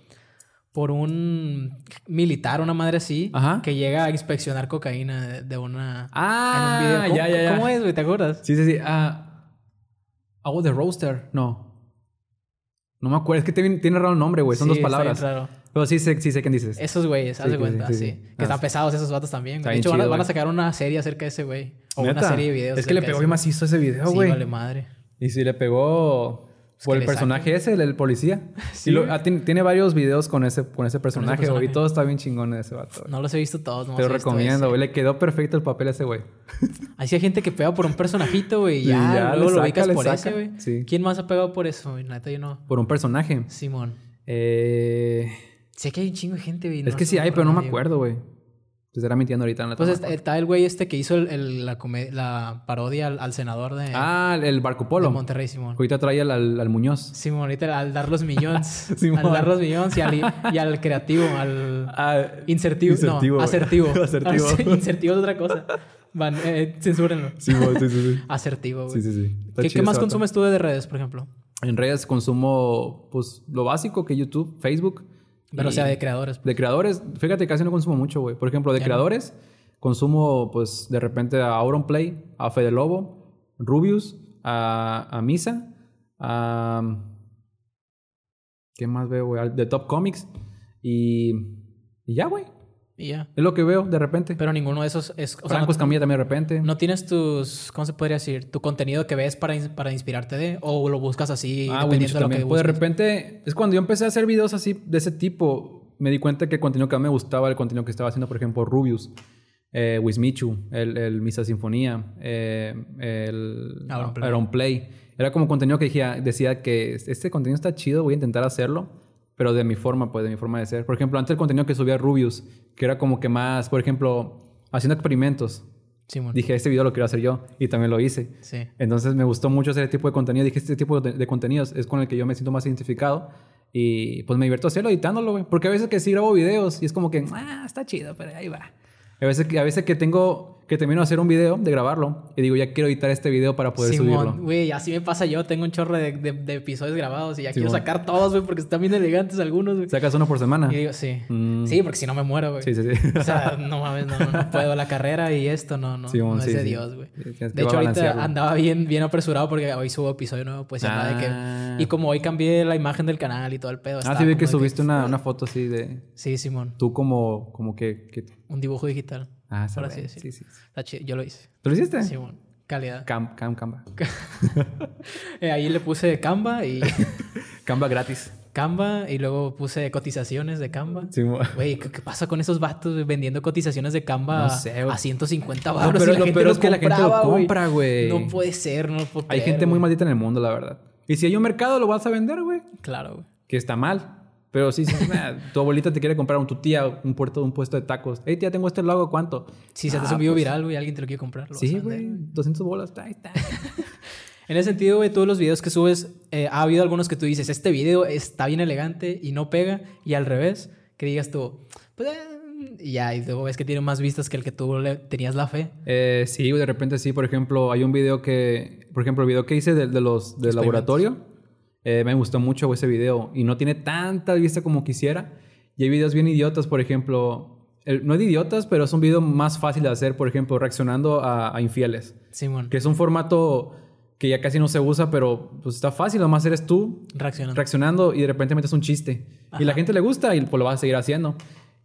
[SPEAKER 1] por un militar, una madre así,
[SPEAKER 2] Ajá.
[SPEAKER 1] que llega a inspeccionar cocaína de, de una
[SPEAKER 2] Ah,
[SPEAKER 1] ¿Cómo,
[SPEAKER 2] ya, ya, ya.
[SPEAKER 1] ¿Cómo es, güey? ¿Te acuerdas?
[SPEAKER 2] Sí, sí, sí. Ah. Oh, The Roaster. No. No me acuerdo. Es que tiene, tiene raro el nombre, güey. Son
[SPEAKER 1] Sí,
[SPEAKER 2] dos
[SPEAKER 1] está bien
[SPEAKER 2] palabras.
[SPEAKER 1] raro.
[SPEAKER 2] Pero sí sé, sí sé quién dices.
[SPEAKER 1] Esos güeyes, haz
[SPEAKER 2] Sí,
[SPEAKER 1] de
[SPEAKER 2] sí,
[SPEAKER 1] cuenta,
[SPEAKER 2] sí,
[SPEAKER 1] sí.
[SPEAKER 2] sí. Ah,
[SPEAKER 1] Que están
[SPEAKER 2] sí.
[SPEAKER 1] pesados esos vatos también.
[SPEAKER 2] Está
[SPEAKER 1] güey. De
[SPEAKER 2] bien
[SPEAKER 1] hecho, van, a,
[SPEAKER 2] chido,
[SPEAKER 1] van a
[SPEAKER 2] güey.
[SPEAKER 1] sacar una serie acerca de ese güey. O
[SPEAKER 2] ¿Neta?
[SPEAKER 1] una serie de videos.
[SPEAKER 2] Es que le
[SPEAKER 1] acerca
[SPEAKER 2] pegó
[SPEAKER 1] de
[SPEAKER 2] bien macizo ese
[SPEAKER 1] ese.
[SPEAKER 2] video,
[SPEAKER 1] Sí,
[SPEAKER 2] güey.
[SPEAKER 1] vale madre.
[SPEAKER 2] Y si le pegó
[SPEAKER 1] Pues
[SPEAKER 2] por
[SPEAKER 1] que
[SPEAKER 2] el
[SPEAKER 1] le
[SPEAKER 2] personaje ese, el, el policía.
[SPEAKER 1] Sí,
[SPEAKER 2] Y lo-
[SPEAKER 1] güey.
[SPEAKER 2] ah, tiene, tiene varios videos con ese, con ese personaje, güey,
[SPEAKER 1] personaje.
[SPEAKER 2] Y todo está bien chingón de ese vato. güey.
[SPEAKER 1] No los he visto todos. nomás
[SPEAKER 2] Te lo
[SPEAKER 1] he visto
[SPEAKER 2] recomiendo,
[SPEAKER 1] ese.
[SPEAKER 2] güey. Le quedó perfecto el papel a ese güey.
[SPEAKER 1] Así hay gente que pega por un personajito, güey. y
[SPEAKER 2] Y
[SPEAKER 1] Ya, luego
[SPEAKER 2] ya le
[SPEAKER 1] lo
[SPEAKER 2] saca,
[SPEAKER 1] ubicas
[SPEAKER 2] le
[SPEAKER 1] por
[SPEAKER 2] saca.
[SPEAKER 1] ese, güey.
[SPEAKER 2] Sí.
[SPEAKER 1] ¿Quién más ha pegado por eso, güey? La Neta, yo no.
[SPEAKER 2] Por un personaje.
[SPEAKER 1] Simón.
[SPEAKER 2] Eh,
[SPEAKER 1] Sé que hay un chingo de gente, güey.
[SPEAKER 2] es que sí hay, pero no me acuerdo, güey. Te estará mintiendo ahorita en la
[SPEAKER 1] Entonces
[SPEAKER 2] toma.
[SPEAKER 1] Pues está el güey este que hizo el- el- la, come- la parodia al, al senador de,
[SPEAKER 2] Ah, el- el Barco
[SPEAKER 1] de
[SPEAKER 2] Polo.
[SPEAKER 1] Monterrey, Simón.
[SPEAKER 2] Ahorita trae al, al, al Muñoz.
[SPEAKER 1] Simón, ahorita al dar los millones.
[SPEAKER 2] Simón.
[SPEAKER 1] al dar los millones y al, y al creativo, al
[SPEAKER 2] Ah,
[SPEAKER 1] insertivo. no,
[SPEAKER 2] Insertivo, güey.
[SPEAKER 1] asertivo.
[SPEAKER 2] Asertivo.
[SPEAKER 1] insertivo es otra cosa. Van, eh, censúrenlo.
[SPEAKER 2] sí, güey, sí, sí, sí.
[SPEAKER 1] Asertivo, güey.
[SPEAKER 2] Sí, sí, sí. Está
[SPEAKER 1] ¿Qué,
[SPEAKER 2] chido
[SPEAKER 1] qué más
[SPEAKER 2] ese vato.
[SPEAKER 1] consumes tú de redes, por ejemplo?
[SPEAKER 2] En redes consumo, pues, lo básico que YouTube, Facebook.
[SPEAKER 1] Pero, o
[SPEAKER 2] y-
[SPEAKER 1] sea, de creadores. pues,
[SPEAKER 2] De creadores, fíjate, casi no consumo mucho, güey. Por ejemplo, de creadores, consumo, pues, de repente a Auronplay, a Fede Lobo, Rubius, a, a Misa, a... ¿Qué más veo, güey? Al- De Top Comics. Y... Y ya, güey.
[SPEAKER 1] Y ya.
[SPEAKER 2] Es lo que veo de repente.
[SPEAKER 1] Pero ninguno de esos es. O sea,
[SPEAKER 2] Franco
[SPEAKER 1] no,
[SPEAKER 2] Escamilla también de repente.
[SPEAKER 1] no tienes tus. ¿Cómo se podría decir? Tu contenido que ves para, ins- para inspirarte de. O lo buscas así,
[SPEAKER 2] Ah, güey,
[SPEAKER 1] dependiendo
[SPEAKER 2] mucho
[SPEAKER 1] de lo
[SPEAKER 2] también.
[SPEAKER 1] que
[SPEAKER 2] Pues de
[SPEAKER 1] busques.
[SPEAKER 2] repente, es cuando yo empecé a hacer videos así de ese tipo, me di cuenta que el contenido que a mí me gustaba, era el contenido que estaba haciendo, por ejemplo, Rubius, eh, Wismichu, el, el Misa Sinfonía, eh, el
[SPEAKER 1] Aaron Play.
[SPEAKER 2] Aaron Play. Era como contenido que decía, decía que este contenido está chido, voy a intentar hacerlo, pero de mi forma, pues, de mi forma de ser. Por ejemplo, antes el contenido que subía Rubius, que era como que más, por ejemplo, haciendo experimentos.
[SPEAKER 1] Simón.
[SPEAKER 2] Dije, este video lo quiero hacer yo, y también lo hice.
[SPEAKER 1] Sí.
[SPEAKER 2] Entonces me gustó mucho hacer este tipo de contenido. Dije, este tipo de, de contenidos es con el que yo me siento más identificado. Y pues me divierto hacerlo editándolo, güey. Porque a veces que sí grabo videos y es como que, ah, está chido, pero ahí va. A veces, que- a veces que tengo, que termino de hacer un video, de grabarlo, y digo, ya quiero editar este video para poder
[SPEAKER 1] Simón,
[SPEAKER 2] subirlo.
[SPEAKER 1] güey, así me pasa yo. Tengo un chorro de, de- de episodios grabados y ya quiero
[SPEAKER 2] Simón.
[SPEAKER 1] sacar todos, güey, porque están bien elegantes algunos, güey.
[SPEAKER 2] Sacas uno por semana.
[SPEAKER 1] Y digo, sí.
[SPEAKER 2] Mm.
[SPEAKER 1] Sí, porque si no me muero, güey.
[SPEAKER 2] Sí, sí, sí.
[SPEAKER 1] O sea, no mames, no, no puedo la carrera y esto, no, no.
[SPEAKER 2] Simón,
[SPEAKER 1] no es
[SPEAKER 2] sí,
[SPEAKER 1] de
[SPEAKER 2] sí.
[SPEAKER 1] Dios, güey.
[SPEAKER 2] Tienes que
[SPEAKER 1] De hecho, ahorita
[SPEAKER 2] balancearlo.
[SPEAKER 1] andaba bien, bien apresurado porque hoy subo episodio nuevo, pues ya nada de
[SPEAKER 2] Ah.
[SPEAKER 1] que. Y como hoy cambié la imagen del canal y todo el pedo.
[SPEAKER 2] Ah,
[SPEAKER 1] estaba
[SPEAKER 2] sí, vi que
[SPEAKER 1] como de
[SPEAKER 2] subiste Una, una foto así de
[SPEAKER 1] Sí, Simón.
[SPEAKER 2] tú como, como que, que
[SPEAKER 1] un dibujo digital.
[SPEAKER 2] Ah, está
[SPEAKER 1] por así
[SPEAKER 2] bien.
[SPEAKER 1] decirlo.
[SPEAKER 2] Sí, sí. sí.
[SPEAKER 1] Está chido. Yo lo hice.
[SPEAKER 2] ¿Tú lo hiciste?
[SPEAKER 1] Sí, bueno, calidad.
[SPEAKER 2] Cam, cam, Canva.
[SPEAKER 1] Eh, ahí le puse Canva y
[SPEAKER 2] Canva gratis.
[SPEAKER 1] Canva y luego puse cotizaciones de Canva.
[SPEAKER 2] Sí, mo-
[SPEAKER 1] Güey, ¿qué, qué pasa con esos vatos güey, vendiendo cotizaciones de Canva
[SPEAKER 2] No sé, güey.
[SPEAKER 1] a 150
[SPEAKER 2] No,
[SPEAKER 1] baros?
[SPEAKER 2] pero lo peor es que la gente lo compra, güey.
[SPEAKER 1] No puede ser, no lo puedo
[SPEAKER 2] Hay
[SPEAKER 1] creer,
[SPEAKER 2] gente muy
[SPEAKER 1] güey.
[SPEAKER 2] maldita en el mundo, la verdad. Y si hay un mercado, lo vas a vender, güey.
[SPEAKER 1] Claro, güey.
[SPEAKER 2] Que está mal. Pero sí, sí, nah, tu abuelita te quiere comprar un tu tía, un puerto, un puesto de tacos. Hey, tía, tengo este lago, ¿cuánto?
[SPEAKER 1] Si se te
[SPEAKER 2] Ah,
[SPEAKER 1] hace un video
[SPEAKER 2] pues,
[SPEAKER 1] viral, güey, alguien te lo quiere comprar. lo vas a
[SPEAKER 2] Sí,
[SPEAKER 1] vender,
[SPEAKER 2] güey. 200 bolas. Ahí está.
[SPEAKER 1] En ese sentido, güey, todos los videos que subes, eh, ha habido algunos que tú dices, este video está bien elegante y no pega, y al revés, que digas tú, pues, eh, y ya, y luego ves que tiene más vistas que el que tú le tenías la fe.
[SPEAKER 2] Eh, sí, de repente sí. Por ejemplo, hay un video que... Por ejemplo, el video que hice de, de los del
[SPEAKER 1] Experimentos.
[SPEAKER 2] laboratorio. eh, me gustó mucho güey, ese video. Y no tiene tanta vista como quisiera. Y hay videos bien idiotas, por ejemplo... el- no es de idiotas, pero es un video más fácil de hacer. Por ejemplo, reaccionando a, a infieles.
[SPEAKER 1] Simón,
[SPEAKER 2] Que es un formato que ya casi no se usa, pero pues está fácil. Nomás eres tú
[SPEAKER 1] reaccionando.
[SPEAKER 2] reaccionando y de repente metes un chiste. Y la gente le gusta y pues, lo vas a seguir haciendo.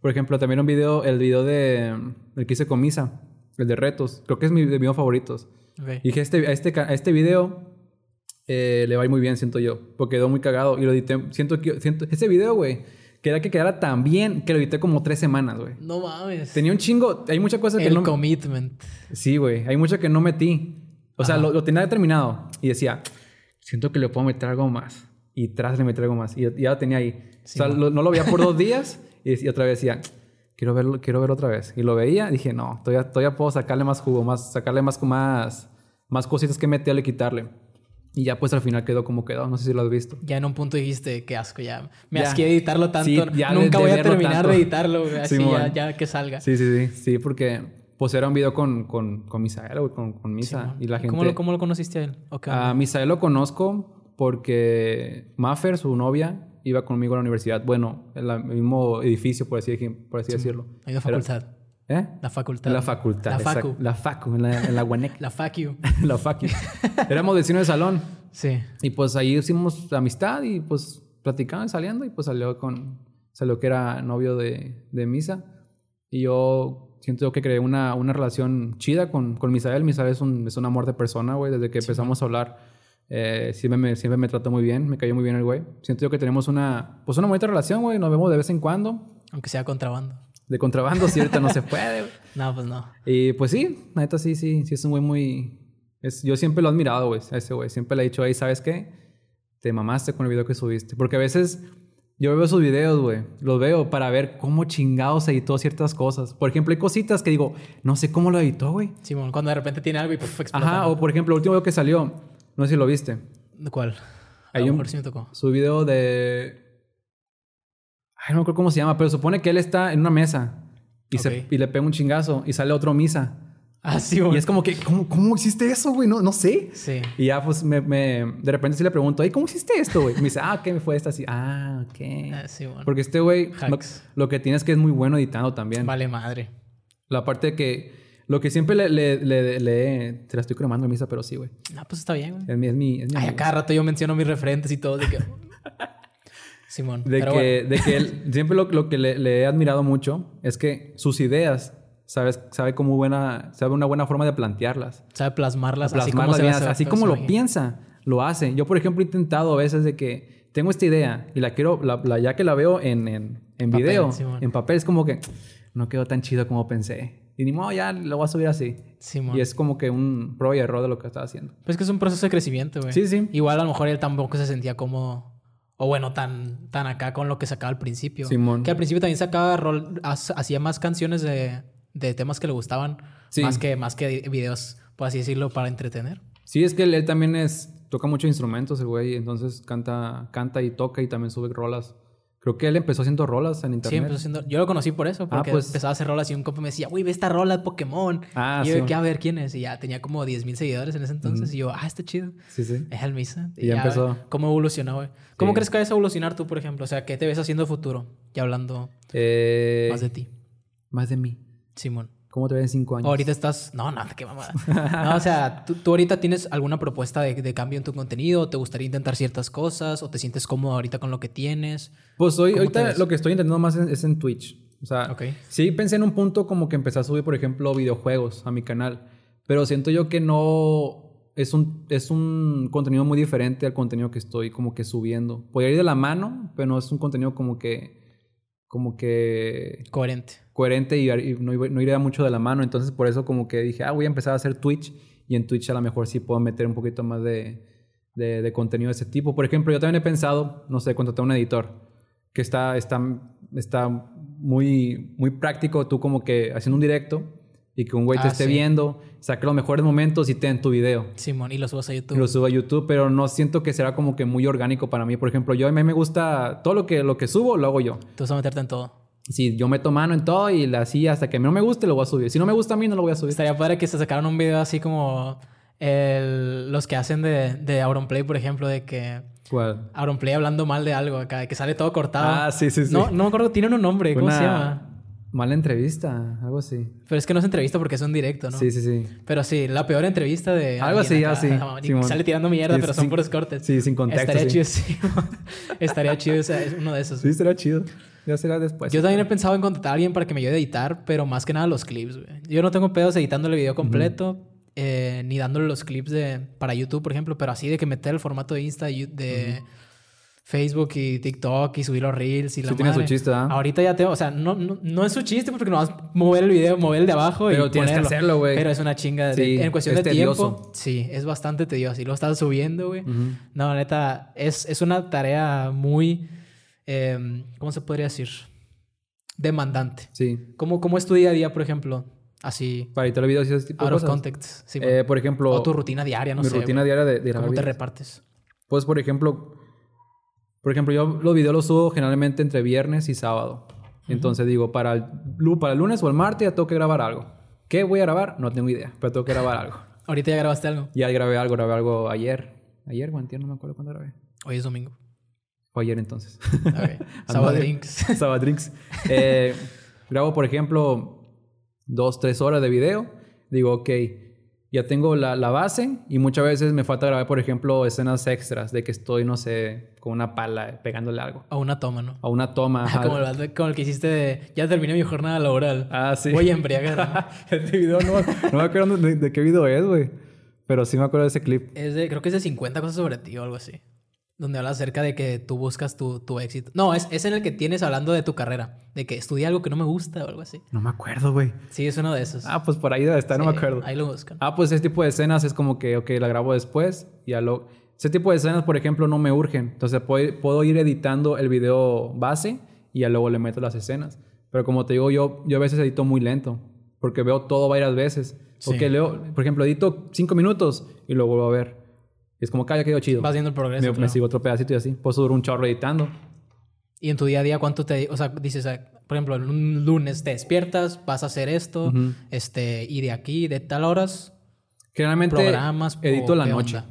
[SPEAKER 2] Por ejemplo, también un video, el video de el que hice con Misa, el de retos. Creo que es mi de mis favoritos.
[SPEAKER 1] Ok.
[SPEAKER 2] Y dije, este, a, este, ca- a este video eh, le va a ir muy bien, siento yo. Porque quedó muy cagado. Y lo edité. Siento que... Siento, ese video, güey, quería que quedara tan bien que lo edité como tres semanas, güey.
[SPEAKER 1] No mames.
[SPEAKER 2] Tenía un chingo... Hay muchas cosas que
[SPEAKER 1] el
[SPEAKER 2] no...
[SPEAKER 1] commitment.
[SPEAKER 2] Sí, güey. Hay mucho que no metí. O sea, lo, lo tenía determinado. Y decía, siento que le puedo meter algo más. Y tras le metí algo más. Y ya- ya lo tenía ahí.
[SPEAKER 1] Sí,
[SPEAKER 2] o sea, lo- no lo veía por dos días. Y, y otra vez decía, quiero verlo, quiero verlo otra vez. Y lo veía. Dije, no, todavía, todavía puedo sacarle más jugo, más, sacarle más, más, más cositas que meterle, quitarle. Y ya pues al final quedó como quedó. No sé si lo has visto.
[SPEAKER 1] Ya en un punto dijiste, qué asco, ya. Me
[SPEAKER 2] Ya.
[SPEAKER 1] asqué de editarlo
[SPEAKER 2] Sí,
[SPEAKER 1] tanto.
[SPEAKER 2] ya de-
[SPEAKER 1] Nunca
[SPEAKER 2] de
[SPEAKER 1] voy a
[SPEAKER 2] verlo
[SPEAKER 1] terminar
[SPEAKER 2] tanto.
[SPEAKER 1] de editarlo, güey. Así ya,
[SPEAKER 2] Simón.
[SPEAKER 1] ya que salga.
[SPEAKER 2] Sí, sí, sí. Sí, porque pues era un video con, con, con Misael, güey, con, con Misa.
[SPEAKER 1] Simón.
[SPEAKER 2] y la gente... Ah,
[SPEAKER 1] ¿Cómo, lo, ¿Cómo lo conociste a él? ¿O qué onda?
[SPEAKER 2] A Misael lo conozco porque Maffer, su novia, iba conmigo a la universidad. Bueno, en la- el mismo edificio, por así, deji- por así decirlo.
[SPEAKER 1] Hay una
[SPEAKER 2] Era-
[SPEAKER 1] facultad.
[SPEAKER 2] ¿Eh?
[SPEAKER 1] La facultad.
[SPEAKER 2] La facultad.
[SPEAKER 1] La
[SPEAKER 2] exacto.
[SPEAKER 1] facu.
[SPEAKER 2] La facu, en la, en la Guanec.
[SPEAKER 1] La fuck you.
[SPEAKER 2] la facu. Éramos vecinos de salón.
[SPEAKER 1] Sí.
[SPEAKER 2] Y pues ahí hicimos amistad y pues platicaban saliendo y pues salió con... Salió que era novio de, de Misa. Y yo siento que creé una, una relación chida con, con Misael. Misael es un, es un amor de persona, güey. Desde que empezamos a hablar, eh, siempre, me, siempre me trató muy bien. Me cayó muy bien el güey. Siento yo que tenemos una, pues una bonita relación, güey. Nos vemos de vez en cuando.
[SPEAKER 1] Aunque sea contrabando.
[SPEAKER 2] De contrabando, si ahorita no se puede, güey.
[SPEAKER 1] No, pues no.
[SPEAKER 2] Y pues sí, la neta sí, sí, sí es un güey muy... es- yo siempre lo he admirado, güey, a ese güey. Siempre le he dicho, ahí, ¿sabes qué? Te mamaste con el video que subiste. Porque a veces yo veo sus videos, güey. Los veo para ver cómo chingados editó ciertas cosas. Por ejemplo, hay cositas que digo, no sé cómo lo editó, güey.
[SPEAKER 1] Simón, cuando de repente tiene algo y puff, explota.
[SPEAKER 2] Ajá, o por ejemplo, el último video que salió, no sé si lo viste.
[SPEAKER 1] ¿Cuál? A
[SPEAKER 2] Hay
[SPEAKER 1] lo
[SPEAKER 2] un-
[SPEAKER 1] mejor sí me tocó.
[SPEAKER 2] Su video de... Ay, no me acuerdo cómo se llama, pero supone que él está en una mesa. Y,
[SPEAKER 1] Ok.
[SPEAKER 2] se, y le pega un chingazo y sale otro misa.
[SPEAKER 1] Ah, sí, güey.
[SPEAKER 2] Y es como que, ¿cómo, cómo hiciste eso, güey? No, no sé.
[SPEAKER 1] Sí.
[SPEAKER 2] Y ya, pues, me, me- de repente sí le pregunto, "Ey, ¿cómo hiciste esto, güey? Me dice, ah, ¿qué me fue esta así?
[SPEAKER 1] Ah,
[SPEAKER 2] Ah, ok.
[SPEAKER 1] sí, bueno.
[SPEAKER 2] Porque este güey, lo,
[SPEAKER 1] Hacks.
[SPEAKER 2] lo que tiene es que es muy bueno editando también.
[SPEAKER 1] Vale madre.
[SPEAKER 2] La parte que, lo que siempre le, le, le- le- te la estoy cremando, misa, pero sí, güey.
[SPEAKER 1] Ah, pues está bien, güey.
[SPEAKER 2] Es mi, es mi, es mi
[SPEAKER 1] Ay, a
[SPEAKER 2] amigo.
[SPEAKER 1] cada rato yo menciono mis referentes y todo. De que... Simón.
[SPEAKER 2] De
[SPEAKER 1] pero
[SPEAKER 2] que, de que él, siempre lo, lo que le, le he admirado mucho es que sus ideas, sabes, sabe como buena, sabe una buena forma de plantearlas.
[SPEAKER 1] bueno, sabe plasmarlas,
[SPEAKER 2] plasmarlas
[SPEAKER 1] así
[SPEAKER 2] bien,
[SPEAKER 1] como,
[SPEAKER 2] así
[SPEAKER 1] se ve,
[SPEAKER 2] como,
[SPEAKER 1] se
[SPEAKER 2] lo
[SPEAKER 1] imagina.
[SPEAKER 2] piensa, lo hace. Yo, por ejemplo, he intentado a veces de que tengo esta idea y la quiero, la, la- ya que la veo en, en, en
[SPEAKER 1] Papel,
[SPEAKER 2] video,
[SPEAKER 1] Simón.
[SPEAKER 2] en papel, es como que no quedó tan chido como pensé. Y ni modo, ya lo voy a subir así.
[SPEAKER 1] Simón.
[SPEAKER 2] Y es como que un pro y error de lo que estaba haciendo.
[SPEAKER 1] Pues que es un proceso de crecimiento, güey.
[SPEAKER 2] Sí, sí.
[SPEAKER 1] Igual a lo mejor él tampoco se sentía cómodo. O bueno, tan, tan acá con lo que sacaba al principio.
[SPEAKER 2] Simón.
[SPEAKER 1] Que al principio también sacaba rol, haz- hacía más canciones de, de temas que le gustaban.
[SPEAKER 2] Sí.
[SPEAKER 1] Más que, más que videos, por así decirlo, para entretener.
[SPEAKER 2] Sí, es que él, él también es, toca muchos instrumentos, el güey, entonces canta, canta y toca y también sube rolas. Creo que él empezó haciendo rolas en
[SPEAKER 1] Sí,
[SPEAKER 2] internet.
[SPEAKER 1] empezó haciendo- Yo lo conocí por eso, porque
[SPEAKER 2] pues.
[SPEAKER 1] empezaba a hacer rolas y un compa me decía, güey, ve esta rola de Pokémon.
[SPEAKER 2] Ah,
[SPEAKER 1] y yo,
[SPEAKER 2] sí,
[SPEAKER 1] de que,
[SPEAKER 2] bueno.
[SPEAKER 1] a ver quién es. Y ya tenía como 10.000 seguidores en ese entonces. Y yo, ah, está chido.
[SPEAKER 2] Sí, sí.
[SPEAKER 1] Es el Misa.
[SPEAKER 2] Y ya empezó.
[SPEAKER 1] güey, ¿Cómo evolucionó, güey? ¿Cómo
[SPEAKER 2] Sí.
[SPEAKER 1] crees que vas a evolucionar tú, por ejemplo? O sea, ¿qué te ves haciendo a futuro? Y hablando
[SPEAKER 2] Eh,
[SPEAKER 1] más de ti,
[SPEAKER 2] más de mí.
[SPEAKER 1] Simón.
[SPEAKER 2] ¿Cómo te ves en cinco años?
[SPEAKER 1] Ahorita estás. No, no, qué mamada. No, o sea, tú, tú ahorita tienes alguna propuesta de, de cambio en tu contenido, te gustaría intentar ciertas cosas, o te sientes cómodo ahorita con lo que tienes.
[SPEAKER 2] Pues hoy,
[SPEAKER 1] ¿Cómo te
[SPEAKER 2] ahorita
[SPEAKER 1] ves?
[SPEAKER 2] lo que estoy intentando más en- es en Twitch. O sea,
[SPEAKER 1] Ok.
[SPEAKER 2] sí pensé en un punto como que empecé a subir, por ejemplo, videojuegos a mi canal, pero siento yo que no es un, es un contenido muy diferente al contenido que estoy como que subiendo. Podría ir de la mano, pero no es un contenido como que como que
[SPEAKER 1] Coherente.
[SPEAKER 2] coherente y, y no, iba- no iría mucho de la mano. Entonces, por eso como que dije, ah, voy a empezar a hacer Twitch y en Twitch a lo mejor sí puedo meter un poquito más de, de- de contenido de ese tipo. Por ejemplo, yo también he pensado, no sé, contratar un editor que está, está, está muy, muy práctico, tú como que haciendo un directo y que un güey te
[SPEAKER 1] Ah,
[SPEAKER 2] esté
[SPEAKER 1] sí.
[SPEAKER 2] viendo, saque los mejores momentos y te en tu video.
[SPEAKER 1] Simón, y lo subas a YouTube.
[SPEAKER 2] Lo subo a YouTube, pero no siento que será como que muy orgánico para mí. Por ejemplo, yo a mí me gusta todo lo que, lo que subo, lo hago yo.
[SPEAKER 1] Tú vas a meterte en todo.
[SPEAKER 2] Si yo meto mano en todo y la así hasta que no me guste, lo voy a subir. Si no me gusta a mí, no lo voy a subir.
[SPEAKER 1] Pues Estaría padre que se sacaran un video así como el- los que hacen de, de Auronplay, por ejemplo, de que
[SPEAKER 2] ¿Cuál?
[SPEAKER 1] Auronplay hablando mal de algo acá, de que sale todo cortado.
[SPEAKER 2] Ah, sí, sí, sí.
[SPEAKER 1] No, no me acuerdo, tiene un nombre, ¿cómo
[SPEAKER 2] Una
[SPEAKER 1] se llama?
[SPEAKER 2] Mala entrevista, algo así.
[SPEAKER 1] Pero es que no es entrevista porque es un directo, ¿no?
[SPEAKER 2] Sí, sí, sí.
[SPEAKER 1] Pero sí, la peor entrevista de.
[SPEAKER 2] Algo
[SPEAKER 1] alguien
[SPEAKER 2] así,
[SPEAKER 1] acá,
[SPEAKER 2] así,
[SPEAKER 1] ajá, y
[SPEAKER 2] Simón.
[SPEAKER 1] Sale tirando mierda,
[SPEAKER 2] Sí,
[SPEAKER 1] pero son
[SPEAKER 2] sin-
[SPEAKER 1] puros cortes.
[SPEAKER 2] Sí, sin contexto.
[SPEAKER 1] Estaría
[SPEAKER 2] sí.
[SPEAKER 1] chido, sí. Estaría chido, o sea, es uno de esos.
[SPEAKER 2] Sí, estaría chido. Ya será después.
[SPEAKER 1] Yo también he pensado en contratar a alguien para que me ayude a editar, pero más que nada los clips, güey. Yo no tengo pedos editándole video completo, eh, ni dándole los clips de, para YouTube, por ejemplo, pero así de que meter el formato de Insta, y de Facebook y TikTok y subir los reels y la
[SPEAKER 2] Sí tiene su
[SPEAKER 1] madre.
[SPEAKER 2] chiste, ¿ah?
[SPEAKER 1] Ahorita ya tengo, o sea, no, no, no es su chiste porque no vas a mover el video, mover el de abajo y
[SPEAKER 2] Pero tienes que
[SPEAKER 1] ponerlo.
[SPEAKER 2] hacerlo, güey.
[SPEAKER 1] Pero es una chinga. de-
[SPEAKER 2] Sí,
[SPEAKER 1] en cuestión
[SPEAKER 2] es
[SPEAKER 1] de tiempo,
[SPEAKER 2] tedioso.
[SPEAKER 1] sí, es bastante tedioso. Y lo estás subiendo, güey.
[SPEAKER 2] Ujú.
[SPEAKER 1] No, neta, es, es una tarea muy, em, ¿cómo se podría decir? Demandante.
[SPEAKER 2] Sí.
[SPEAKER 1] ¿Cómo, ¿Cómo es tu día a día, por ejemplo? Así,
[SPEAKER 2] Para editar videos y ese tipo
[SPEAKER 1] out
[SPEAKER 2] de
[SPEAKER 1] of
[SPEAKER 2] cosas.
[SPEAKER 1] context. sí,
[SPEAKER 2] Eh, por ejemplo,
[SPEAKER 1] o tu rutina diaria, no
[SPEAKER 2] mi
[SPEAKER 1] sé.
[SPEAKER 2] rutina
[SPEAKER 1] güey.
[SPEAKER 2] diaria de, de grabar
[SPEAKER 1] ¿Cómo te
[SPEAKER 2] videos.
[SPEAKER 1] repartes?
[SPEAKER 2] Pues, por ejemplo, por ejemplo, yo los videos los subo generalmente entre viernes y sábado. Entonces digo, para el, lu- para el lunes o el martes ya tengo que grabar algo. ¿Qué voy a grabar? No tengo idea, pero tengo que grabar algo.
[SPEAKER 1] Ahorita ya grabaste algo.
[SPEAKER 2] Ya grabé algo, grabé algo ayer. Ayer o antier, no me acuerdo cuándo grabé.
[SPEAKER 1] Hoy es domingo.
[SPEAKER 2] O ayer entonces.
[SPEAKER 1] Ok. Sábado
[SPEAKER 2] Andale.
[SPEAKER 1] drinks.
[SPEAKER 2] Sabadrinks. Eh, grabo, por ejemplo, dos, tres horas de video. Digo, ok, ya tengo la, la base y muchas veces me falta grabar, por ejemplo, escenas extras de que estoy, no sé, con una pala pegándole algo.
[SPEAKER 1] O una toma, ¿no?
[SPEAKER 2] A una toma. ajá.
[SPEAKER 1] Como, el, como el que hiciste de, ya terminé mi jornada laboral.
[SPEAKER 2] Ah, sí.
[SPEAKER 1] Voy a embriagar.
[SPEAKER 2] Este video no, no me acuerdo de, de qué video es, güey. Pero sí me acuerdo de ese clip.
[SPEAKER 1] Es de, creo que es de 50 cosas sobre ti o algo así. Donde habla acerca de que tú buscas tu, tu éxito. No, es, es en el que tienes hablando de tu carrera. De que estudié algo que no me gusta o algo así.
[SPEAKER 2] No me acuerdo, güey.
[SPEAKER 1] Sí, es uno de esos.
[SPEAKER 2] Ah, pues por ahí debe estar, no me
[SPEAKER 1] Sí,
[SPEAKER 2] acuerdo.
[SPEAKER 1] Ahí lo buscan.
[SPEAKER 2] Ah, pues ese tipo de escenas es como que, ok, la grabo después y ya lo... Ese tipo de escenas, por ejemplo, no me urgen. Entonces puedo ir, puedo ir editando el video base y ya luego le meto las escenas. Pero como te digo, yo, yo a veces edito muy lento porque veo todo varias veces.
[SPEAKER 1] Sí.
[SPEAKER 2] Ok, leo, por ejemplo, edito cinco minutos y lo vuelvo a ver. Y es como que "Ah, ya quedó chido.
[SPEAKER 1] Vas viendo el progreso.
[SPEAKER 2] me, me
[SPEAKER 1] claro.
[SPEAKER 2] sigo otro pedacito y así. Puedo durar un chorro editando.
[SPEAKER 1] Y en tu día a día, ¿cuánto te... O sea, dices, ah, por ejemplo, un lunes te despiertas, vas a hacer esto,
[SPEAKER 2] Ujú.
[SPEAKER 1] este, y de aquí, de tal horas,
[SPEAKER 2] Generalmente
[SPEAKER 1] programas. o
[SPEAKER 2] edito la
[SPEAKER 1] qué
[SPEAKER 2] noche.
[SPEAKER 1] onda.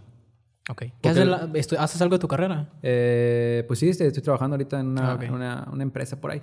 [SPEAKER 1] Ok. ¿Qué
[SPEAKER 2] Porque-
[SPEAKER 1] haces, en la- estu- ¿Haces algo de tu carrera?
[SPEAKER 2] Eh, pues sí, este, estoy trabajando ahorita en una,
[SPEAKER 1] Ah, ok.
[SPEAKER 2] en una- una empresa por ahí.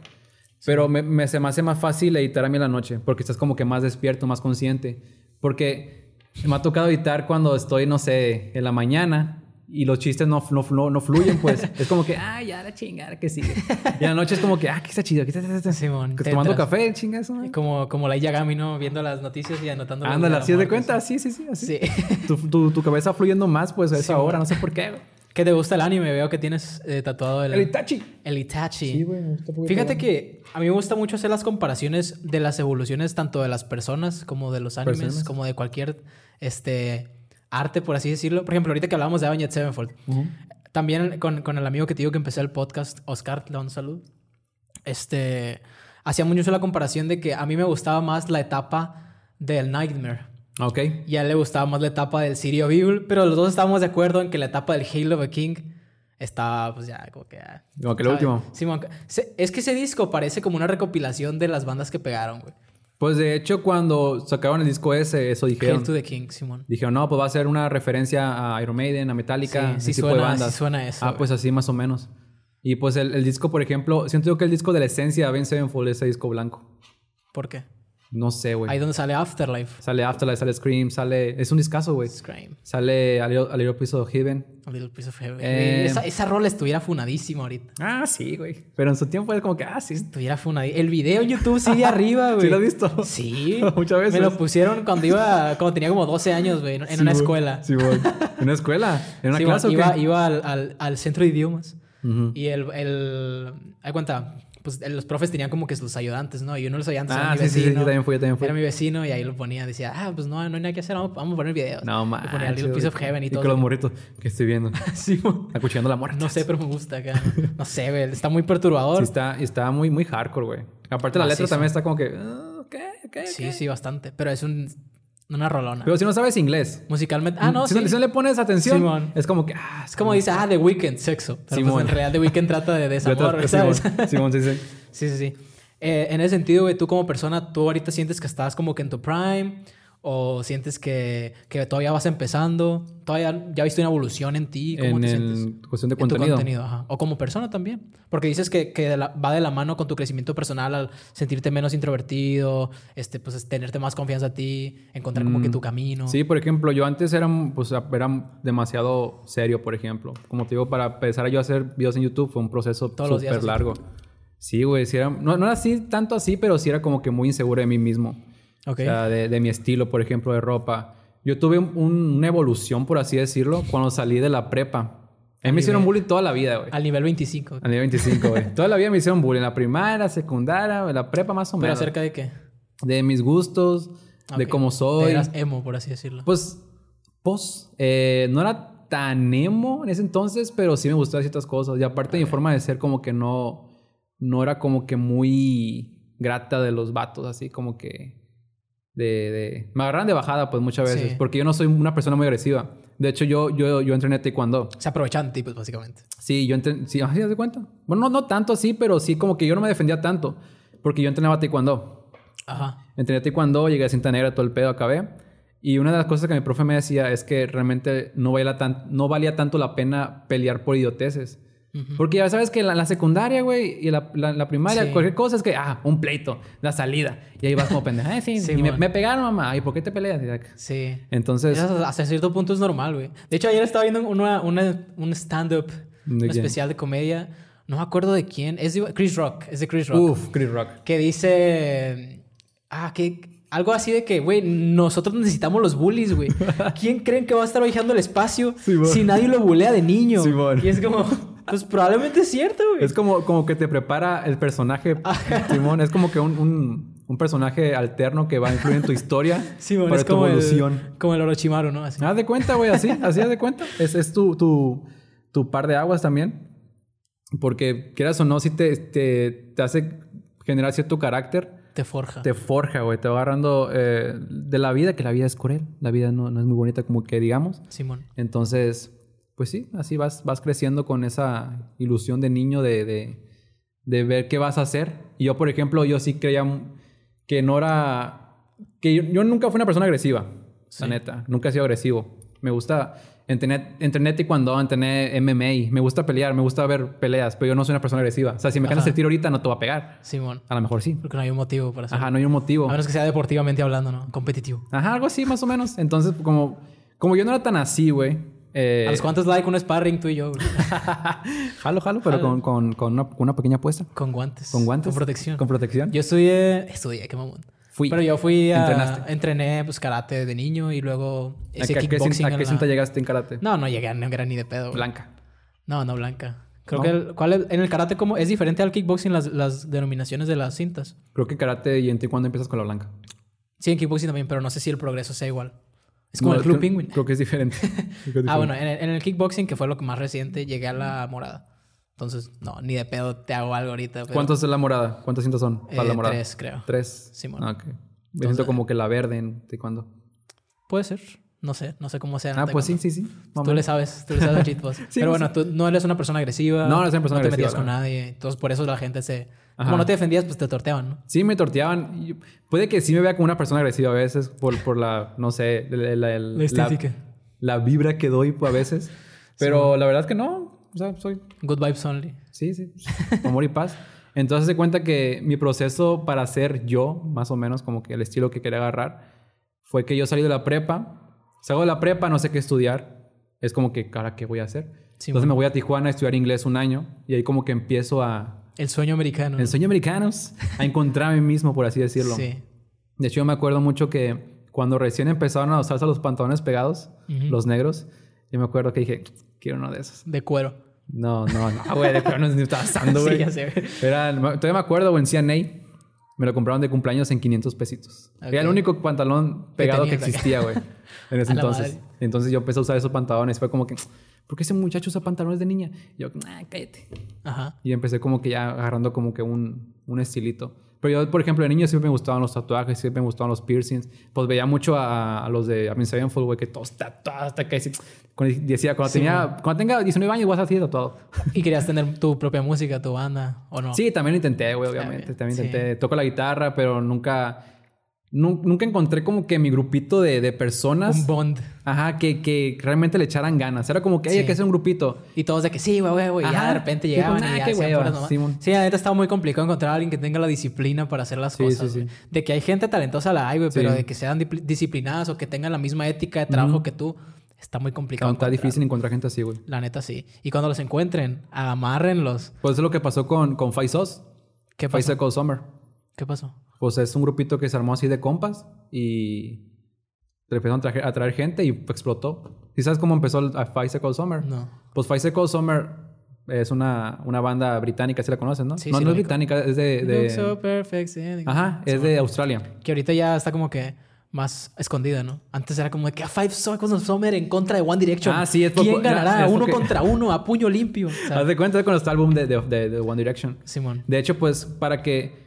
[SPEAKER 2] Pero me, me- se me hace más fácil editar a mí en la noche, porque estás como que más despierto, más consciente. Porque me ha tocado editar cuando estoy, no sé, en la mañana y los chistes no, no, no, no fluyen, pues. es como que, ah, ya la chingada que sigue. Y en la noche es como que, ah, que está chido, que está, está- está-
[SPEAKER 1] Simón,
[SPEAKER 2] que
[SPEAKER 1] te
[SPEAKER 2] tomando
[SPEAKER 1] entras.
[SPEAKER 2] café, chingas. ¿no?
[SPEAKER 1] Como, como la Yagami, ¿no? Viendo las noticias y anotando... los
[SPEAKER 2] Ándale,
[SPEAKER 1] de la
[SPEAKER 2] así es de
[SPEAKER 1] muerte,
[SPEAKER 2] cuenta, sí, sí, sí, así.
[SPEAKER 1] Sí.
[SPEAKER 2] Tu, tu- tu cabeza fluyendo más, pues, a esa hora, no sé por qué. güey.
[SPEAKER 1] ¿Qué te gusta el anime? Veo que tienes eh, tatuado el,
[SPEAKER 2] El Itachi.
[SPEAKER 1] el Itachi.
[SPEAKER 2] Sí, güey, me gusta porque-
[SPEAKER 1] Fíjate que a mí me gusta mucho hacer las comparaciones de las evoluciones tanto de las personas como de los animes,
[SPEAKER 2] Personas.
[SPEAKER 1] como de cualquier este, arte, por así decirlo. Por ejemplo, ahorita que hablábamos de Avenged Sevenfold,
[SPEAKER 2] Ujú.
[SPEAKER 1] también con, con el amigo que te digo que empecé el podcast, Oscar, le un salud. Este, hacía mucho la comparación de que a mí me gustaba más la etapa del Nightmare.
[SPEAKER 2] Ok.
[SPEAKER 1] Y a él le gustaba más la etapa del City of Evil, pero los dos estábamos de acuerdo en que la etapa del Halo of a King estaba, pues ya, como que. ah,
[SPEAKER 2] Como que lo
[SPEAKER 1] ¿sabes?
[SPEAKER 2] último.
[SPEAKER 1] Simón, se- es que ese disco parece como una recopilación de las bandas que pegaron, güey.
[SPEAKER 2] Pues de hecho, cuando sacaron el disco ese, eso
[SPEAKER 1] Hail
[SPEAKER 2] dijeron.
[SPEAKER 1] to the King, Simón.
[SPEAKER 2] Dijeron, no, pues va a ser una referencia a Iron Maiden, a Metallica,
[SPEAKER 1] Sí,
[SPEAKER 2] ese
[SPEAKER 1] sí
[SPEAKER 2] tipo de
[SPEAKER 1] suena-
[SPEAKER 2] bandas.
[SPEAKER 1] sí suena eso,
[SPEAKER 2] Ah,
[SPEAKER 1] güey.
[SPEAKER 2] pues así más o menos. Y pues el, el disco, por ejemplo, siento yo que el disco de la esencia de Ben Sevenfold es ese disco blanco.
[SPEAKER 1] ¿Por qué?
[SPEAKER 2] No sé, güey.
[SPEAKER 1] Ahí donde sale Afterlife.
[SPEAKER 2] Sale Afterlife, sale Scream, sale. Es un discazo, güey.
[SPEAKER 1] Scream.
[SPEAKER 2] Sale al Little Piece of Heaven.
[SPEAKER 1] A Little Piece of Heaven.
[SPEAKER 2] Eh,
[SPEAKER 1] Güey, esa, esa rola estuviera funadísima ahorita.
[SPEAKER 2] Ah, sí, güey. Pero en su tiempo es como que, ah, sí. Sí,
[SPEAKER 1] Estuviera funadísima. El video en YouTube sigue arriba, güey.
[SPEAKER 2] lo has visto.
[SPEAKER 1] Sí.
[SPEAKER 2] Muchas veces.
[SPEAKER 1] Me lo pusieron cuando iba, cuando tenía como 12 años, güey, en
[SPEAKER 2] Sí,
[SPEAKER 1] una
[SPEAKER 2] güey.
[SPEAKER 1] escuela.
[SPEAKER 2] Sí, güey. ¿En una escuela? ¿En una
[SPEAKER 1] Sí,
[SPEAKER 2] clase
[SPEAKER 1] iba,
[SPEAKER 2] o qué?
[SPEAKER 1] iba al, al- al centro de idiomas.
[SPEAKER 2] Ujú.
[SPEAKER 1] Y el, el ay, cuenta, pues el- los profes tenían como que sus ayudantes, ¿no? Y uno de los ayudantes era
[SPEAKER 2] Ah,
[SPEAKER 1] mi
[SPEAKER 2] sí, sí, sí,
[SPEAKER 1] vecino.
[SPEAKER 2] yo también fui, yo también fui.
[SPEAKER 1] Era mi vecino y ahí lo ponía, decía, ah, pues no, no hay nada que hacer, vamos, vamos a poner videos.
[SPEAKER 2] No,
[SPEAKER 1] Y ponía
[SPEAKER 2] man.
[SPEAKER 1] Little Piece of Heaven y todo.
[SPEAKER 2] con los morritos que estoy viendo.
[SPEAKER 1] Sí, mo-
[SPEAKER 2] Acuchillando la muerte.
[SPEAKER 1] no sé, pero me gusta acá. ¿no? No sé, güey, está muy perturbador.
[SPEAKER 2] Sí, está, está muy, muy hardcore, güey. Aparte, la letra
[SPEAKER 1] Macizo.
[SPEAKER 2] también está como que. ah, ok, ok,
[SPEAKER 1] Sí,
[SPEAKER 2] ok.
[SPEAKER 1] sí, bastante. Pero es un, una rolona.
[SPEAKER 2] Pero mm, si no sabes inglés,
[SPEAKER 1] Musicalmente. Ah, no,
[SPEAKER 2] si,
[SPEAKER 1] sí.
[SPEAKER 2] no, si no le pones atención,
[SPEAKER 1] Simón.
[SPEAKER 2] es como que. Ah,
[SPEAKER 1] Es como dice, ah, The Weeknd, sexo. Pero pues,
[SPEAKER 2] Simón.
[SPEAKER 1] en realidad The Weeknd trata de desamor,
[SPEAKER 2] Letras-
[SPEAKER 1] ¿sabes?
[SPEAKER 2] Simón, Simón, sí, sí.
[SPEAKER 1] Sí, sí, sí. Eh, en ese sentido, güey, tú como persona, tú ahorita sientes que estás como que en tu prime o sientes que, que todavía vas empezando, todavía ya viste una evolución en ti, ¿cómo
[SPEAKER 2] En
[SPEAKER 1] te
[SPEAKER 2] el-
[SPEAKER 1] sientes?
[SPEAKER 2] cuestión de
[SPEAKER 1] En tu
[SPEAKER 2] contenido.
[SPEAKER 1] contenido, ajá. O como persona también. Porque dices que, que de la- va de la mano con tu crecimiento personal al sentirte menos introvertido, este, pues es tenerte más confianza a ti, encontrar como que tu camino.
[SPEAKER 2] Mm, Sí, por ejemplo, yo antes era, pues, era demasiado serio, por ejemplo. Como te digo, para empezar yo a hacer videos en YouTube fue un proceso
[SPEAKER 1] Todos los días
[SPEAKER 2] súper
[SPEAKER 1] así.
[SPEAKER 2] largo. Sí, güey, sí era, no, no era así, tanto así, pero sí era como que muy inseguro de mí mismo.
[SPEAKER 1] Ok.
[SPEAKER 2] O sea, de, de mi estilo, por ejemplo, de ropa. Yo tuve un- un- una evolución, por así decirlo, cuando salí de la prepa. A mí me hicieron bullying toda la vida, güey.
[SPEAKER 1] Al nivel 25.
[SPEAKER 2] A nivel 25, güey. Toda la vida me hicieron bullying. La primaria, secundaria, la prepa más o
[SPEAKER 1] ¿Pero
[SPEAKER 2] menos.
[SPEAKER 1] acerca de qué?
[SPEAKER 2] De mis gustos, de
[SPEAKER 1] Ok.
[SPEAKER 2] cómo soy.
[SPEAKER 1] Eras emo, por así decirlo.
[SPEAKER 2] Pues, pues, eh, no era tan emo en ese entonces, pero sí me gustaban ciertas cosas. Y aparte mi forma de ser como que no, no era como que muy grata de los vatos, así como que de, de- Me agarran de bajada pues muchas veces,
[SPEAKER 1] Sí.
[SPEAKER 2] porque yo no soy una persona muy agresiva. De hecho, yo, yo, yo entrené taekwondo.
[SPEAKER 1] Se aprovechan de ti, pues, básicamente.
[SPEAKER 2] Sí, yo entrené... Sí, ¿sí de cuenta? Bueno, no, no tanto así, pero sí como que yo no me defendía tanto, porque yo entrenaba taekwondo.
[SPEAKER 1] Ajá.
[SPEAKER 2] Entrené taekwondo, llegué a cinta negra, todo el pedo, acabé. Y una de las cosas que mi profe me decía es que realmente no valía, tan- no valía tanto la pena pelear por idioteces.
[SPEAKER 1] Ujú.
[SPEAKER 2] Porque ya sabes que la, la secundaria, güey, y la, la- la primaria,
[SPEAKER 1] Sí.
[SPEAKER 2] cualquier cosa es que, ah, un pleito, la salida. Y ahí vas como pendeja, "Ay, sí,
[SPEAKER 1] Sí,
[SPEAKER 2] y me,
[SPEAKER 1] mon.
[SPEAKER 2] me pegaron, mamá, ¿y por qué te peleas? Y ya-
[SPEAKER 1] Sí.
[SPEAKER 2] Entonces,
[SPEAKER 1] Eso hasta cierto punto es normal, güey. De hecho, ayer estaba viendo una- una- un stand-up,
[SPEAKER 2] ¿De
[SPEAKER 1] un
[SPEAKER 2] quién?
[SPEAKER 1] especial de comedia. No me acuerdo de quién. Es de Chris Rock. Es de Chris Rock.
[SPEAKER 2] uff, Chris Rock.
[SPEAKER 1] Que dice... Ah, que... Algo así de que, güey, nosotros necesitamos los bullies, güey. ¿Quién creen que va a estar viajando el espacio
[SPEAKER 2] Simón.
[SPEAKER 1] si nadie lo bulea de niño?
[SPEAKER 2] Simón.
[SPEAKER 1] Y es como... Pues probablemente es cierto, güey.
[SPEAKER 2] Es como, como que te prepara el personaje,
[SPEAKER 1] Ah.
[SPEAKER 2] Simón. Es como que un, un- un personaje alterno que va a influir en tu historia
[SPEAKER 1] Simón,
[SPEAKER 2] para
[SPEAKER 1] es
[SPEAKER 2] tu
[SPEAKER 1] como
[SPEAKER 2] evolución.
[SPEAKER 1] el, como el Orochimaru, ¿no? Así.
[SPEAKER 2] Haz de cuenta, güey, así, así haz de cuenta. Es, es tu, tu, tu par de aguas también. Porque quieras o no, si te, te, te hace generar cierto carácter,
[SPEAKER 1] Te forja.
[SPEAKER 2] te forja, güey. Te va agarrando eh, de la vida, que la vida es cruel. La vida no, no es muy bonita como que digamos.
[SPEAKER 1] Simón.
[SPEAKER 2] Entonces, pues sí, así vas, vas creciendo con esa ilusión de niño de, de, de ver qué vas a hacer. Y yo, por ejemplo, yo sí creía m- que no era... Que yo, yo nunca fui una persona agresiva,
[SPEAKER 1] Sí.
[SPEAKER 2] la neta. Nunca he sido agresivo. Me gusta... Entrené, entrené taekwondo, entrené MMA. Me gusta pelear, me gusta ver peleas, pero yo no soy una persona agresiva. O sea, si me ganas
[SPEAKER 1] Ajá.
[SPEAKER 2] el tiro ahorita, no te va a pegar.
[SPEAKER 1] Simón.
[SPEAKER 2] A lo mejor sí.
[SPEAKER 1] Porque no hay un motivo para hacerlo.
[SPEAKER 2] Ajá, no hay un motivo.
[SPEAKER 1] A menos que sea deportivamente hablando, ¿no? Competitivo.
[SPEAKER 2] Ajá, algo así, más o menos. Entonces, como, como yo no era tan así, güey... eh,
[SPEAKER 1] ¿A los cuantos like un sparring tú y yo? güey?
[SPEAKER 2] Jalo, jalo, pero
[SPEAKER 1] Jalo.
[SPEAKER 2] con, con- con una, con una pequeña apuesta.
[SPEAKER 1] Con guantes.
[SPEAKER 2] Con guantes.
[SPEAKER 1] Con protección.
[SPEAKER 2] Con protección.
[SPEAKER 1] Yo estudié... Estudié, qué mamón.
[SPEAKER 2] Fui.
[SPEAKER 1] Pero yo fui a...
[SPEAKER 2] Entrenaste.
[SPEAKER 1] Entrené, pues, karate de niño y luego
[SPEAKER 2] ¿A
[SPEAKER 1] hice
[SPEAKER 2] qué, a qué
[SPEAKER 1] kickboxing.
[SPEAKER 2] cinta- a
[SPEAKER 1] en
[SPEAKER 2] qué
[SPEAKER 1] la-
[SPEAKER 2] cinta llegaste en karate?
[SPEAKER 1] No, no llegué, no era ni de pedo. güey.
[SPEAKER 2] Blanca.
[SPEAKER 1] No, no blanca. Creo
[SPEAKER 2] ¿No?
[SPEAKER 1] que... el- ¿Cuál es- En el karate, ¿cómo? Es diferente al kickboxing las, las denominaciones de las cintas.
[SPEAKER 2] Creo que karate y en ti cuando empiezas con la blanca.
[SPEAKER 1] Sí, en kickboxing también, pero no sé si el progreso sea igual. Es como
[SPEAKER 2] No,
[SPEAKER 1] el Club
[SPEAKER 2] creo-
[SPEAKER 1] Penguin.
[SPEAKER 2] Creo que es diferente. Creo que es
[SPEAKER 1] Ah,
[SPEAKER 2] diferente.
[SPEAKER 1] bueno, en el, en el kickboxing, que fue lo que más reciente, llegué a la morada. Entonces, no, ni de pedo te hago algo ahorita. pero-
[SPEAKER 2] ¿Cuántos es la morada? ¿Cuántas cintas son para
[SPEAKER 1] Eh,
[SPEAKER 2] la morada?
[SPEAKER 1] Tres, creo.
[SPEAKER 2] Tres.
[SPEAKER 1] Simón.
[SPEAKER 2] Ah, ok. Me siento como que la verde en taekwondo.
[SPEAKER 1] Puede ser. No sé, no sé cómo sea. en
[SPEAKER 2] Ah,
[SPEAKER 1] el
[SPEAKER 2] pues sí,
[SPEAKER 1] taekwondo.
[SPEAKER 2] sí, sí. Mamá.
[SPEAKER 1] Tú le sabes, tú le sabes a cheatbox. Pero
[SPEAKER 2] no
[SPEAKER 1] bueno, tú no eres una persona agresiva.
[SPEAKER 2] No, no soy una persona
[SPEAKER 1] No te
[SPEAKER 2] agresiva,
[SPEAKER 1] metías con
[SPEAKER 2] no.
[SPEAKER 1] nadie. Entonces, por eso la gente se.
[SPEAKER 2] Ajá.
[SPEAKER 1] Como no te defendías, pues te torteaban, ¿no?
[SPEAKER 2] Sí, me torteaban. Y Puede que sí me vea como una persona agresiva a veces por, por la, no sé, la, la- la-
[SPEAKER 1] La estética.
[SPEAKER 2] la vibra que doy pues, a veces. Pero la verdad es que no. O sea, soy
[SPEAKER 1] Good vibes only.
[SPEAKER 2] Sí, sí. Amor y paz. Entonces se cuenta que mi proceso para ser yo, más o menos como que el estilo que quería agarrar, fue que yo salí de la prepa, salgo de la prepa, no sé qué estudiar, es como que, cara, ¿qué voy a hacer?
[SPEAKER 1] Sí,
[SPEAKER 2] Entonces
[SPEAKER 1] bueno.
[SPEAKER 2] me voy a Tijuana a estudiar inglés un año y ahí como que empiezo a...
[SPEAKER 1] El sueño americano.
[SPEAKER 2] En sueños americanos, a encontrarme mismo, por así decirlo.
[SPEAKER 1] Ah. Sí.
[SPEAKER 2] De hecho, yo me acuerdo mucho que cuando recién empezaron a usarse los pantalones pegados,
[SPEAKER 1] Ujú.
[SPEAKER 2] los negros, yo me acuerdo que dije, quiero uno de esos.
[SPEAKER 1] De cuero.
[SPEAKER 2] No, no, no, güey, de plano no se estaba usando,
[SPEAKER 1] Sí,
[SPEAKER 2] güey.
[SPEAKER 1] ya sé, güey.
[SPEAKER 2] Era- todavía me acuerdo, güey, en CNA me lo compraron de cumpleaños en 500 pesitos.
[SPEAKER 1] Ok.
[SPEAKER 2] Era el único pantalón
[SPEAKER 1] Que
[SPEAKER 2] pegado que
[SPEAKER 1] tenías acá.
[SPEAKER 2] existía, güey, en ese
[SPEAKER 1] A la
[SPEAKER 2] entonces.
[SPEAKER 1] madre.
[SPEAKER 2] Entonces yo empecé a usar esos pantalones. Fue como que, ¿por qué ese muchacho usa pantalones de niña? Y yo, ah, cállate.
[SPEAKER 1] Ajá.
[SPEAKER 2] Y empecé como que ya agarrando como que un, un estilito. Pero yo, por ejemplo, de niño siempre me gustaban los tatuajes, siempre me gustaban los piercings. Pues veía mucho a, a los de Avenged Sevenfold, güey, que todos tatuados hasta que... se- cuando Decía, cuando,
[SPEAKER 1] Sí,
[SPEAKER 2] tenía, cuando tenga 19 años vas a ser tatuado.
[SPEAKER 1] Y querías tener tu propia música, tu banda, ¿o no?
[SPEAKER 2] Sí, también lo intenté, güey, obviamente.
[SPEAKER 1] bien,
[SPEAKER 2] También
[SPEAKER 1] sí.
[SPEAKER 2] intenté. Toco la guitarra, pero nunca... nun- Nunca encontré como que mi grupito de, de personas...
[SPEAKER 1] Un bond.
[SPEAKER 2] Ajá, que, que realmente le echaran ganas. Era como que, "Ey, hay
[SPEAKER 1] Sí.
[SPEAKER 2] que hacer un grupito.
[SPEAKER 1] Y todos de que sí, güey, güey, güey. Y ya
[SPEAKER 2] Ajá.
[SPEAKER 1] de repente
[SPEAKER 2] Sí, pues,
[SPEAKER 1] llegaban
[SPEAKER 2] nah,
[SPEAKER 1] y ya
[SPEAKER 2] qué
[SPEAKER 1] hacían
[SPEAKER 2] hueva,
[SPEAKER 1] puras mamadas.
[SPEAKER 2] Simón.
[SPEAKER 1] Sí, la neta está muy complicado encontrar a alguien que tenga la disciplina para hacer las
[SPEAKER 2] Sí,
[SPEAKER 1] cosas.
[SPEAKER 2] sí, sí.
[SPEAKER 1] güey. De que hay gente talentosa la hay, güey,
[SPEAKER 2] Sí.
[SPEAKER 1] pero de que sean dipl- disciplinadas o que tengan la misma ética de trabajo que tú, está muy complicado.
[SPEAKER 2] Está
[SPEAKER 1] encontrar.
[SPEAKER 2] difícil encontrar gente así, güey.
[SPEAKER 1] La neta sí. Y cuando los encuentren, agamárrenlos.
[SPEAKER 2] Pues eso es lo que pasó con, con Five Sauce.
[SPEAKER 1] ¿Qué
[SPEAKER 2] Five
[SPEAKER 1] pasó?
[SPEAKER 2] Seconds Summer.
[SPEAKER 1] ¿Qué pasó?
[SPEAKER 2] Pues es un grupito que se armó así de compas y le empezaron a traer, a traer gente y explotó. ¿Y sabes cómo empezó el a Five Seconds Summer?
[SPEAKER 1] No.
[SPEAKER 2] Pues Five Seconds Summer es una, una banda británica, si la conoces, ¿no?
[SPEAKER 1] Sí,
[SPEAKER 2] no,
[SPEAKER 1] sí,
[SPEAKER 2] no
[SPEAKER 1] la
[SPEAKER 2] es
[SPEAKER 1] ubico.
[SPEAKER 2] británica, es de... Eh, de-
[SPEAKER 1] Look so perfect, sí.
[SPEAKER 2] Ajá, es de Australia.
[SPEAKER 1] Que ahorita ya está como que más escondida, ¿no? Antes era como de que a Five Seconds of Summer en contra de One Direction.
[SPEAKER 2] Ah, sí, es por-
[SPEAKER 1] ¿Quién ganará?
[SPEAKER 2] es
[SPEAKER 1] uno
[SPEAKER 2] porque-
[SPEAKER 1] contra uno, a puño limpio. O sea,
[SPEAKER 2] Haz de cuenta con este álbum de, de- de- de One Direction.
[SPEAKER 1] Simón.
[SPEAKER 2] De hecho, pues para que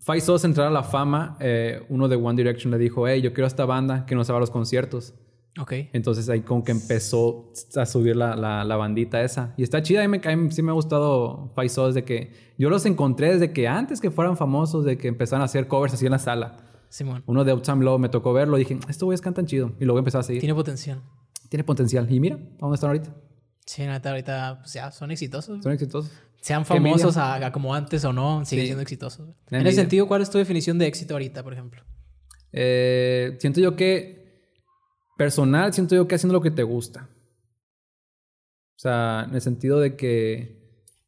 [SPEAKER 2] Five Souls entrara a la fama, eh, uno de One Direction le dijo, hey, yo quiero esta banda que nos haga los conciertos.
[SPEAKER 1] Ok.
[SPEAKER 2] Entonces ahí como que empezó a subir la, la- la bandita esa. Y está chida, a mí, me- a mí sí me ha gustado Five Souls de que yo los encontré desde que antes que fueran famosos, de que empezaron a hacer covers así en la sala.
[SPEAKER 1] Simón.
[SPEAKER 2] Uno de Uptime Love me tocó verlo, dije, estos güeyes cantan chido. Y luego empecé a seguir. Tiene,
[SPEAKER 1] Tiene potencial.
[SPEAKER 2] potencial. Y mira, ¿a ¿dónde están ahorita?
[SPEAKER 1] Sí, la neta, ahorita pues, ya son exitosos.
[SPEAKER 2] Son exitosos.
[SPEAKER 1] Sean
[SPEAKER 2] Qué envidia.
[SPEAKER 1] famosos a, a como antes o no, siguen
[SPEAKER 2] Sí.
[SPEAKER 1] siendo exitosos.
[SPEAKER 2] La
[SPEAKER 1] En
[SPEAKER 2] envidia.
[SPEAKER 1] ese sentido, ¿cuál es tu definición de éxito ahorita, por ejemplo?
[SPEAKER 2] Eh, siento yo que personal, siento yo que haciendo lo que te gusta. O sea, en el sentido de que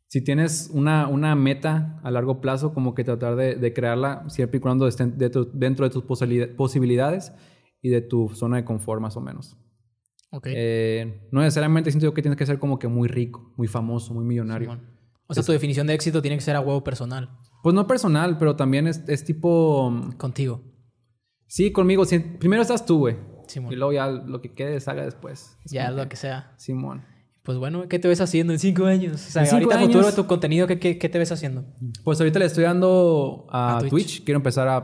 [SPEAKER 2] si tienes una, una meta a largo plazo, como que tratar de, de crearla siempre y cuando esté dentro, dentro de tus posibili- posibilidades y de tu zona de confort más o menos.
[SPEAKER 1] Ok.
[SPEAKER 2] Eh, no necesariamente siento yo que tienes que ser como que muy rico, muy famoso, muy millonario.
[SPEAKER 1] Simón. O sea, tu definición de éxito tiene que ser a huevo personal,
[SPEAKER 2] Pues no personal, pero también es, es tipo... mm,
[SPEAKER 1] contigo.
[SPEAKER 2] Sí, conmigo. sí, primero estás tú, güey.
[SPEAKER 1] Simón.
[SPEAKER 2] Y luego ya lo que quedes haga después. Es
[SPEAKER 1] ya
[SPEAKER 2] como
[SPEAKER 1] lo que sea.
[SPEAKER 2] Simón.
[SPEAKER 1] Pues bueno, ¿qué te ves haciendo en cinco años? O sea,
[SPEAKER 2] En cinco
[SPEAKER 1] ahorita futuro de
[SPEAKER 2] años.
[SPEAKER 1] tu contenido, ¿qué, qué, qué te ves haciendo?
[SPEAKER 2] Pues ahorita le estoy dando a,
[SPEAKER 1] A Twitch.
[SPEAKER 2] Twitch. Quiero empezar a,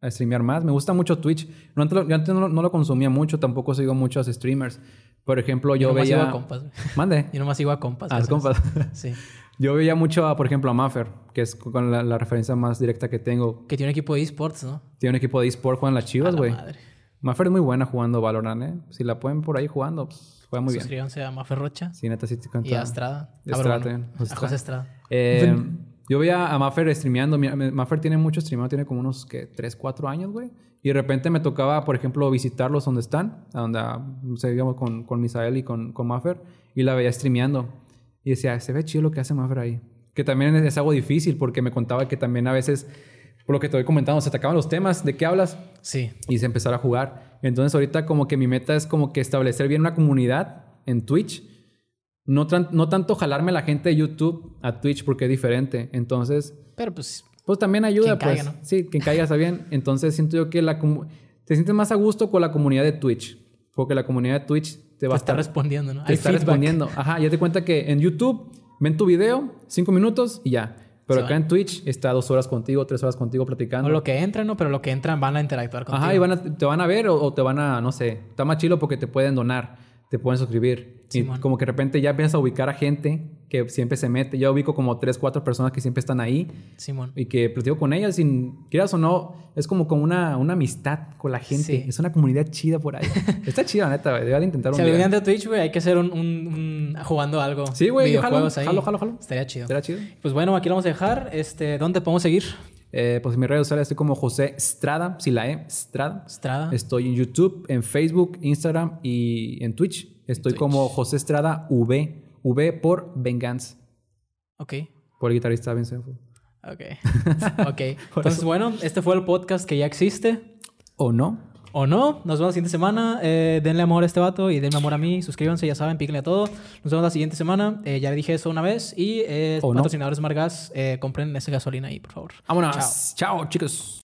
[SPEAKER 2] a streamear más. Me gusta mucho Twitch. No, antes lo- yo antes no, lo- no lo consumía mucho. Tampoco sigo muchos streamers. Por ejemplo,
[SPEAKER 1] Yo,
[SPEAKER 2] yo,
[SPEAKER 1] nomás sigo
[SPEAKER 2] veía...
[SPEAKER 1] a compas. güey.
[SPEAKER 2] Mande.
[SPEAKER 1] Yo nomás sigo a compas.
[SPEAKER 2] Ah,
[SPEAKER 1] ya
[SPEAKER 2] es
[SPEAKER 1] sabes.
[SPEAKER 2] compas.
[SPEAKER 1] Sí.
[SPEAKER 2] Yo veía mucho, a, por ejemplo, a Maffer, que es con la, la referencia más directa que tengo.
[SPEAKER 1] Que tiene un equipo de esports, ¿no?
[SPEAKER 2] Tiene un equipo de eSport, juegan las
[SPEAKER 1] A
[SPEAKER 2] chivas,
[SPEAKER 1] la
[SPEAKER 2] güey.
[SPEAKER 1] madre.
[SPEAKER 2] Maffer es muy buena jugando Valorant, ¿eh? Si la pueden por ahí jugando, pues, juega muy bien.
[SPEAKER 1] Suscríbanse a Maferrocha
[SPEAKER 2] Sí, neta, sí te cuento.
[SPEAKER 1] y a Estrada. Ah,
[SPEAKER 2] Estrada
[SPEAKER 1] pero bueno,
[SPEAKER 2] también.
[SPEAKER 1] A José Estrada.
[SPEAKER 2] Eh, yo veía a Maffer streameando. Mira, Maffer tiene mucho streameado, tiene como unos que 3, 4 años, güey. Y de repente me tocaba, por ejemplo, visitarlos donde están, a donde ah, no sé, íbamos con, con Misael y con, con Maffer, y la veía streameando. Y decía, se ve chido lo que hace Maffer ahí. Que también es, es algo difícil porque me contaba que también a veces, por lo que te voy comentando, se atacaban los temas, ¿de qué hablas?
[SPEAKER 1] Sí.
[SPEAKER 2] y se empezar a jugar. Entonces ahorita como que mi meta es como que establecer bien una comunidad en Twitch. No, tran- no tanto jalarme la gente de YouTube a Twitch porque es diferente. Entonces,
[SPEAKER 1] Pero pues,
[SPEAKER 2] pues también ayuda.
[SPEAKER 1] Quien caiga,
[SPEAKER 2] pues.
[SPEAKER 1] ¿no?
[SPEAKER 2] Sí, quien caiga está bien. Entonces siento yo que la comu- te sientes más a gusto con la comunidad de Twitch. Porque la comunidad de Twitch te
[SPEAKER 1] te
[SPEAKER 2] va
[SPEAKER 1] está
[SPEAKER 2] a estar
[SPEAKER 1] respondiendo, ¿no?
[SPEAKER 2] te
[SPEAKER 1] Hay
[SPEAKER 2] está
[SPEAKER 1] feedback.
[SPEAKER 2] respondiendo. Ajá, ya te cuenta que en YouTube ven tu video, cinco minutos y ya. Pero
[SPEAKER 1] Se
[SPEAKER 2] acá
[SPEAKER 1] va.
[SPEAKER 2] en Twitch está dos horas contigo, tres horas contigo platicando.
[SPEAKER 1] O lo que entran, ¿no? Pero lo que entran van a interactuar contigo.
[SPEAKER 2] Ajá, y van a- te van a ver o, o te van a, no sé, está más chilo porque te pueden donar. te pueden suscribir. Y
[SPEAKER 1] Simón.
[SPEAKER 2] como que de repente ya empiezas a ubicar a gente que siempre se mete. Yo ubico como tres, cuatro personas que siempre están ahí
[SPEAKER 1] Simón.
[SPEAKER 2] y que platico con ellas sin quieras o no. Es como, como una, una amistad con la gente.
[SPEAKER 1] Sí.
[SPEAKER 2] Es una comunidad chida por ahí. Está chida, la neta, güey. Debería de intentar un
[SPEAKER 1] Si algún día
[SPEAKER 2] día.
[SPEAKER 1] de Twitch, güey, hay que hacer un, un- un- jugando algo.
[SPEAKER 2] Sí, güey, yo jalo,
[SPEAKER 1] Videojuegos ahí.
[SPEAKER 2] jalo, jalo, jalo.
[SPEAKER 1] Estaría chido.
[SPEAKER 2] ¿Será chido?
[SPEAKER 1] Pues bueno, aquí lo vamos a dejar. Este, ¿dónde podemos seguir?
[SPEAKER 2] Eh, pues en mis redes sociales estoy como José Estrada, si la E, Estrada.
[SPEAKER 1] Estrada.
[SPEAKER 2] Estoy en YouTube, en Facebook, Instagram y en Twitch. Estoy
[SPEAKER 1] Twitch.
[SPEAKER 2] como José Estrada V. V por Venganza.
[SPEAKER 1] Ok.
[SPEAKER 2] Por el guitarrista Vincent. Fu.
[SPEAKER 1] Ok. ok. Entonces, bueno, este fue el podcast que ya existe.
[SPEAKER 2] ¿O no?
[SPEAKER 1] O no, nos vemos la siguiente semana. Eh, denle amor a este vato y denme amor a mí. Suscríbanse, ya saben, píquenle a todo. Nos vemos la siguiente semana. Eh, ya dije eso una vez. Y eh,
[SPEAKER 2] O no.
[SPEAKER 1] patrocinadores Margas, eh, compren esa gasolina ahí, por favor.
[SPEAKER 2] Vámonos. Chao, chicos.